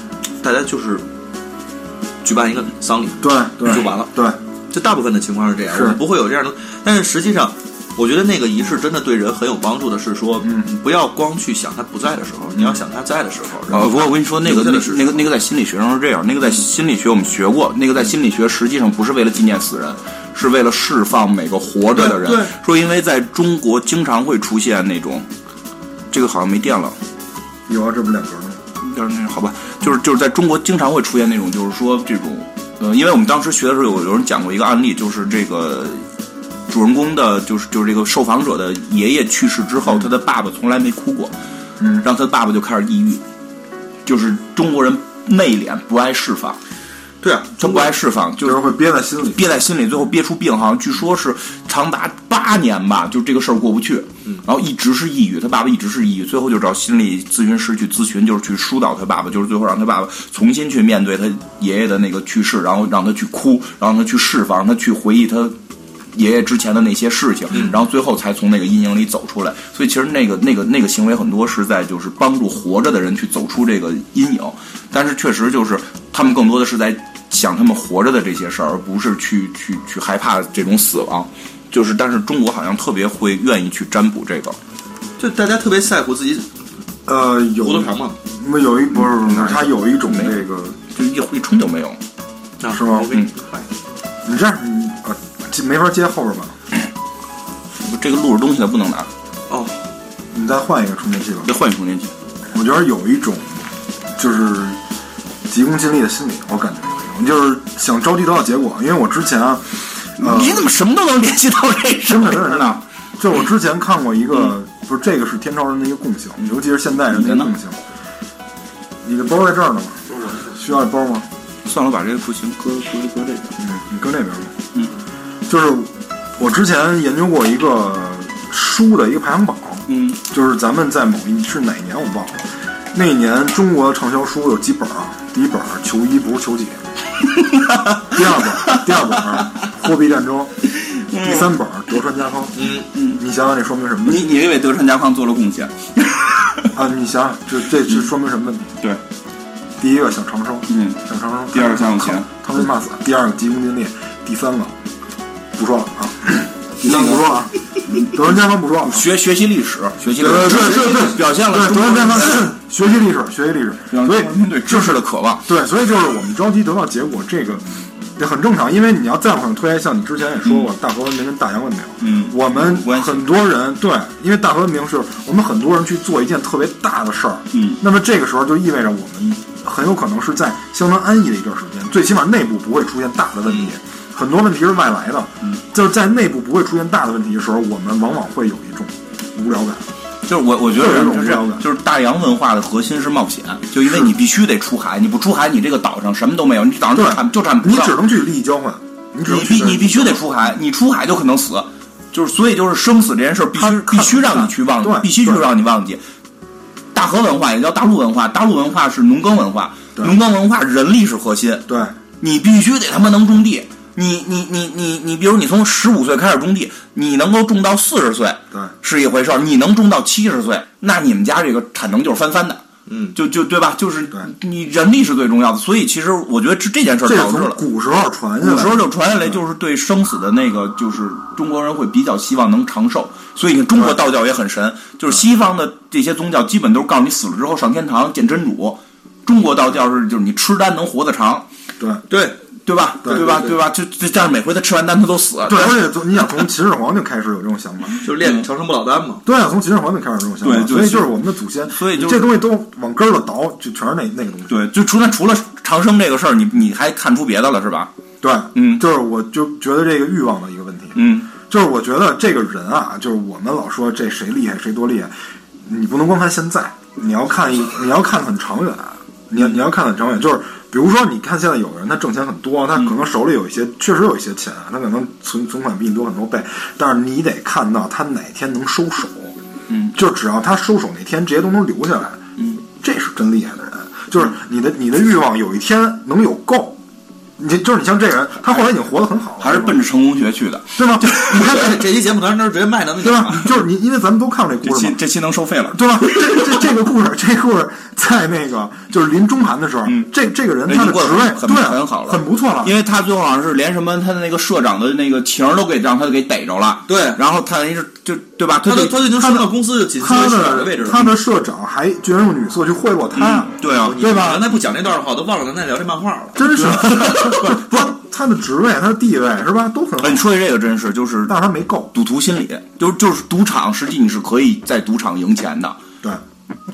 大家就是举办一个丧礼，对对，就完了。对，就大部分的情况是这样，是我们不会有这样的。但是实际上，我觉得那个仪式真的对人很有帮助的是说，嗯，不要光去想他不在的时候，你要想他在的时嗯候。然呃，后不过我跟你说，那个那个那个那个在心理学上是这样，那个在心理学我们学过，那个在心理学实际上不是为了纪念死人，是为了释放每个活着的人对对。说因为在中国经常会出现那种，这个好像没电了。有啊，这不两格吗？就是那好吧，就是就是在中国经常会出现那种，就是说这种，呃，因为我们当时学的时候有有人讲过一个案例，就是这个主人公的，就是就是这个受访者的爷爷去世之后，他的爸爸从来没哭过，嗯让他爸爸就开始抑郁，就是中国人内敛不爱释放。对啊，他不爱释放，就就是是会憋在心里。憋在心里，最后憋出病，好像据说是长达八年吧，就这个事儿过不去，嗯然后一直是抑郁，他爸爸一直是抑郁，最后就找心理咨询师去咨询，就是去疏导他爸爸，就是最后让他爸爸重新去面对他爷爷的那个去世，然后让他去哭，让他去释放，让他去回忆他爷爷之前的那些事情，然后最后才从那个阴影里走出来。所以其实那个那个那个行为很多是在就是帮助活着的人去走出这个阴影，但是确实就是他们更多的是在想他们活着的这些事儿，而不是去去去害怕这种死亡。就是，但是中国好像特别会愿意去占卜这个，就大家特别在乎自己呃，有骨头瓢嘛，没有一不是不是，他有一种没有那个，就一一冲就没有。啊是吗嗯我给你哎你这样你啊，这没法接后边吧？这个录着东西的不能拿，哦，你再换一个充电器吧。得换一充电器。我觉得有一种就是急功近利的心理，我感觉有一种就是想着急得到结果。因为我之前啊，呃，你怎么什么都能联系到这事真的真的儿呢真的？，就我之前看过一个，不是这个是天朝人的一个共性，尤其是现代人的一个共性。你的包在这儿呢吗？需要包吗？算了，把这个不行，搁搁搁这个。嗯，你搁那边吧。嗯，就是我之前研究过一个书的一个排行榜，嗯，就是咱们在某一是哪年我忘了，那一年中国畅销书有几本啊？第一本儿《求医不如求 己》，第二本儿第二本儿《货币战争》，第三本儿《德川家康》。嗯嗯，你想想这说明什么问你题你也为德川家康做了贡献，啊？你想想这这这说明什么问题？对，第一个想长生，嗯想长生；第二个想有钱贪生怕死；第二个急功近利；第三个不说了 啊，第三个不说了啊，德川家康不说了啊。学学习历史，学习历对史，对对对对表现了对，中德国川人家康学习历史，学习历史，表所以现中国人对知识的渴望。对，所以就是我们着急得到结果，这个也很正常，因为你要再往推，像你之前也说过，大和文明跟大洋文明，嗯我们有关系很多人对，因为大和文明是我们很多人去做一件特别大的事儿，嗯那么这个时候就意味着我们很有可能是在相当安逸的一段时间，最起码内部不会出现大的问题。嗯很多问题是外来的，就是在内部不会出现大的问题的时候，我们往往会有一种无聊感。就是我我觉得对有人种是无这聊样，感就是大洋文化的核心是冒险，就因为你必须得出海，你不出海，你这个岛上什么都没有，你岛上就产对，就产不你上只能去利益交换，你只能你去必你必须得出海，你出海就可能死，就是所以就是生死这件事儿必他须看必须让你去忘记对，必须去对让你忘记。大和文化也叫大陆文化，大陆文化是农耕文化，对农耕文化人力是核心，对。你必须得他妈能种地。你你你你你，比如你从十五岁开始种地，你能够种到四十岁，对是一回事儿；你能种到七十岁，那你们家这个产能就是翻番的，嗯就就对吧？就是对你人力是最重要的，所以其实我觉得这这件事儿这导是致从了。古时候传下来古的。时候就传下来，就是对生死的那个，就是中国人会比较希望能长寿，所以中国道教也很神，就是西方的这些宗教基本都是告诉你死了之后上天堂见真主，中国道教是就是你吃丹能活得长，对对，对吧？对吧？对对吧？就就但是每回他吃完丹他都死，啊对，而且从你想从秦始皇就开始有这种想法，就是练长生不老丹嘛。对啊，从秦始皇就开始有这种想法，对就所以就是是我们的祖先，所以就是这东西都往根儿了倒，就全是那那个东西。对，就除了除了长生这个事儿，你你还看出别的了是吧？对，嗯就是我就觉得这个欲望的一个问题，嗯，就是我觉得这个人啊，就是我们老说这谁厉害谁多厉害，你不能光看现在，你要看一你要看很长远，你要你要看很长远，就是比如说你看现在有人他挣钱很多，他可能手里有一些确实有一些钱，啊他可能存存款比你多很多倍，但是你得看到他哪天能收手，嗯，就只要他收手那天这些都能留下来，嗯，这是真厉害的人，啊就是你的你的欲望有一天能有够。你这就是你像这个人，他后来已经活得很好了，还是对吧奔着成功学去的。对吗？你看这这期节目咱这直接卖咱们嗯对啊吧？就是你，因为咱们都看过这这故事期嘛，这期能收费了，对吧？这这这个故事，这故事在那个就是临中盘的时候，嗯这这个人他的职位很对啊很好了，很不错了，因为他最后好像是连什么他的那个社长的那个情儿都给让他给逮着了，对然后他等于是就对吧？他就都他都已经升到公司就仅次他于市长的位置的了。他的社长还居然用女色去贿赂他，对啊，对吧刚才不讲这段的话，我都忘了咱在聊这漫画了。真是不是 他的职位，他的地位是吧？都很好哎，你，说的这个真是就是但是他没够，赌徒心理，就是就是赌场，实际你是可以在赌场赢钱的，对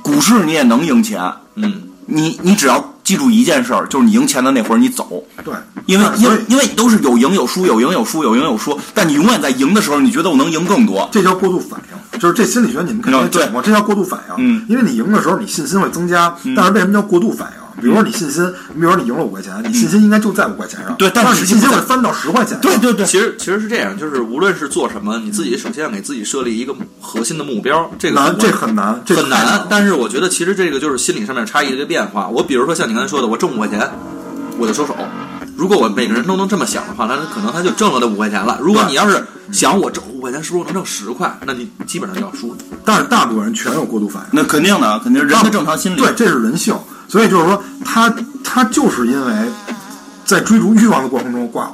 股市你也能赢钱，嗯，你你只要记住一件事儿，就是你赢钱的那会儿你走，对，因为但是因所为以因为你都是有赢有输，有赢有输，有赢有输，但你永远在赢的时候，你觉得我能赢更多，这叫过度反应，就是这心理学你们肯定也嗯对讲过，这叫过度反应。嗯因为你赢的时候你信心会增加，但是为什么叫过度反应？比如说你信心，你比如说你赢了五块钱，你信心应该就在五块钱上。对但但是你实信际心不会在翻到十块钱。对对对，其实其实是这样，就是无论是做什么，你自己首先要给自己设立一个核心的目标，这个难我这很难这很太难啊难了。但是我觉得其实这个就是心理上面差异的一个变化。我比如说像你刚才说的，我挣五块钱，我就收手。如果我每个人都能这么想的话，那可能他就挣了这五块钱了。如果你要是想我挣五块钱，是不是我能挣十块？那你基本上就要输。但是大部分人全有过度反应。那肯定的，肯定人的正常心理。对，这是人性。所以就是说，他他就是因为在追逐欲望的过程中挂了。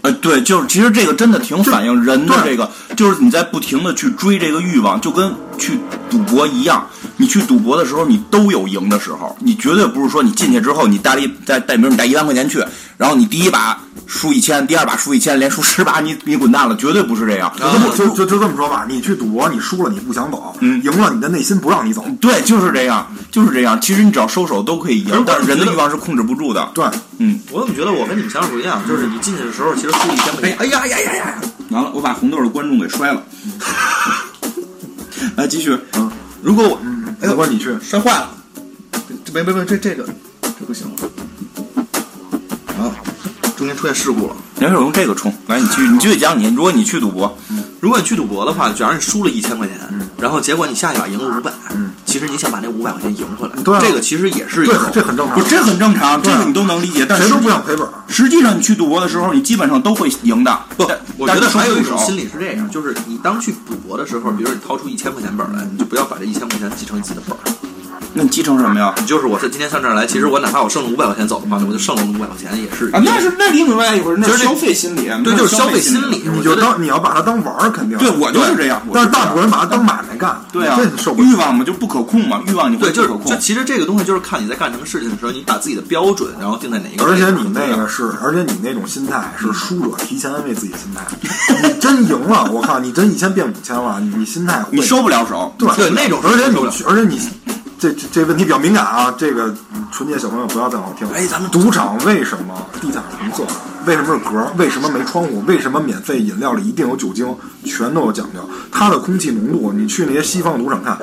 呃，对，就是其实这个真的挺反映人的对这个，就是你在不停的去追这个欲望，就跟去赌博一样。你去赌博的时候，你都有赢的时候，你绝对不是说你进去之后，你带了一带带，比如你带一万块钱去，然后你第一把输一千，第二把输一千，连输十把你你滚蛋了，绝对不是这样。啊就就就这么说吧，你去赌博，你输了你不想走，嗯赢了你的内心不让你走。对，就是这样，就是这样。其实你只要收手都可以赢，但是人的欲望是控制不住的。对，嗯，我怎么觉得我跟你们想法不一样？就是你进去的时候，其实输一千块钱，哎呀呀呀呀呀！完了，我把红豆的观众给摔 了。来继续，嗯，如果我嗯，哎呦如果你去，摔坏了，这没没没，这这个这不行了。啊，中间出现事故了。没事，我用这个冲。来，你继续，你继续讲你。如果你去赌博，如果你去赌博的话，假如你输了一千块钱，然后结果你下一把赢了五百，嗯其实你想把那五百块钱赢回来，对啊这个其实也是一对种，这很正常不是，，这很正常，这对啊个你都能理解。但是谁都不想赔本。实际上，你去赌博的时候，你基本上都会赢的。不但，我觉得还有一种但是心理是这样，就是你当去赌博的时候，比如说你掏出一千块钱本来，你就不要把这一千块钱记成你自己的本儿。那你继承什么呀？你就是我是今天上这儿来，其实我哪怕我剩了五百块钱走的话，那我就剩了五百块钱也是啊，那是那另外一回事，那就是这消费心理，对，那就是消费费心理。理。我你觉就得当你要把它当玩儿，肯定。对，我就是这样。我就但是是大部分人把它当买卖干，这样这对你受啊，不了。欲望嘛就不可控嘛，欲望你会对，不就是可控就。其实这个东西就是看你在干什么事情的时候，你把自己的标准然后定在哪一个而位置。且你那个是，而且你那种心态是输者提前安慰自己心态。你真赢了，我靠，你真一千变五千了，你你心态会你收不了手，对对那种而且受不了你而且你这这这问题比较敏感啊，这个纯洁小朋友不要再往后听。哎咱们赌场为什么地毯是红色的？为什么是格？为什么没窗户？为什么免费饮料里一定有酒精？全都有讲究。它的空气浓度，你去那些西方赌场看，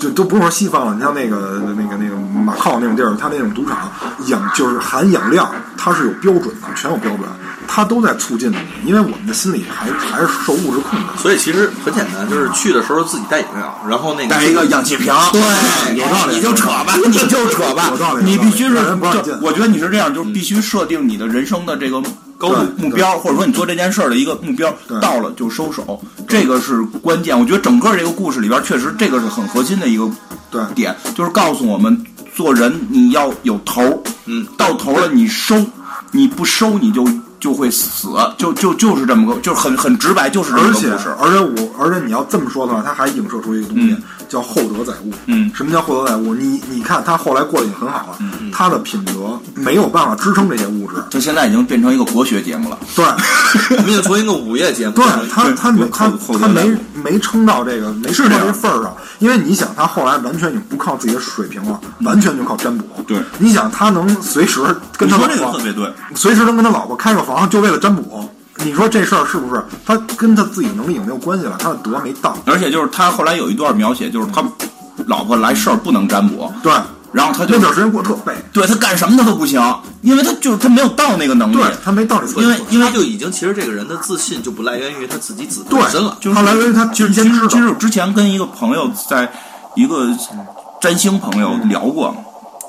就都不用说西方了，你像那个那个那个马靠那种地儿，它那种赌场氧就是含氧量，它是有标准的，全有标准，它都在促进着你，因为我们的心理还还是受物质控制的。所以其实很简单，就是去的时候自己带饮料，然后那个带一个氧气瓶。对哎有道理你就扯吧，你就扯吧有道理有道，理你必须是让人不让进。嗯我觉得你是这样，就是必须设定你的人生的这个高度对目标，或者说你做这件事儿的一个目标对，到了就收手，这个是关键。我觉得整个这个故事里边，确实这个是很核心的一个对点，就是告诉我们做人你要有头儿，嗯，到头了你收，你不收你就就会死，就就就是这么个，就是很很直白，就是这么而个且故事。而且我而且你要这么说的话，他还影射出一个东西、嗯叫厚德载物。嗯什么叫厚德载物？你你看他后来过得也很好了，他的品德没有办法支撑这些物质。就现在已经变成一个国学节目了， 对，我们已经从一个午夜节目，对他他没他厚德他载没物没撑到这个没是撑到这这样份儿上，因为你想他后来完全已经不靠自己的水平了，完全就靠占卜。对你想他能随时跟你他说老这个婆特别对。随时能跟他老婆开个房，就为了占卜。你说这事儿是不是他跟他自己能力有没有关系了？他的德没到。而且就是他后来有一段描写，就是他老婆来事儿不能占卜，对，然后他就那段时间过得特背。对他干什么他都不行，因为他就是他没有到那个能力。对他没道理说，因为因为就已经其实这个人的自信就不来源于他自己自对本身了，就是他来源于他其实提前其知实道其实我之前跟一个朋友在一个占星朋友聊过，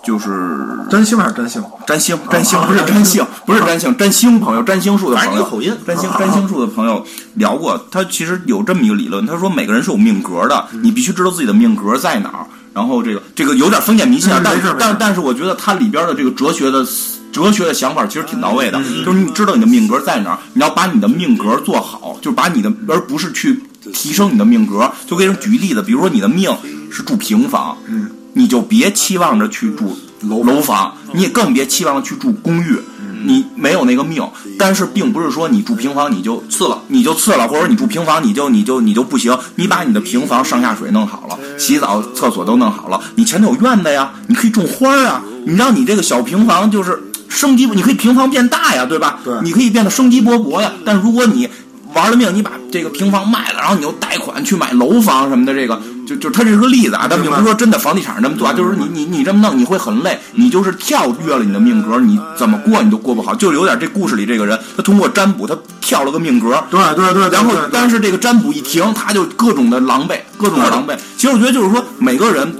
就是占星还是占星？占星，啊占星不是占星，不是占星，占星朋友，占星术的还是朋一个友，口音占啊星占星术的朋友聊过，他其实有这么一个理论，他说每个人是有命格的，嗯你必须知道自己的命格在哪儿。然后这个这个有点封建迷信啊嗯，但没事没事但但是我觉得它里边的这个哲学的思哲学的想法其实挺到位嗯的，就是你知道你的命格在哪儿，你要把你的命格做好，就是把你的而不是去提升你的命格。就给人举例子，比如说你的命是住平房，嗯，你就别期望着去住楼楼房，嗯你也更别期望去住公寓，你没有那个命。但是并不是说你住平房你就次了。你就次了，或者你住平房你就你就你就不行，你把你的平房上下水弄好了，洗澡厕所都弄好了，你前头有院子呀，你可以种花儿啊，你让你这个小平房就是生机，你可以平房变大呀，对吧？对你可以变得生机勃勃呀。但如果你玩了命，你把这个平房卖了，然后你又贷款去买楼房什么的，这个就就他这是个例子啊，但并明不白是说真的房地产这么做啊，就是你你你这么弄，你会很累，你就是跳跃了你的命格，你怎么过你都过不好，就有点这故事里这个人，他通过占卜他跳了个命格，对对对，对然后对对但是这个占卜一停，他就各种的狼狈，各种的狼狈。其实我觉得就是说，每个人，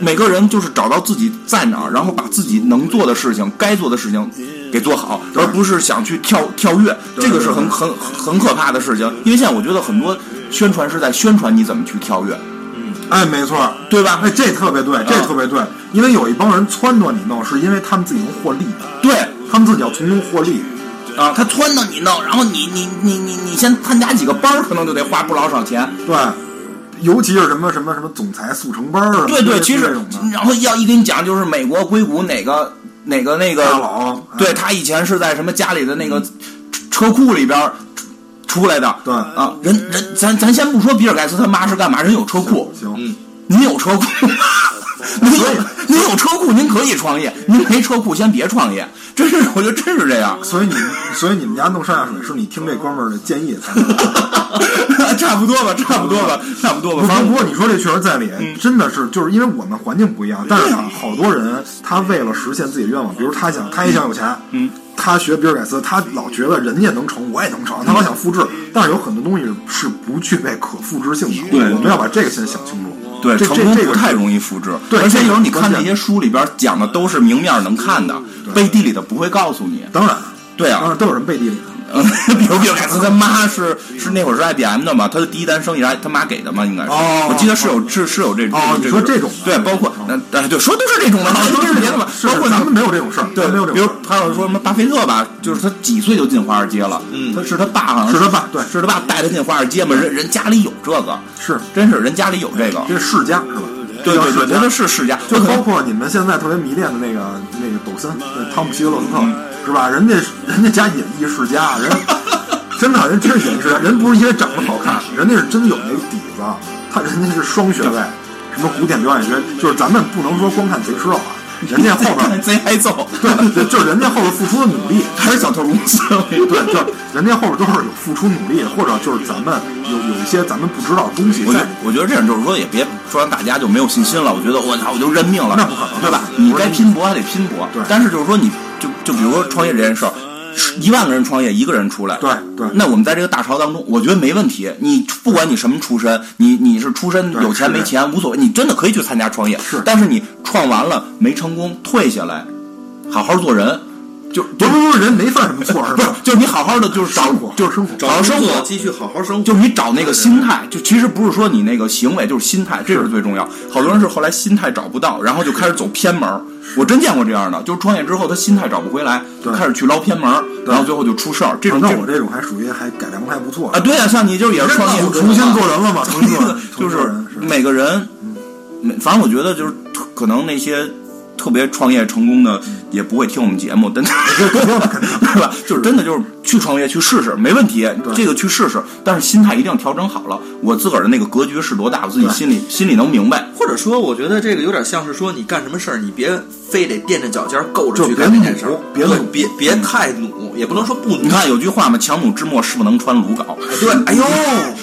每个人就是找到自己在哪儿，然后把自己能做的事情、该做的事情给做好，而不是想去跳跳跃，这个是很很很可怕的事情。因为现在我觉得很多宣传是在宣传你怎么去跳跃，哎，没错，对吧嗯哎，这特别对，这特别对，因为有一帮人撺掇你弄，是因为他们自己能获利，对。他们自己要从中获利。啊，他撺掇你弄，然后你你你你你先参加几个班儿，可能就得花不老少钱。对，尤其是什么什么什么总裁速成班儿啊，对对，类似其这实种的然后要一给你讲，就是美国硅谷哪个哪个那个大佬，哎对他以前是在什么家里的那个车库里边儿出出来的，对啊，人人咱咱先不说比尔盖茨他妈是干嘛，人有车库，行，您有 车库，您有您有车库，您可以创业，您没车库先别创业，真是我觉得真是这样， 所以你所以你们家弄上下水是你听这哥们儿的建议才弄 的。差不多吧，差不多吧，差不多嗯吧，不反过正不过你说这确实在理，真的是就是因为我们环境不一样，但是嗯啊，好多人他为了实现自己的愿望，比如他想他也想有钱，嗯，他学比尔盖茨，他老觉得人家能成，我也能成，他老想复制，嗯但是有很多东西是不具备可复制性的，对我们要把这个先想清楚。对，这成这功这不个太是容易复制，对而且有时候你这个看关那键些书里边讲的都是明面能看的，背地里的不会告诉你。当然，对啊当然都有人背地里的。嗯，比如比尔盖茨他妈是是那会儿是 IBM 的嘛，他的第一单生意是他妈给的嘛，应该是。哦我记得是有是是有这种。哦你说这种对，的包括哦那哎对，说都是这种的，老都是别的嘛，是包括咱们没有这种事儿，对咱们没有这比种如事儿。还有说什么巴菲特吧，就是他几岁就进华尔街了，嗯，他是他爸好像是他爸对是他爸带他进华尔街嘛，人人家里有这个，是真是人家里有这个，这是世家是吧？对这叫对对，世家觉得是世家，就他可包能括你们现在特别迷恋的那个那个抖森，呃汤姆希德勒斯特，是吧？人家人家家演艺世家，人真的人真是演艺世家，人不是因为长得好看，人家是真有那个底子，他人家是双学位，什么古典表演学，就是咱们不能说光看贼吃肉啊，人 家后边贼挨揍，对对，就是人家后边付出的努力，还是小偷公司，对，就是人家后边都是有付出努力，或者就是咱们有有一些咱们不知道的东西我觉在得里面。我觉得这样就是说，也别说让大家就没有信心了。我觉得我操，我就认命了，那不可能对吧？那不你是该拼搏还得拼搏。对但是就是说你，就就比如说创业这件事儿，一万个人创业，一个人出来，对对那我们在这个大潮当中，我觉得没问题。你不管你什么出身，你你是出身对有钱是没钱无所谓，你真的可以去参加创业。是但是你创完了没成功，退下来，好好做人，就不就是不是人没犯什么错，是不是吧？就是你好好的就是找生活就是生活好好生活，继续好好生活，就是你找那个心态，就其实不是说你那个行为，就是心态，这是最重要。好多人是后来心态找不到，然后就开始走偏门儿。我真见过这样的，就是创业之后他心态找不回来，就对开始去捞偏门儿，然后最后就出事儿。这种那这我种这种还属于还改良还不错啊，对呀，像你就是也是创业，重新做人了嘛，重新做人，就 重新做是人是每个人，每反正我觉得就是可能那些特别创业成功嗯的也不会听我们节目，但 啊 对吧？就是真的就是去创业去试试，没问题，这个去试试，但是心态一定要调整好了，我自个儿的那个格局是多大，我自己心里心里能明白。或者说，我觉得这个有点像是说，你干什么事儿，你别非得垫着脚尖儿够着就去别干这件事儿努，别别努别别太努，也不能说不努你。看有句话嘛，强弩之末，势不能穿鲁缟。对，哎呦，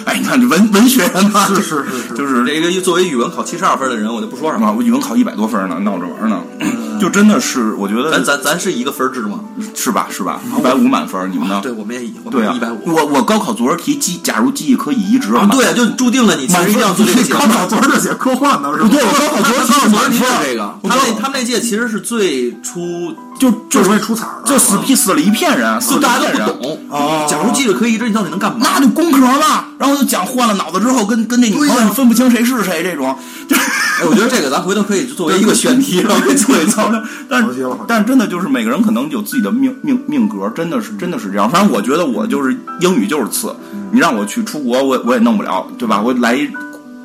哎，你看这文文学人嘛，啊是是是是，就是这个作为语文考七十二分的人，我就不说什么。啊，我语文考一百多分呢，闹着玩呢，嗯就真的是我觉咱得咱咱是一个分儿制吗？是吧是吧，一百五满分，你们呢？嗯哦对，我们也一，我对们啊，一百五。我我高考作文题记，假如记忆可以移植啊，对啊，就注定了你其实一定要做这个节目高。考昨儿就写科幻呢，是吧？对我高考昨儿他高们考昨儿昨天题是这个，他们那他们那届其实是最初，就就就是为是出彩儿了，啊就死屁死了一片人，死就了大一家片啊都人不，懂。嗯哦假如记着可以移植，你到底能干嘛？那就工壳嘛，然后就讲换了脑子之后，跟跟那女朋友你分不清谁是谁这种， 就是哎，我觉得这个咱回头可以作为一个选题，然后给自己 造成。但好极是了好极了但是真的就是每个人可能有自己的命命命格，真的是真的是这样。反正我觉得我就是英语就是次，嗯你让我去出国，我我也弄不了，对吧？我来一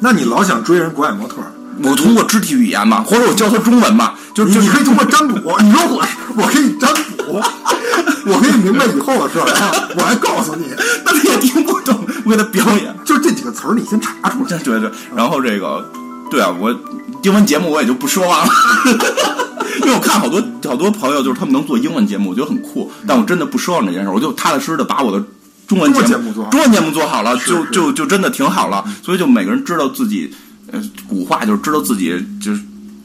那你老想追人国外模特儿，我通过肢体语言嘛，或者我教他中文嘛，就你就你是可以通过占卜，你说我我可以占卜，我可以明白以后的事儿，啊，我还告诉你，但他也听不懂，我给他表演。就这几个词儿你先查出来对。对对，然后这个，对啊，我英文节目我也就不说话了， 因为我看好多嗯好多朋友就是他们能做英文节目，我觉得很酷，但我真的不奢望这件事儿，我就踏踏实实的把我的中文中文节节目做好了中文节目做好了，就是嗯就就真的挺好了。所以就每个人知道自己，呃，古话就是知道自己就是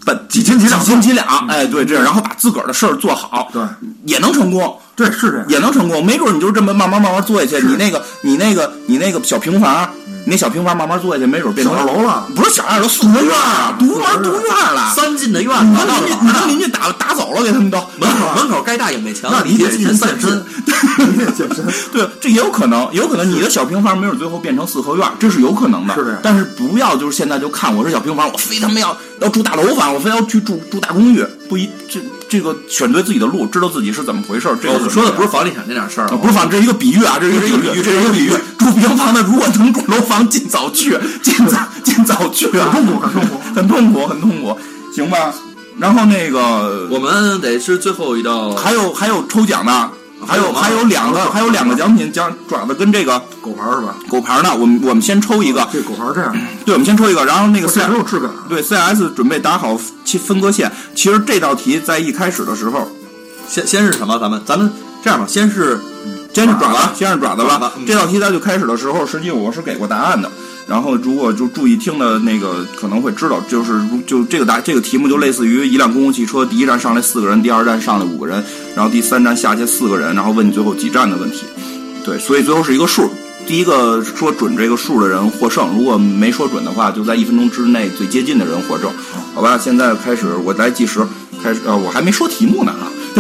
本几斤几两几斤几两，哎，对，这样，然后把自个儿的事儿做好，对，也能成功。对，是这样。也能成功，没准你就这么慢慢慢慢做下去，你那个你那个你那个小平房，你那小平房慢慢做下去，没准变成小二啊楼了不是小二楼，四合院啊，独门独院了，三啊进的院你子，让到邻居了你让邻居打打走了，给他们都门口门口该大也没墙，那你得别进人散身。 你得健身，对，这也有可能，也有可能你的小平房没准最后变成四合院，这是有可能的。是的但是不要就是现在就看我是小平房，我非他妈要要住大楼房，我非要去住住大公寓，不一这这个选对自己的路，知道自己是怎么回事儿。这个我哦说的不是房地产这点事儿啊，，不是反，这是一个比喻啊，这是一个比喻，这是一个比喻。住平房的如果能住楼房，尽早去，尽早尽早去啊，很痛苦很痛 苦很痛苦，很痛苦，行吧？然后那个我们得是最后一道还有还有抽奖呢，还有还还有吗有两个还有两个奖品，奖爪子跟这个狗牌儿是吧？狗牌呢，我们我们先抽一个，这狗牌儿这样，对，我们先抽一个，然后那个我四这很有质感啊。对 CS 准备打好切分割线。其实这道题在一开始的时候，先先是什么？咱们咱们这样吧，先是先是爪子，啊先是爪子爪吧子。嗯这道题在最开始的时候，实际我是给过答案的。然后如果就注意听的那个，可能会知道，就是如就这个答这个题目就类似于一辆公共汽车，第一站上来四个人，第二站上来五个人，然后第三站下去四个人，然后问你最后几站的问题。对，所以最后是一个数。第一个说准这个数的人获胜，如果没说准的话，就在一分钟之内最接近的人获胜，好吧？现在开始，我来计时，开始，呃，我还没说题目呢啊，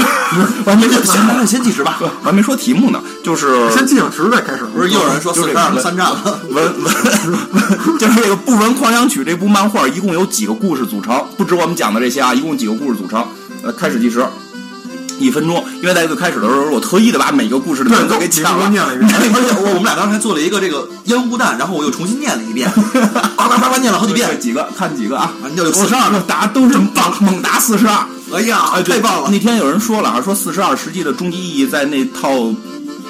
我还没说，先咱们先计 时吧。我还没说题目呢，就是先记上时再开始，不不是，又有人说就这四十个二了，三站了。文文， 就是这个《不闻狂想曲》这部漫画，一共有几个故事组成？不止我们讲的这些啊，一共几个故事组成？呃，开始计时，一分钟。因为在最开始的时候，我特意的把每个 故事的名字都给抢了对你给我念了一 遍而且我我们俩刚才做了一个这个烟雾弹，然后我又重新念了一 遍，叭叭叭叭念了好几遍对，几个看几个啊？啊，你就有四四十十二二个了。答都是棒，猛答四十二。哎呀，太棒了！那天有人说了啊，说四十二实际的终极意义在那套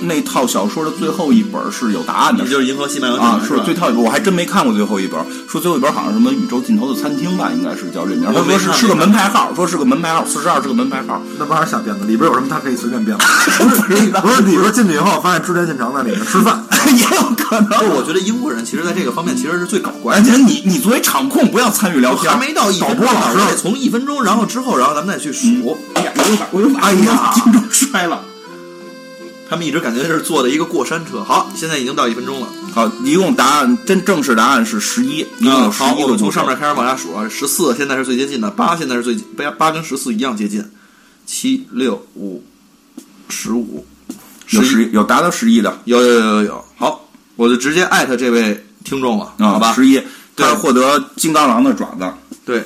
那套小说的最后一本是有答案的你，就是银河系漫游指啊南，是吧最套一本，我还真没看过最后一本。说最后一本好像什么宇宙尽头的餐厅吧，应该是叫这名儿。我他说没是看是个没门牌号，说是个门牌号，四十二是个门牌号。那玩意儿瞎编的，里边有什么他可以随便编吗？ 不是，不是里边进去以后发现之前现场在里面吃饭， 也有可能。不是，我觉得英国人其实在这个方面其实是最搞怪而且你你作为场控，不要参与聊的。天还。没到一导分播钟呢，老师我得从一分钟，然后之后，然后咱们再去数。哎呀，我又把我又把哎呀听众摔了。他们一直感觉这是坐的一个过山车。好，现在已经到一分钟了。好，一共答案真正式答案是十一，一共有嗯，十好，一个我们故从事上。面开始往下数啊，十四现在是最接近的，八现在是最八八跟十四一样接近，七六五十五有十十有答到十一的，有有有有有，好，我就直接艾特这位听众了，啊，好吧？十一，对他获得金刚狼的爪子。对，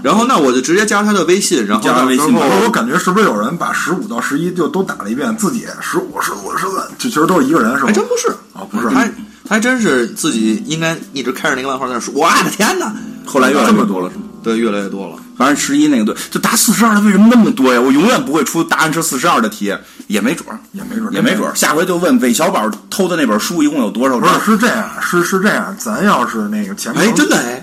然后那我就直接加他的微信，然后加他微呢信然后我感觉是不是有人把十五到十一就都打了一遍，自己十五、十五、十三，就其实都是一个人是哎吧？还真不是啊不是他他还真是自己应该一直开着那个漫画在那说，我的天哪！后来越来这越么多了，对，越来越多了。反正十一那个对，就答四十二的为什么那么多呀？我永远不会出答案是四十二的题，也没准儿，也没准儿也没准儿。下回就问韦小宝偷的那本书一共有多少不张是，？是这样，是是这样，咱要是那个前面哎，能真的哎，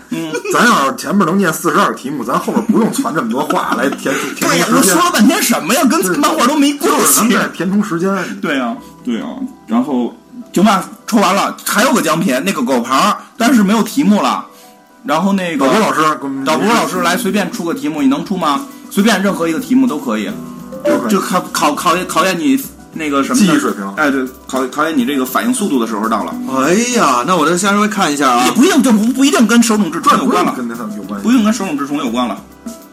咱要是前面能念四十二个题目，咱后面不用攒这么多话来填充填对呀，充我时间说，了半天什么呀？跟漫画都没关就是咱系们。在填充时间。对呀、对呀、然后行吧，抽完了，还有个奖品，那个狗牌儿，但是没有题目了。然后那个导播老师给我们导播老师来随便出个题目，你能出吗？随便任何一个题目都可以，都可以就考考考验考验你那个什么的记忆水平哎，对，考考验你这个反应速度的时候到了。哎呀，那我这下回看一下啊也。不一定，这不不一定跟手冢治虫这有不关用了，跟他有关不系，用跟手冢治虫有关了，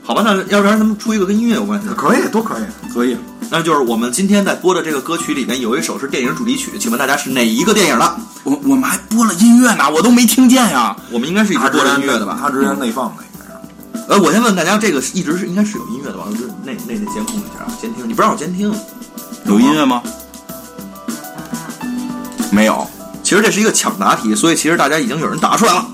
好吧，那要不然咱们出一个跟音乐有关系的。可以都可以。可啊以。那就是我们今天在播的这个歌曲里面有一首是电影主题曲，请问大家是哪一个电影的？我我们还播了音乐呢，我都没听见呀。我们应该是一直他之播着前音乐的吧？他之前内放的应该是。呃，我先问大家，这个是一直是应该是有音乐的吧？我就那那那监控一下啊，监听，你不让我监听。有音乐吗？没有。其实这是一个抢答题，所以其实大家已经有人答出来了，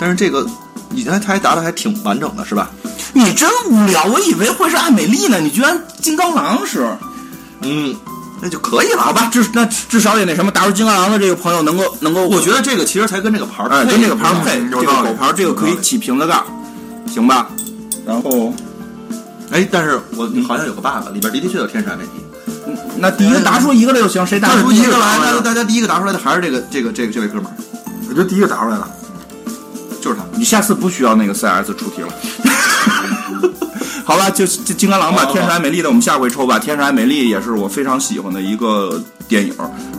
但是这个你刚才答的还挺完整的，是吧？你真无聊，我以为会是艾美丽呢，你居然金刚狼是？嗯，那就可以了，好好吧？吧，至那至少也那什么，打入金刚狼的这个朋友能够能够，我觉得这个其实才跟这个牌儿哎配跟这个牌儿配，嗯这有个道理狗牌儿这个可以起瓶子盖儿，行吧？然后哎，但是我好像有个 bug，里边的的确有天使艾美丽，那第一嗯个答出一个来就行，谁答大出出一一个个来来，呢那？大家第一个答出来的还是这个这个这个这位哥们儿，嗯我觉得第一个答出来了。就是他。你下次不需要那个 CS 出题了。 好了，就是这金刚狼吧，好好好天使爱美丽的，我们下回抽吧。天使爱美丽也是我非常喜欢的一个电影，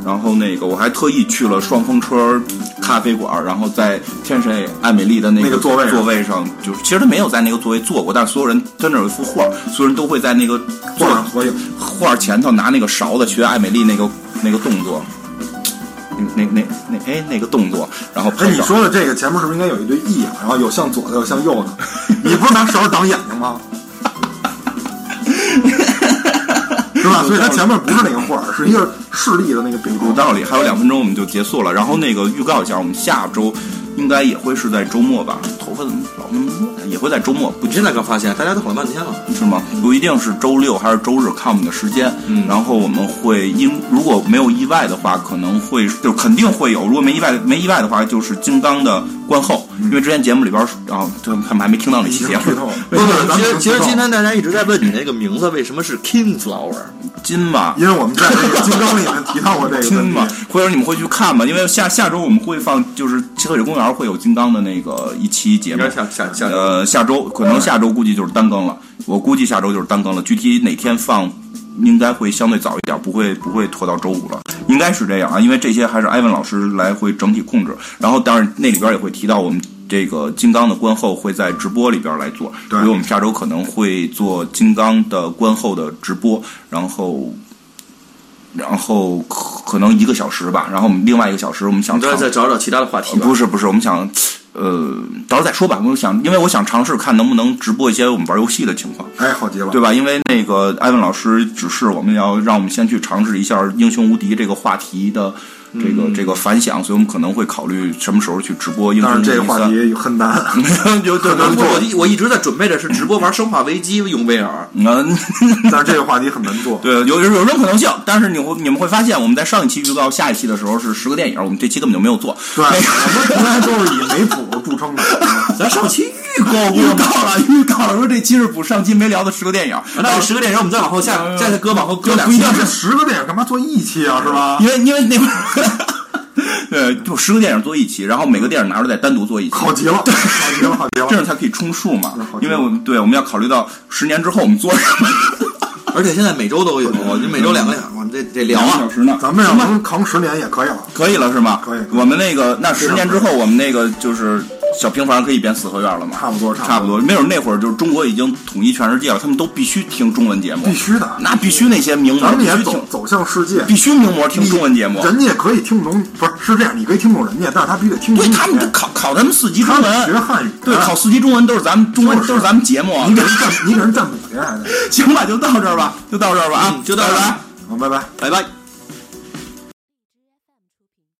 然后那个我还特意去了双风车咖啡馆，然后在天使爱美丽的那那个座位上座位上，就是其实他没有在那个座位坐过，但是所有人跟着有一幅画，所有人都会在那个座上合影，画前头拿那个勺子学艾美丽那个那个动作，那那那那哎那个动作，然后哎，拍你照。说的这个前面是不是应该有一对翼啊？然后有向左的，有向右的。你不是拿勺挡眼睛吗？ 是吧？所以它前面不是那个画儿，是一个视力的那个饼有道理，还有两分钟我们就结束了。然后那个预告一下，我们下周应该也会是在周末吧？头发怎么老那么乱？也会在周末，不你现在刚发现，大家都等了半天了。是吗？不一定是周六还是周日，看我们的时间。嗯然后我们会因如果没有意外的话，可能会就肯定会有。如果没意外没意外的话，就是金刚的观后，因为之前节目里边啊，对他们还没听到那期节目剧。透。不是，咱其实们已经其实剧透今了天大家一直在问你那个名字为什么是 Kingflower， 金吧，因为我们在那个金刚里面提到过这个听问嘛题，，回头你们会去看嘛，因为下下周我们会放，就是车水公园会有金刚的那个一期节应目该。下下下呃，下周可能下周估计就是单更了，我估计下周就是单更了，具体哪天放。应该会相对早一点，不会不会拖到周五了，应该是这样啊，因为这些还是艾文老师来回整体控制。然后当然那里边也会提到我们这个金刚的观后会在直播里边来做，对所以我们下周可能会做金刚的观后的直播，然后然后可可能一个小时吧，然后我们另外一个小时我们想你再尝再找找其他的话题吧。不是不是，我们想，呃，到时候再说吧。我想，因为我想尝试看能不能直播一些我们玩游戏的情况，哎，好极了。对吧？因为那个艾文老师指示我们要让我们先去尝试一下《英雄无敌》这个话题的这个、这个反响，所以我们可能会考虑什么时候去直播《英雄但无是敌这个话三》题很难。 就对对不对我一我一直在准备的是直播玩《生化危机》用 VR，嗯， 但是这个话题很难做。对，有有有这种可能性，但是你会你们会发现，我们在上一期预告下一期的时候是十个电影，我们这期根本就没有做。对，我们从来都是以没谱著 称的。咱上期预告预告了，预告了，说这期是补上期没聊的十个电影，那十个点，然后我们再往后下，再搁往后搁两不一期定。是十个电影，干嘛做一期啊？是 吧？因为因为那会 儿，对，就十个电影做一期，然后每个电影拿出来单独做一期，好极了，好极了，好极了这。样才可以充数嘛好。因为我们对我们要考虑到十年之后我们做什 么，而且现在每周都有，你每周两个点，我们这得聊两个啊小。时呢，咱们要行吧能扛十年也可以了。可以了是吗？可以啊我们那个那十常年之后，我们那个就是小平房可以变四合院了嘛？差不多差差不不多。没准那会儿就是中国已经统一全世界了，他们都必须听中文节目必，须的，那必须那些名模咱们必也须走听，走向世界。必须名模听中文节目。人家也可以听懂，不是是这样，你可以听懂人家，但嗯是他必须得听懂对你。他们都考考他们四级中他们文，学汉语，啊对考四级中文都是咱们中文就是嗯都是咱们节目，啊 你给人占，你给人占卜去，还得。行吧，就到这儿吧，就到这儿吧啊，嗯就到这儿拜拜好，拜拜。拜拜。